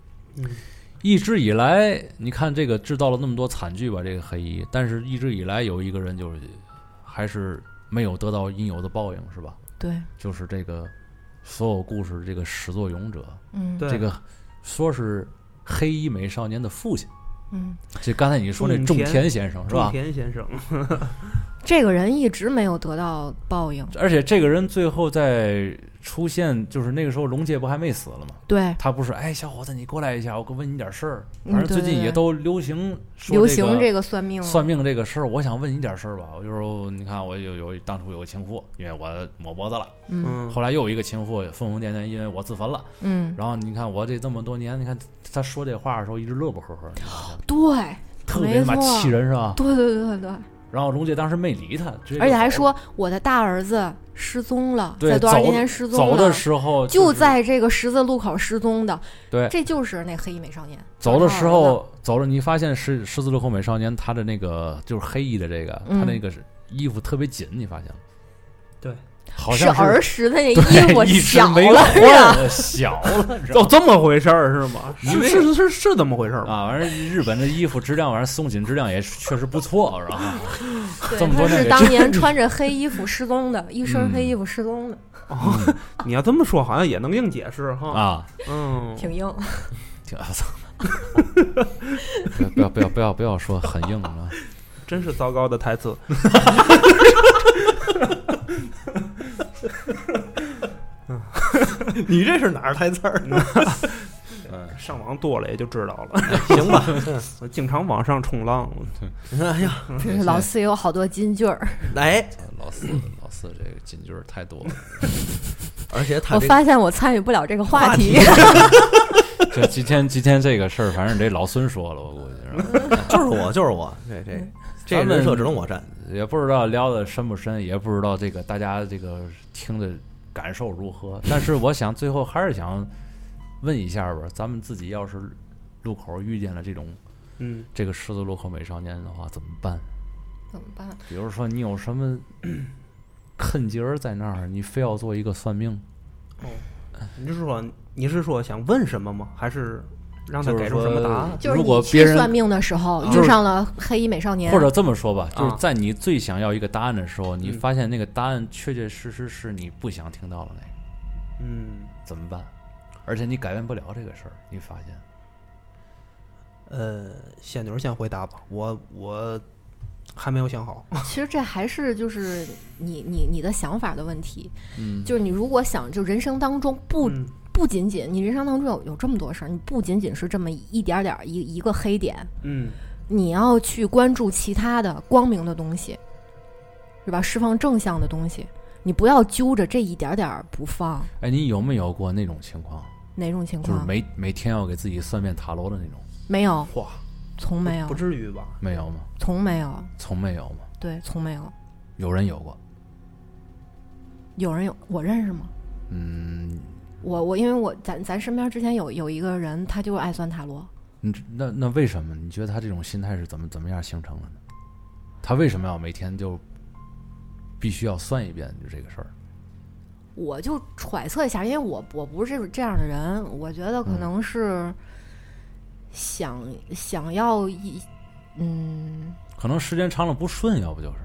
[SPEAKER 1] 一直以来，你看这个制造了那么多惨剧吧，这个黑衣，但是一直以来有一个人就是还是没有得到应有的报应，是吧？
[SPEAKER 2] 对
[SPEAKER 1] 就是这个所有故事这个始作俑者，
[SPEAKER 2] 嗯
[SPEAKER 3] 对
[SPEAKER 1] 这个说是黑衣美少年的父亲，
[SPEAKER 2] 嗯，
[SPEAKER 1] 就刚才你说那种
[SPEAKER 3] 种
[SPEAKER 1] 田先生是
[SPEAKER 3] 种
[SPEAKER 1] 吧？
[SPEAKER 3] 田 先生，
[SPEAKER 2] 这个人一直没有得到报应，
[SPEAKER 1] 而且这个人最后在出现，就是那个时候龙介不还没死了吗？
[SPEAKER 2] 对
[SPEAKER 1] 他不是哎，小伙子，你过来一下，我问你点事儿。
[SPEAKER 2] 嗯
[SPEAKER 1] 反正最
[SPEAKER 2] 对
[SPEAKER 1] 近
[SPEAKER 2] 对
[SPEAKER 1] 也
[SPEAKER 2] 对
[SPEAKER 1] 都流行说
[SPEAKER 2] 流
[SPEAKER 1] 这个
[SPEAKER 2] 行这个算命
[SPEAKER 1] 算命这个事儿，我想问你点事儿吧。我就说，你看我有有当初有个情妇，因为我抹脖子了，
[SPEAKER 2] 嗯
[SPEAKER 3] 嗯，
[SPEAKER 1] 后来又有一个情妇疯疯癫癫，因为我自焚了。
[SPEAKER 2] 嗯，
[SPEAKER 1] 然后你看我这这么多年，你看他说这话的时候一直乐不呵呵，你发现吗
[SPEAKER 2] 对
[SPEAKER 1] 特别他妈
[SPEAKER 2] 没错
[SPEAKER 1] 气人是吧？
[SPEAKER 2] 对对对对对，
[SPEAKER 1] 然后龙姐当时没理他，直接就
[SPEAKER 2] 而且还
[SPEAKER 1] 走
[SPEAKER 2] 说我的大儿子失踪了，
[SPEAKER 1] 对
[SPEAKER 2] 在多少
[SPEAKER 1] 走
[SPEAKER 2] 年前失踪
[SPEAKER 1] 走
[SPEAKER 2] 了
[SPEAKER 1] 的。时候
[SPEAKER 2] 啊就是在这个十字路口失踪的，
[SPEAKER 1] 对
[SPEAKER 2] 这就是那黑衣美少年。
[SPEAKER 1] 走的时
[SPEAKER 2] 找到儿子，
[SPEAKER 1] 候走了，你发现狮狮子路口美少年他的那个就是黑衣的这个，
[SPEAKER 2] 嗯
[SPEAKER 1] 他那个是衣服特别紧，你发现了？
[SPEAKER 3] 对，
[SPEAKER 1] 好
[SPEAKER 2] 是
[SPEAKER 1] 像
[SPEAKER 2] 儿时 的那衣服
[SPEAKER 1] 对，一直
[SPEAKER 2] 小
[SPEAKER 1] 没
[SPEAKER 2] 了，是吧？
[SPEAKER 1] 换，小了，你知道
[SPEAKER 3] 哦
[SPEAKER 1] 吗？，
[SPEAKER 3] 这么回事儿是吗？
[SPEAKER 1] 因
[SPEAKER 3] 是
[SPEAKER 1] 为
[SPEAKER 3] 是是是这么回事儿吗？
[SPEAKER 1] 啊，反正日本的衣服质量，反正松紧质量也确实不错，然后
[SPEAKER 2] 对
[SPEAKER 1] 这么
[SPEAKER 2] 他
[SPEAKER 1] 多年
[SPEAKER 2] 是
[SPEAKER 1] 给
[SPEAKER 2] 当
[SPEAKER 1] 这
[SPEAKER 2] 年穿着黑衣服失踪的，一身
[SPEAKER 1] 嗯
[SPEAKER 2] 黑衣服失踪的，
[SPEAKER 3] 哦， 你要这么说，好像也能硬解释哈。
[SPEAKER 1] 啊，
[SPEAKER 3] 嗯，
[SPEAKER 2] 挺硬。
[SPEAKER 1] 挺啊操！不要不要不要不要说很硬啊！
[SPEAKER 3] 真是糟糕的台词。
[SPEAKER 4] 你这是哪儿台词儿？
[SPEAKER 3] 上网多了也就知道了。
[SPEAKER 4] 行吧，
[SPEAKER 3] 我经常往上冲浪，
[SPEAKER 4] 哎呀，
[SPEAKER 2] 真是老四也有好多金句儿，
[SPEAKER 4] 哎，
[SPEAKER 1] 老四老四这个金句儿太 多了，
[SPEAKER 4] 而且他
[SPEAKER 2] 我
[SPEAKER 4] 这
[SPEAKER 2] 发现我参与不了这个话 题。
[SPEAKER 1] 这今天今天这个事儿，反正得老孙说了，我估计是吧。
[SPEAKER 4] 就是我，就是我，这
[SPEAKER 2] 嗯
[SPEAKER 4] 这这
[SPEAKER 1] 咱们
[SPEAKER 4] 人设只能我占。
[SPEAKER 1] 也不知道聊的深不深，也不知道这个大家这个听的感受如何。但是我想最后还是想问一下吧，咱们自己要是路口遇见了这种
[SPEAKER 3] 嗯，
[SPEAKER 1] 这个十字路口美少年的话，怎么办？
[SPEAKER 2] 怎么办？
[SPEAKER 1] 比如说你有什么 坑节儿在那儿，你非要做一个算命，
[SPEAKER 3] 你是说你是说想问什么吗？还是让他
[SPEAKER 1] 就是
[SPEAKER 3] 给出什么答案？
[SPEAKER 2] 就是
[SPEAKER 1] 如果
[SPEAKER 2] 你
[SPEAKER 1] 别
[SPEAKER 2] 去
[SPEAKER 1] 人啊
[SPEAKER 2] 算命的时候
[SPEAKER 1] 就是
[SPEAKER 2] 遇上了黑衣美少年，
[SPEAKER 1] 或者这么说吧，就是
[SPEAKER 3] 啊
[SPEAKER 1] 在你最想要一个答案的时候，你
[SPEAKER 3] 嗯
[SPEAKER 1] 发现那个答案确确实实是你不想听到的那个，
[SPEAKER 3] 嗯，
[SPEAKER 1] 怎么办？而且你改变不了这个事儿，你发现。
[SPEAKER 3] 呃，仙女儿先回答吧，我我还没有想好。
[SPEAKER 2] 其实这还是就是你你你的想法的问题。
[SPEAKER 1] 嗯
[SPEAKER 2] 就是你如果想，就人生当中不、
[SPEAKER 3] 嗯
[SPEAKER 2] 不仅仅你人生当中有有这么多事儿，你不仅仅是这么一点儿点儿一一个黑点，
[SPEAKER 3] 嗯
[SPEAKER 2] 你要去关注其他的光明的东西，是吧？释放正向的东西，你不要揪着这一点儿点儿不放。
[SPEAKER 1] 哎，你有没有过那种情况，
[SPEAKER 2] 哪种情
[SPEAKER 1] 就是
[SPEAKER 2] 况？
[SPEAKER 1] 每每天要给自己算遍塔罗的那种？
[SPEAKER 2] 没有，
[SPEAKER 3] 哇，
[SPEAKER 2] 从没有
[SPEAKER 3] 不，至于吧？
[SPEAKER 1] 没有吗？
[SPEAKER 2] 从没有，
[SPEAKER 1] 从没有吗？
[SPEAKER 2] 对，从没有。
[SPEAKER 1] 有人有过，
[SPEAKER 2] 有人有我认识吗？
[SPEAKER 1] 嗯，
[SPEAKER 2] 我我因为我咱咱身边之前有有一个人，他就是爱算塔罗，
[SPEAKER 1] 你知那那为什么？你觉得他这种心态是怎么怎么样形成的呢？他为什么要每天就必须要算一遍就这个事儿？
[SPEAKER 2] 我就揣测一下，因为我我不是这种这样的人，我觉得
[SPEAKER 1] 嗯
[SPEAKER 2] 可能是想、想要一嗯，
[SPEAKER 1] 可能时间长了不顺，要不就是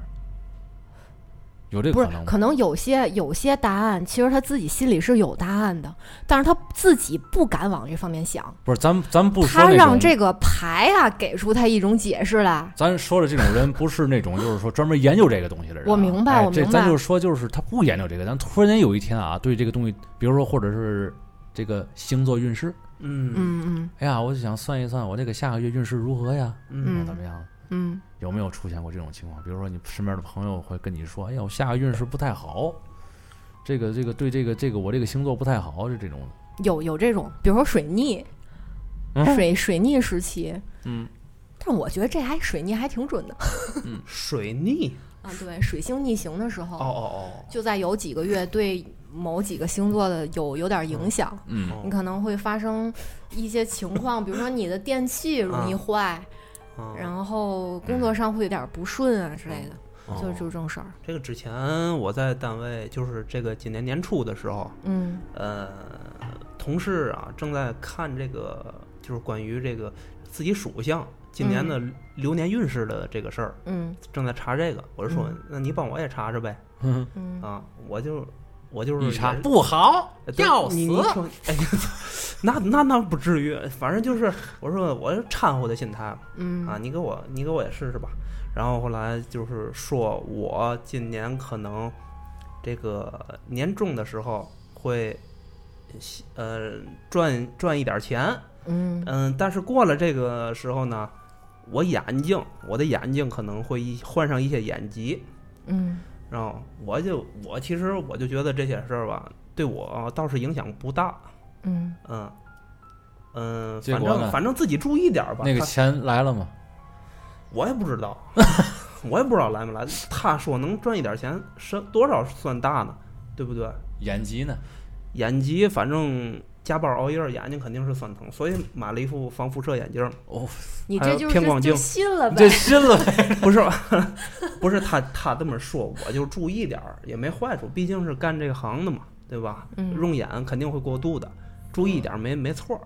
[SPEAKER 1] 有这
[SPEAKER 2] 不
[SPEAKER 1] 个
[SPEAKER 2] 是
[SPEAKER 1] 可能，吗？
[SPEAKER 2] 可能有些有些答案，其实他自己心里是有答案的，但是他自己不敢往这方面想，
[SPEAKER 1] 不是，咱咱不说
[SPEAKER 2] 他
[SPEAKER 1] 那
[SPEAKER 2] 让
[SPEAKER 1] 种，
[SPEAKER 2] 这个牌啊给出他一种解释来。
[SPEAKER 1] 咱说的这种人不是那种就是说专门研究这个东西的人啊。
[SPEAKER 2] 我明白
[SPEAKER 1] 哎
[SPEAKER 2] 我
[SPEAKER 1] 这
[SPEAKER 2] 明
[SPEAKER 1] 咱
[SPEAKER 2] 白
[SPEAKER 1] 就是说，就是他不研究这个，但突然间有一天啊，对这个东西，比如说或者是这个星座运势，
[SPEAKER 3] 嗯
[SPEAKER 2] 嗯嗯
[SPEAKER 1] 哎呀，我就想算一算我这个下个月运势如何呀，
[SPEAKER 3] 嗯
[SPEAKER 1] 怎么样？
[SPEAKER 2] 嗯
[SPEAKER 1] 有没有出现过这种情况？比如说你身边的朋友会跟你说：“哎呀，我下个运势不太好，这个这个对这个这个我这个星座不太好。”就这种的，
[SPEAKER 2] 有有这种，比如说水逆，
[SPEAKER 1] 嗯
[SPEAKER 2] 水水逆时期，
[SPEAKER 3] 嗯，
[SPEAKER 2] 但我觉得这还水逆还挺准的
[SPEAKER 3] 水逆，
[SPEAKER 2] 啊。对，水星逆行的时候，
[SPEAKER 3] 哦哦
[SPEAKER 2] 就在有几个月对某几个星座的有有点影响，
[SPEAKER 1] 嗯
[SPEAKER 2] 你
[SPEAKER 3] 哦
[SPEAKER 2] 可能会发生一些情况，比如说你的电器容易坏，
[SPEAKER 3] 哦，嗯
[SPEAKER 2] 然后工作上会有点不顺啊之类的，
[SPEAKER 4] 哦
[SPEAKER 2] 就是这种事儿。
[SPEAKER 3] 这个之前我在单位，就是这个今年年初的时候，
[SPEAKER 2] 嗯
[SPEAKER 3] 呃，同事啊正在看这个，就是关于这个自己属相今年的流年运势的这个事儿，
[SPEAKER 2] 嗯
[SPEAKER 3] 正在查这个。我就说
[SPEAKER 2] 嗯，
[SPEAKER 3] 那你帮我也查查呗。
[SPEAKER 1] 嗯，
[SPEAKER 2] 嗯，
[SPEAKER 3] 啊，我就我就是
[SPEAKER 1] 你查
[SPEAKER 3] 也
[SPEAKER 5] 不好，
[SPEAKER 3] 哎对
[SPEAKER 5] 要死
[SPEAKER 3] 你你！听哎， 那那那不至于，反正就是我说我是掺和的心态
[SPEAKER 2] 嗯
[SPEAKER 3] 啊，你给我你给我也试试吧。然后后来就是说我今年可能这个年终的时候会呃赚赚一点钱，
[SPEAKER 2] 嗯
[SPEAKER 3] 嗯，但是过了这个时候呢，我眼睛我的眼睛可能会一患上一些眼疾，
[SPEAKER 2] 嗯
[SPEAKER 3] 然后我就我其实我就觉得这些事儿吧，对我倒是影响不大，
[SPEAKER 2] 嗯，
[SPEAKER 3] 嗯嗯，
[SPEAKER 1] 结
[SPEAKER 3] 反
[SPEAKER 1] 果呢
[SPEAKER 3] 正反正自己注意点儿吧。
[SPEAKER 1] 那个
[SPEAKER 3] 他
[SPEAKER 1] 钱来了吗？
[SPEAKER 3] 我也不知道， 我也不知道来没来。他说能赚一点钱，是多少算大呢？对不对？
[SPEAKER 1] 眼疾呢？
[SPEAKER 3] 眼疾，反正加班熬夜，眼睛肯定是酸疼，所以买了一副防辐射眼镜儿。
[SPEAKER 1] 哦，
[SPEAKER 2] 你
[SPEAKER 3] 还
[SPEAKER 2] 这
[SPEAKER 3] 有
[SPEAKER 2] 就
[SPEAKER 3] 偏
[SPEAKER 2] 是
[SPEAKER 3] 光镜
[SPEAKER 2] 就信了
[SPEAKER 1] 你这
[SPEAKER 2] 呗。
[SPEAKER 1] 信了呗？
[SPEAKER 3] 不是， 不是他他这么说，我就注意点儿也没坏处，毕竟是干这个行的嘛，对吧？
[SPEAKER 2] 嗯
[SPEAKER 3] 用眼肯定会过度的，注意点儿没没错儿。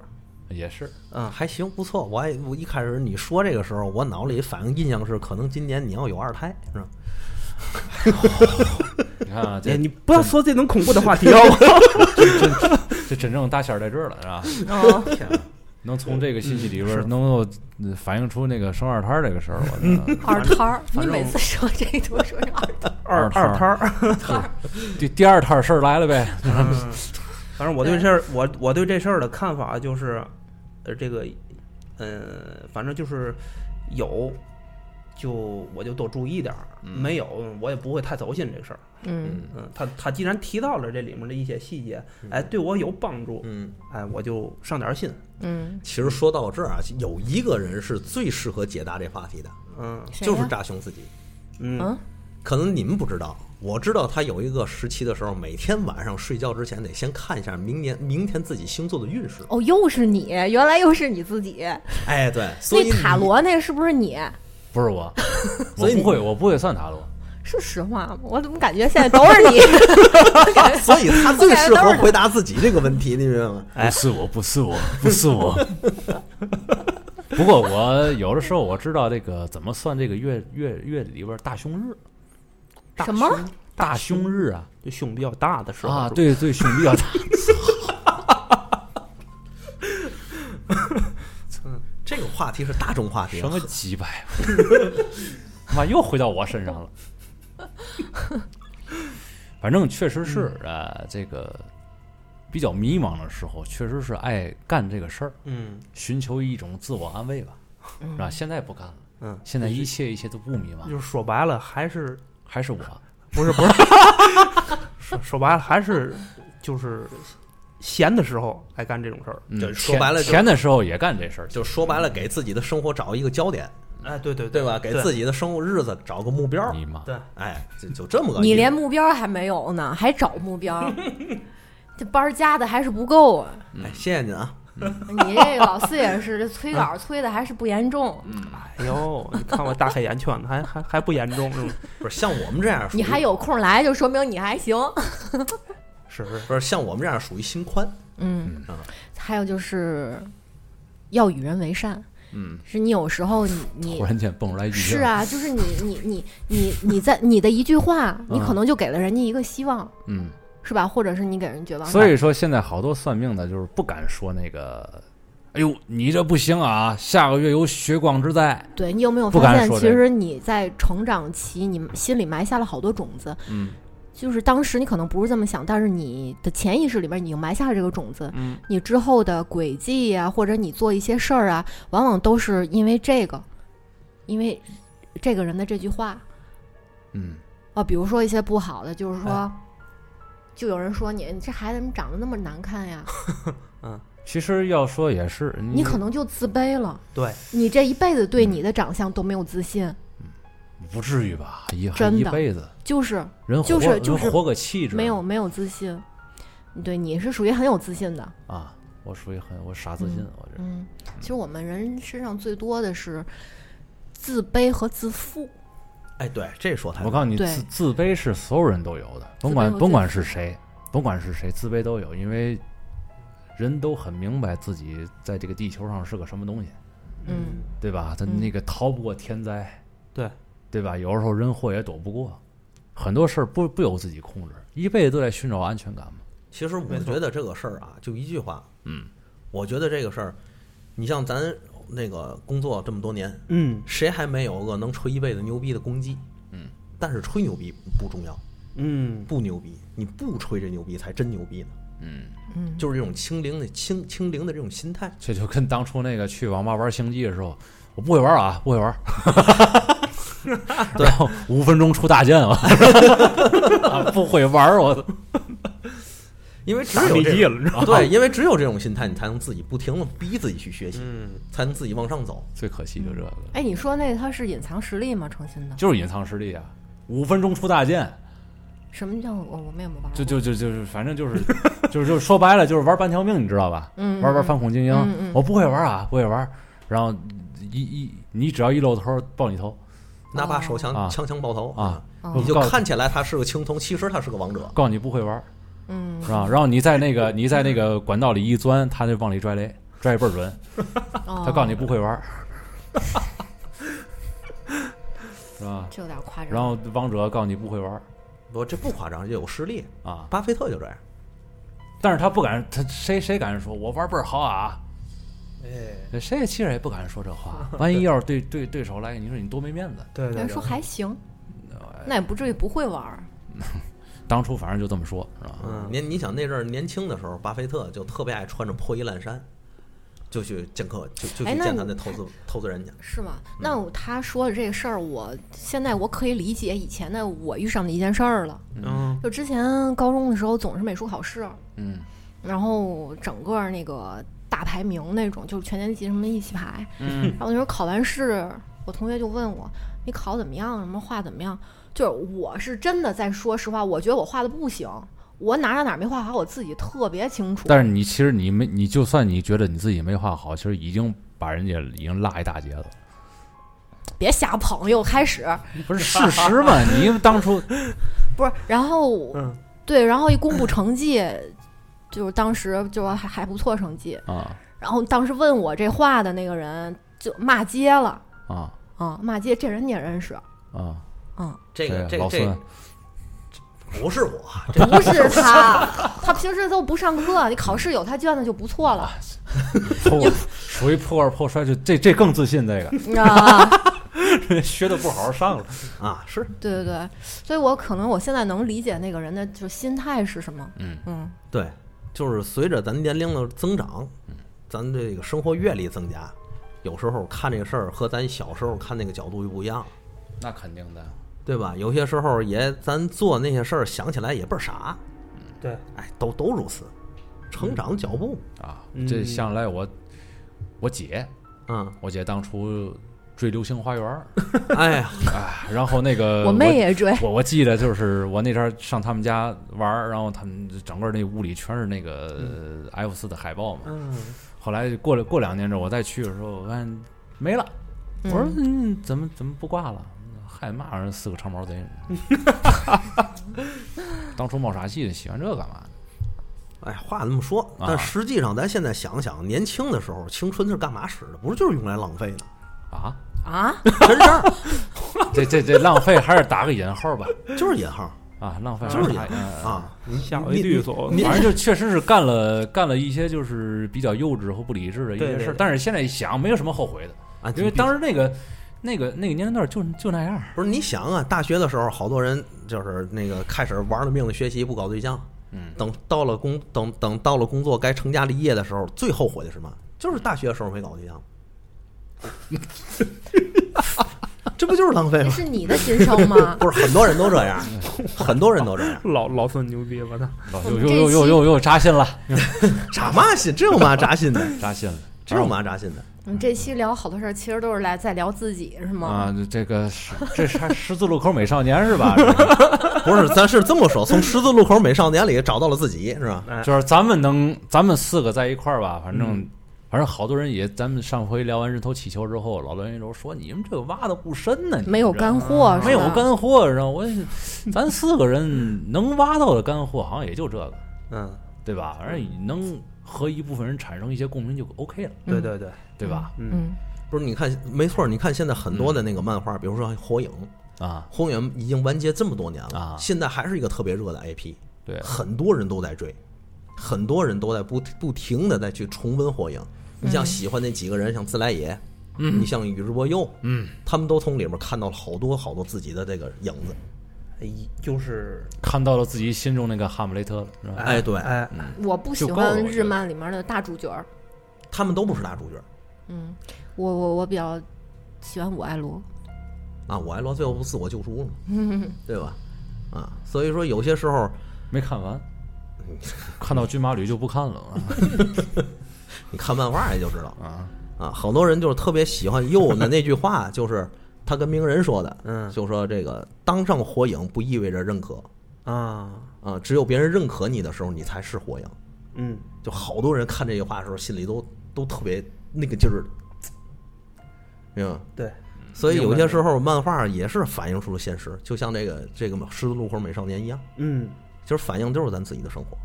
[SPEAKER 1] 也是，
[SPEAKER 3] 嗯，
[SPEAKER 4] 啊还行，不错。我还我一开始你说这个时候，我脑里反应印象是，可能今年你要有二胎，是吧？
[SPEAKER 1] 你看啊，
[SPEAKER 3] 哎，
[SPEAKER 1] 这
[SPEAKER 3] 你不要说这种恐怖的话题 哦。
[SPEAKER 1] 这真正大仙儿在这儿了，是吧？
[SPEAKER 2] 哦，
[SPEAKER 4] 天哪
[SPEAKER 1] 能从这个信息里边
[SPEAKER 3] 嗯
[SPEAKER 1] 儿
[SPEAKER 3] 是
[SPEAKER 1] 能够呃反映出那个生二胎儿这个事儿，我觉得
[SPEAKER 2] 二摊儿，
[SPEAKER 3] 反
[SPEAKER 2] 你
[SPEAKER 3] 正
[SPEAKER 2] 每次说这个都说是二摊儿。
[SPEAKER 3] 二
[SPEAKER 1] 二
[SPEAKER 3] 二
[SPEAKER 1] 摊
[SPEAKER 3] 摊儿，
[SPEAKER 1] 第第二摊儿事儿来了呗。
[SPEAKER 3] 嗯 反正我对这事儿，我我对这事儿的看法就是，呃，这个，嗯，反正就是有，就我就多注意点儿；没有，我也不会太走心这事儿。
[SPEAKER 2] 嗯
[SPEAKER 3] 嗯，他他既然提到了这里面的一些细节，哎，对我有帮助，
[SPEAKER 4] 嗯，
[SPEAKER 3] 哎，我就上点儿心。
[SPEAKER 2] 嗯，
[SPEAKER 4] 其实说到这儿啊，有一个人是最适合解答这话题的，
[SPEAKER 3] 嗯
[SPEAKER 2] 谁
[SPEAKER 4] 就是
[SPEAKER 2] 呀
[SPEAKER 4] 扎熊自己。
[SPEAKER 3] 嗯
[SPEAKER 2] 嗯
[SPEAKER 4] 可能你们不知道，我知道他有一个时期的时候，每天晚上睡觉之前得先看一下明年明天自己星座的运势。
[SPEAKER 2] 哦，又是你，原来又是你自己。
[SPEAKER 4] 哎，对，所以
[SPEAKER 2] 那塔
[SPEAKER 4] 你
[SPEAKER 2] 罗那是不是你？
[SPEAKER 1] 不是 我，我
[SPEAKER 4] 所以
[SPEAKER 1] 不
[SPEAKER 4] 你
[SPEAKER 1] 会，我不会算塔罗。
[SPEAKER 2] 是实话吗？我怎么感觉现在都是 你？
[SPEAKER 4] 所以他最适合回答自己这个问题，你明白 吗？
[SPEAKER 1] 不是我，不是我，不是我。 不过我有的时候我知道这个怎么算这个月月月里边大凶日，
[SPEAKER 3] 大
[SPEAKER 2] 什么
[SPEAKER 3] 胸
[SPEAKER 1] 大凶日啊
[SPEAKER 3] 就胸比较大的时候
[SPEAKER 1] 啊，
[SPEAKER 3] 是吧，
[SPEAKER 1] 对对，凶比较大。
[SPEAKER 4] 这个话题是大众话题啊，
[SPEAKER 1] 什么几百？妈又回到我身上了。 反正确实是
[SPEAKER 3] 嗯
[SPEAKER 1] 呃，这个比较迷茫的时候，确实是爱干这个事儿，
[SPEAKER 3] 嗯
[SPEAKER 1] 寻求一种自我安慰吧，是吧？现在不干了，
[SPEAKER 3] 嗯，
[SPEAKER 1] 现在一切一切都不迷茫
[SPEAKER 3] 就，是说白了还是
[SPEAKER 1] 还是我。
[SPEAKER 3] 不是不是，说说白了还是就是闲的时候爱干这种事儿。
[SPEAKER 1] 嗯
[SPEAKER 4] 就，说
[SPEAKER 1] 甜
[SPEAKER 4] 白了就是
[SPEAKER 1] 甜的时候也干这事儿，
[SPEAKER 4] 就说白了，给自己的生活找一个焦点，
[SPEAKER 3] 哎，对对
[SPEAKER 4] 对吧？给自己的生活日子找个目标。
[SPEAKER 1] 你妈
[SPEAKER 3] 哦对
[SPEAKER 4] 哎，就就这么个意思。
[SPEAKER 2] 你连目标还没有呢，还找目 标？这班儿加的还是不够啊！
[SPEAKER 4] 哎，谢谢您啊，
[SPEAKER 2] 你这老四也是，这催稿催的还是不严重。
[SPEAKER 3] 哎呦，你看我大黑眼圈，还还还不严重是吗？
[SPEAKER 4] 不是像我们这样，
[SPEAKER 2] 你还有空来，就说明你还行。
[SPEAKER 3] 是是，
[SPEAKER 4] 不是像我们这样属于心宽？
[SPEAKER 2] 嗯
[SPEAKER 4] 嗯，
[SPEAKER 2] 还有就是要与人为善。
[SPEAKER 1] 嗯，
[SPEAKER 2] 是你有时候你你
[SPEAKER 1] 忽然间蹦出来一句，
[SPEAKER 2] 是啊，就是你你你你你在你的一句话，你可能就给了人家一个希望，
[SPEAKER 1] 嗯，
[SPEAKER 2] 是吧？或者是你给人绝望。
[SPEAKER 1] 所以说现在好多算命的就是不敢说那个，哎呦，你这不行啊，下个月有血光之灾，
[SPEAKER 2] 对你有没有
[SPEAKER 1] 不
[SPEAKER 2] 发
[SPEAKER 1] 敢
[SPEAKER 2] 现，
[SPEAKER 1] 说
[SPEAKER 2] 其
[SPEAKER 1] 这个
[SPEAKER 2] 实你在成长期，你心里埋下了好多种子。
[SPEAKER 1] 嗯，
[SPEAKER 2] 就是当时你可能不是这么想，但是你的潜意识里边你已经埋下了这个种子。
[SPEAKER 3] 嗯，
[SPEAKER 2] 你之啊后的轨迹呀、或者你做一些事儿啊，往往都是因为这个因为这个人的这句话
[SPEAKER 1] 嗯，
[SPEAKER 2] 啊，比如说一些不好的，就是说，
[SPEAKER 3] 哎
[SPEAKER 2] 就有人说你你这孩子怎么长得那么难看呀？
[SPEAKER 1] 其实要说也是，你
[SPEAKER 2] 你可能就自卑了，
[SPEAKER 3] 对，
[SPEAKER 2] 你这一辈子对你的长相都没有自信，
[SPEAKER 1] 不至于吧？一还
[SPEAKER 2] 真
[SPEAKER 1] 一
[SPEAKER 2] 的
[SPEAKER 1] 辈子
[SPEAKER 2] 就是
[SPEAKER 1] 人活
[SPEAKER 2] 就是就
[SPEAKER 1] 人
[SPEAKER 2] 是
[SPEAKER 1] 活个气质
[SPEAKER 2] 没有没有自信。对，你是属于很有自信的，
[SPEAKER 1] 啊！我属于很我傻自信，
[SPEAKER 2] 嗯
[SPEAKER 1] 我这
[SPEAKER 2] 嗯，其实我们人身上最多的是自卑和自负，
[SPEAKER 4] 哎，对，这说太
[SPEAKER 1] 我
[SPEAKER 4] 对
[SPEAKER 1] 告诉你，
[SPEAKER 2] 对
[SPEAKER 1] 自自卑是所有人都有的，甭
[SPEAKER 2] 自卑
[SPEAKER 1] 管
[SPEAKER 2] 和
[SPEAKER 1] 甭管
[SPEAKER 2] 自
[SPEAKER 1] 是谁，甭管是谁，自卑都有，因为人都很明白自己在这个地球上是个什么东西，
[SPEAKER 2] 嗯，
[SPEAKER 1] 对吧？咱
[SPEAKER 2] 嗯
[SPEAKER 1] 那个逃不过天灾，
[SPEAKER 3] 对
[SPEAKER 1] 对吧？有时候人祸也躲不过，很多事儿不不由自己控制，一辈子都在寻找安全感嘛。
[SPEAKER 4] 其实我
[SPEAKER 3] 没错
[SPEAKER 4] 觉得这个事儿啊，就一句话，
[SPEAKER 1] 嗯，
[SPEAKER 4] 我觉得这个事儿，你像咱那个工作这么多年，
[SPEAKER 3] 嗯
[SPEAKER 4] 谁还没有个能吹一辈子牛逼的功绩？
[SPEAKER 1] 嗯，
[SPEAKER 4] 但是吹牛逼不重要，
[SPEAKER 3] 嗯，
[SPEAKER 4] 不牛逼，你不吹这牛逼才真牛逼呢。
[SPEAKER 1] 嗯，
[SPEAKER 2] 嗯，
[SPEAKER 4] 就是这种清零的清清零的这种心态。
[SPEAKER 1] 这就跟当初那个去网吧玩星际的时候，我不会玩啊，不会 玩，然后五分钟出大剑了， 啊不会玩我。
[SPEAKER 4] 因为只
[SPEAKER 3] 打
[SPEAKER 4] 有
[SPEAKER 3] 飞
[SPEAKER 4] 这
[SPEAKER 1] 啊
[SPEAKER 3] 机
[SPEAKER 4] 种
[SPEAKER 3] 了，你知道吗？
[SPEAKER 4] 对，因为只有这种心态，你才能自己不停的逼自己去学习，
[SPEAKER 3] 嗯，
[SPEAKER 4] 才能自己往上走。
[SPEAKER 1] 最可惜就这个，
[SPEAKER 2] 哎，你说那个他是隐藏实力吗？诚心的，
[SPEAKER 1] 就是隐藏实力啊，五分钟出大剑，
[SPEAKER 2] 什么叫我我们也没玩过，
[SPEAKER 1] 就就就就是，反正就是就是就是说白了就是玩半条命，你知道吧？
[SPEAKER 2] 嗯
[SPEAKER 1] 玩玩
[SPEAKER 2] 嗯
[SPEAKER 1] 反恐精英，
[SPEAKER 2] 嗯嗯
[SPEAKER 1] 我不会玩啊，不会玩，然后一一你只要一露头爆你头
[SPEAKER 4] 拿把手枪
[SPEAKER 1] 啊
[SPEAKER 4] 枪枪爆头
[SPEAKER 1] 啊，
[SPEAKER 2] 哦
[SPEAKER 4] 你就
[SPEAKER 1] 告诉
[SPEAKER 4] 看起来他啊是个青铜，其实他是个王者。
[SPEAKER 1] 告诉你不会玩，
[SPEAKER 2] 嗯
[SPEAKER 1] 是 吧？然后你在那个你在那个管道里一钻，他就往里拽雷，拽倍儿准。
[SPEAKER 2] 他
[SPEAKER 1] 他告诉你不会玩儿，是吧？
[SPEAKER 2] 哦这有点夸张。
[SPEAKER 1] 然后王者告诉你不会玩儿
[SPEAKER 4] 不，这不夸张，这有实力。
[SPEAKER 1] 啊，
[SPEAKER 4] 巴菲特就这样。
[SPEAKER 1] 但是他不敢，他谁谁敢说我玩儿倍儿好啊？呃
[SPEAKER 4] 哎，
[SPEAKER 1] 谁其实也不敢说这 话，万一要是对对对手来，你说你多没面子。
[SPEAKER 3] 对对
[SPEAKER 2] 人家说还行，
[SPEAKER 1] 嗯
[SPEAKER 2] 那也不至于不会玩儿。
[SPEAKER 1] 当初反正就这么说，是吧？
[SPEAKER 3] 嗯
[SPEAKER 4] 年你想那阵儿年轻的时候，巴菲特就特别爱穿着破衣烂衫，就去见客，就就
[SPEAKER 2] 哎
[SPEAKER 4] 去
[SPEAKER 2] 那
[SPEAKER 4] 见他
[SPEAKER 2] 你
[SPEAKER 4] 那投资投资人家。
[SPEAKER 2] 是吗？那
[SPEAKER 1] 嗯
[SPEAKER 2] 我他说的这个事儿，我现在我可以理解以前的我遇上的一件事儿了。
[SPEAKER 3] 嗯
[SPEAKER 2] 就之前高中的时候总是美术考试，
[SPEAKER 1] 嗯
[SPEAKER 2] 然后整个那个大排名那种，就是全年级什么一起排。
[SPEAKER 1] 嗯
[SPEAKER 2] 然后那时候考完试，我同学就问我你考怎么样，什么画怎么样？就是我是真的在说实话，我觉得我画的不行，我哪哪哪没画好，我自己特别清楚。
[SPEAKER 1] 但是你其实你没，你就算你觉得你自己没画好，其实已经把人家已经落一大截了。
[SPEAKER 2] 别瞎捧，又开始
[SPEAKER 1] 不是事实 嘛？你当初
[SPEAKER 2] 不是，然后
[SPEAKER 3] 嗯
[SPEAKER 2] 对，然后一公布成绩，就是当时就还还不错成绩，
[SPEAKER 1] 啊
[SPEAKER 2] 然后当时问我这话的那个人就骂街了
[SPEAKER 1] 啊
[SPEAKER 2] 啊，骂街，这人你也认识，
[SPEAKER 1] 啊！
[SPEAKER 2] 嗯，
[SPEAKER 4] 这个这
[SPEAKER 1] 老
[SPEAKER 4] 个这
[SPEAKER 1] 孙
[SPEAKER 4] 个不是我，
[SPEAKER 2] 不是 他，他平时都不上课，你考试有他卷子就不 错了
[SPEAKER 1] 破属于破罐破摔，就这这更自信，这个
[SPEAKER 2] 啊，
[SPEAKER 1] 学的不好好上 了。
[SPEAKER 4] 啊，是
[SPEAKER 2] 对对对，所以我可能我现在能理解那个人的就心态是什么，
[SPEAKER 1] 嗯
[SPEAKER 2] 嗯
[SPEAKER 4] 对，就是随着咱年龄的增长，咱这个生活阅历增加，有时候看这个事儿和咱小时候看那个角度就不一样，
[SPEAKER 1] 那肯定的，
[SPEAKER 4] 对吧？有些时候也咱做那些事儿想起来也倍儿傻，
[SPEAKER 3] 对，
[SPEAKER 4] 哎，都都如此，成长脚步，
[SPEAKER 1] 啊，
[SPEAKER 3] 嗯
[SPEAKER 1] 这向来我我姐，
[SPEAKER 4] 嗯，
[SPEAKER 1] 我姐当初追《流星花园》 儿，
[SPEAKER 4] 哎呀，
[SPEAKER 1] 哎，然后那个
[SPEAKER 2] 我妹也追，
[SPEAKER 1] 我我记得就是我那天上他们家玩儿，然后他们整个那屋里全是那个艾弗斯的海报嘛。
[SPEAKER 3] 嗯，
[SPEAKER 1] 后来过了过两年之后，我再去的时候，我发现没了。我说
[SPEAKER 2] 嗯
[SPEAKER 1] 嗯，怎么怎么不挂了？还骂人四个长毛贼 呢！当初冒傻戏喜欢这干嘛呢？
[SPEAKER 4] 哎，话这么说，
[SPEAKER 1] 啊
[SPEAKER 4] 但实际上咱现在想想，年轻的时候青春是干嘛使的？不是就是用来浪费 的，
[SPEAKER 1] 啊，
[SPEAKER 2] 啊，
[SPEAKER 4] 真事儿，
[SPEAKER 1] 这这这浪费还是打个引号吧？
[SPEAKER 4] 就是引号
[SPEAKER 1] 啊，浪费还
[SPEAKER 4] 就是
[SPEAKER 1] 打
[SPEAKER 4] 引
[SPEAKER 1] 引
[SPEAKER 4] 啊。你
[SPEAKER 3] 吓我
[SPEAKER 4] 你
[SPEAKER 3] 一
[SPEAKER 4] 你
[SPEAKER 3] 哆嗦。
[SPEAKER 1] 反正就确实是干了干了一些就是比较幼稚和不理智的一
[SPEAKER 3] 对
[SPEAKER 1] 些
[SPEAKER 3] 对
[SPEAKER 1] 事儿，
[SPEAKER 3] 对
[SPEAKER 1] 但是现在一想没有什么后悔的，
[SPEAKER 4] 啊，
[SPEAKER 1] 因为
[SPEAKER 4] 你
[SPEAKER 1] 当时那个那个那个年龄段就就那样儿。
[SPEAKER 4] 不是你想啊，大学的时候，好多人就是那个开始玩了命的学习，不搞对象。
[SPEAKER 1] 嗯，
[SPEAKER 4] 等到了工等等到了工作该成家立业的时候，最后悔的是什么？就是大学的时候没搞对象。 这不就是浪费
[SPEAKER 2] 这
[SPEAKER 4] 吗？
[SPEAKER 2] 是你的心声吗？
[SPEAKER 4] 不是很多人都这样，很多人都这样。
[SPEAKER 3] 老老孙牛逼，我操！
[SPEAKER 1] 又又又又又又扎心了，
[SPEAKER 4] 扎嘛心？这有嘛扎心的？
[SPEAKER 1] 扎心了，
[SPEAKER 4] 这有嘛扎心的？
[SPEAKER 2] 我们这期聊好多事儿，其实都是来在聊自己，是吗？
[SPEAKER 1] 啊！这个是这是十字路口美少年是吧？
[SPEAKER 4] 不是，咱是这么说，从十字路口美少年里找到了自己，是吧？
[SPEAKER 1] 就是咱们能，咱们四个在一块儿吧，反
[SPEAKER 2] 嗯
[SPEAKER 1] 正、反正好多人也，咱们上回聊完人头起球之后，老罗一楼说你们这个挖的不深呢、你们
[SPEAKER 2] 没有
[SPEAKER 1] 这
[SPEAKER 2] 干货，
[SPEAKER 1] 没
[SPEAKER 2] 是
[SPEAKER 1] 有
[SPEAKER 2] 吧？
[SPEAKER 1] 干货，然后我也是咱四个人能挖到的干货好像也就这个，
[SPEAKER 3] 嗯，
[SPEAKER 1] 对吧？反正你能和一部分人产生一些共鸣就 OK 了，
[SPEAKER 3] 对对对，
[SPEAKER 1] 对吧？
[SPEAKER 3] 嗯，
[SPEAKER 2] 嗯，
[SPEAKER 4] 不是，你看，没错，你看现在很多的那个漫画，比如说《火影》，
[SPEAKER 2] 嗯
[SPEAKER 1] 啊，
[SPEAKER 4] 《火影》已经完结这么多年了，
[SPEAKER 1] 啊
[SPEAKER 4] 现在还是一个特别热的 IP，
[SPEAKER 1] 对
[SPEAKER 4] 很多人都在追，很多人都在不不停的再去重温《火影》。你像喜欢那几个人，像自来也，嗯，你像宇智波鼬，嗯，他们都从里面看到了好多好多自己的这个影子。
[SPEAKER 3] 一哎就是
[SPEAKER 1] 看到了自己心中那个哈姆雷特了，是吧？
[SPEAKER 4] 哎，对，
[SPEAKER 3] 哎，
[SPEAKER 2] 我不喜
[SPEAKER 1] 就够了
[SPEAKER 2] 欢
[SPEAKER 1] 我觉得
[SPEAKER 2] 日漫里面的大主角儿，
[SPEAKER 4] 他们都不是大主角
[SPEAKER 2] 我我我比较喜欢我爱罗，
[SPEAKER 4] 啊，我爱罗最后不自我救赎了吗？ 对吧？啊，所以说有些时候
[SPEAKER 1] 没看 完，看到军马旅就不看了啊。
[SPEAKER 4] 你看漫画也就知道啊啊，好多人就是特别喜欢鼬的那句话，就是他跟鸣人说的，
[SPEAKER 3] 嗯
[SPEAKER 4] 就说这个当上火影不意味着认可
[SPEAKER 3] 啊，
[SPEAKER 4] 啊，只有别人认可你的时候，你才是火影。
[SPEAKER 3] 嗯，
[SPEAKER 4] 就好多人看这句话的时候，心里都都特别那个劲儿，明白吗？
[SPEAKER 3] 对，
[SPEAKER 4] 所以有些时候漫画也是反映出了现实，就像这个这个十字路口美少年一样，
[SPEAKER 3] 嗯，
[SPEAKER 4] 其实反映就是咱自己的生活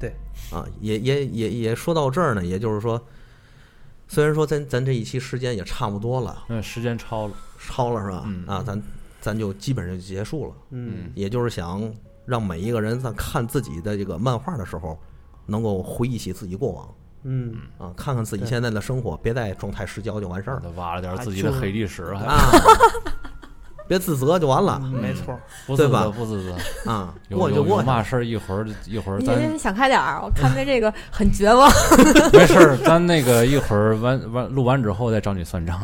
[SPEAKER 3] 对，
[SPEAKER 4] 啊。也也也也说到这儿呢，也就是说，虽然说咱咱这一期时间也差不多了，
[SPEAKER 1] 嗯，时间超了，
[SPEAKER 4] 超了是吧？
[SPEAKER 1] 嗯
[SPEAKER 4] 啊，咱咱就基本上就结束了。
[SPEAKER 3] 嗯，
[SPEAKER 4] 也就是想让每一个人在看自己的这个漫画的时候，能够回忆起自己过往。
[SPEAKER 3] 嗯，
[SPEAKER 4] 啊，看看自己
[SPEAKER 3] 对
[SPEAKER 4] 现在的生活，别再状态失焦就完事儿了
[SPEAKER 1] 都挖了点自己的黑历史，还
[SPEAKER 4] 啊， 别自责就完了
[SPEAKER 3] 没错，
[SPEAKER 1] 不自
[SPEAKER 4] 对吧
[SPEAKER 1] 责不自责，
[SPEAKER 4] 啊，
[SPEAKER 1] 嗯有
[SPEAKER 4] 过去就
[SPEAKER 1] 有有
[SPEAKER 4] 过去。
[SPEAKER 1] 嘛事儿一会儿一会儿
[SPEAKER 2] 你
[SPEAKER 1] 咱
[SPEAKER 2] 你想开点儿，我看对这个很绝望。
[SPEAKER 1] 没事儿，咱那个一会儿完完录完之后再找你算 账。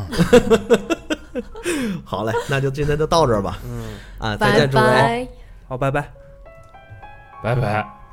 [SPEAKER 4] 好嘞，那就今天就到这儿吧。
[SPEAKER 3] 嗯，
[SPEAKER 4] 啊，再
[SPEAKER 2] 拜
[SPEAKER 4] 见，诸位。
[SPEAKER 2] 拜。
[SPEAKER 3] 好，拜拜。
[SPEAKER 1] 拜拜。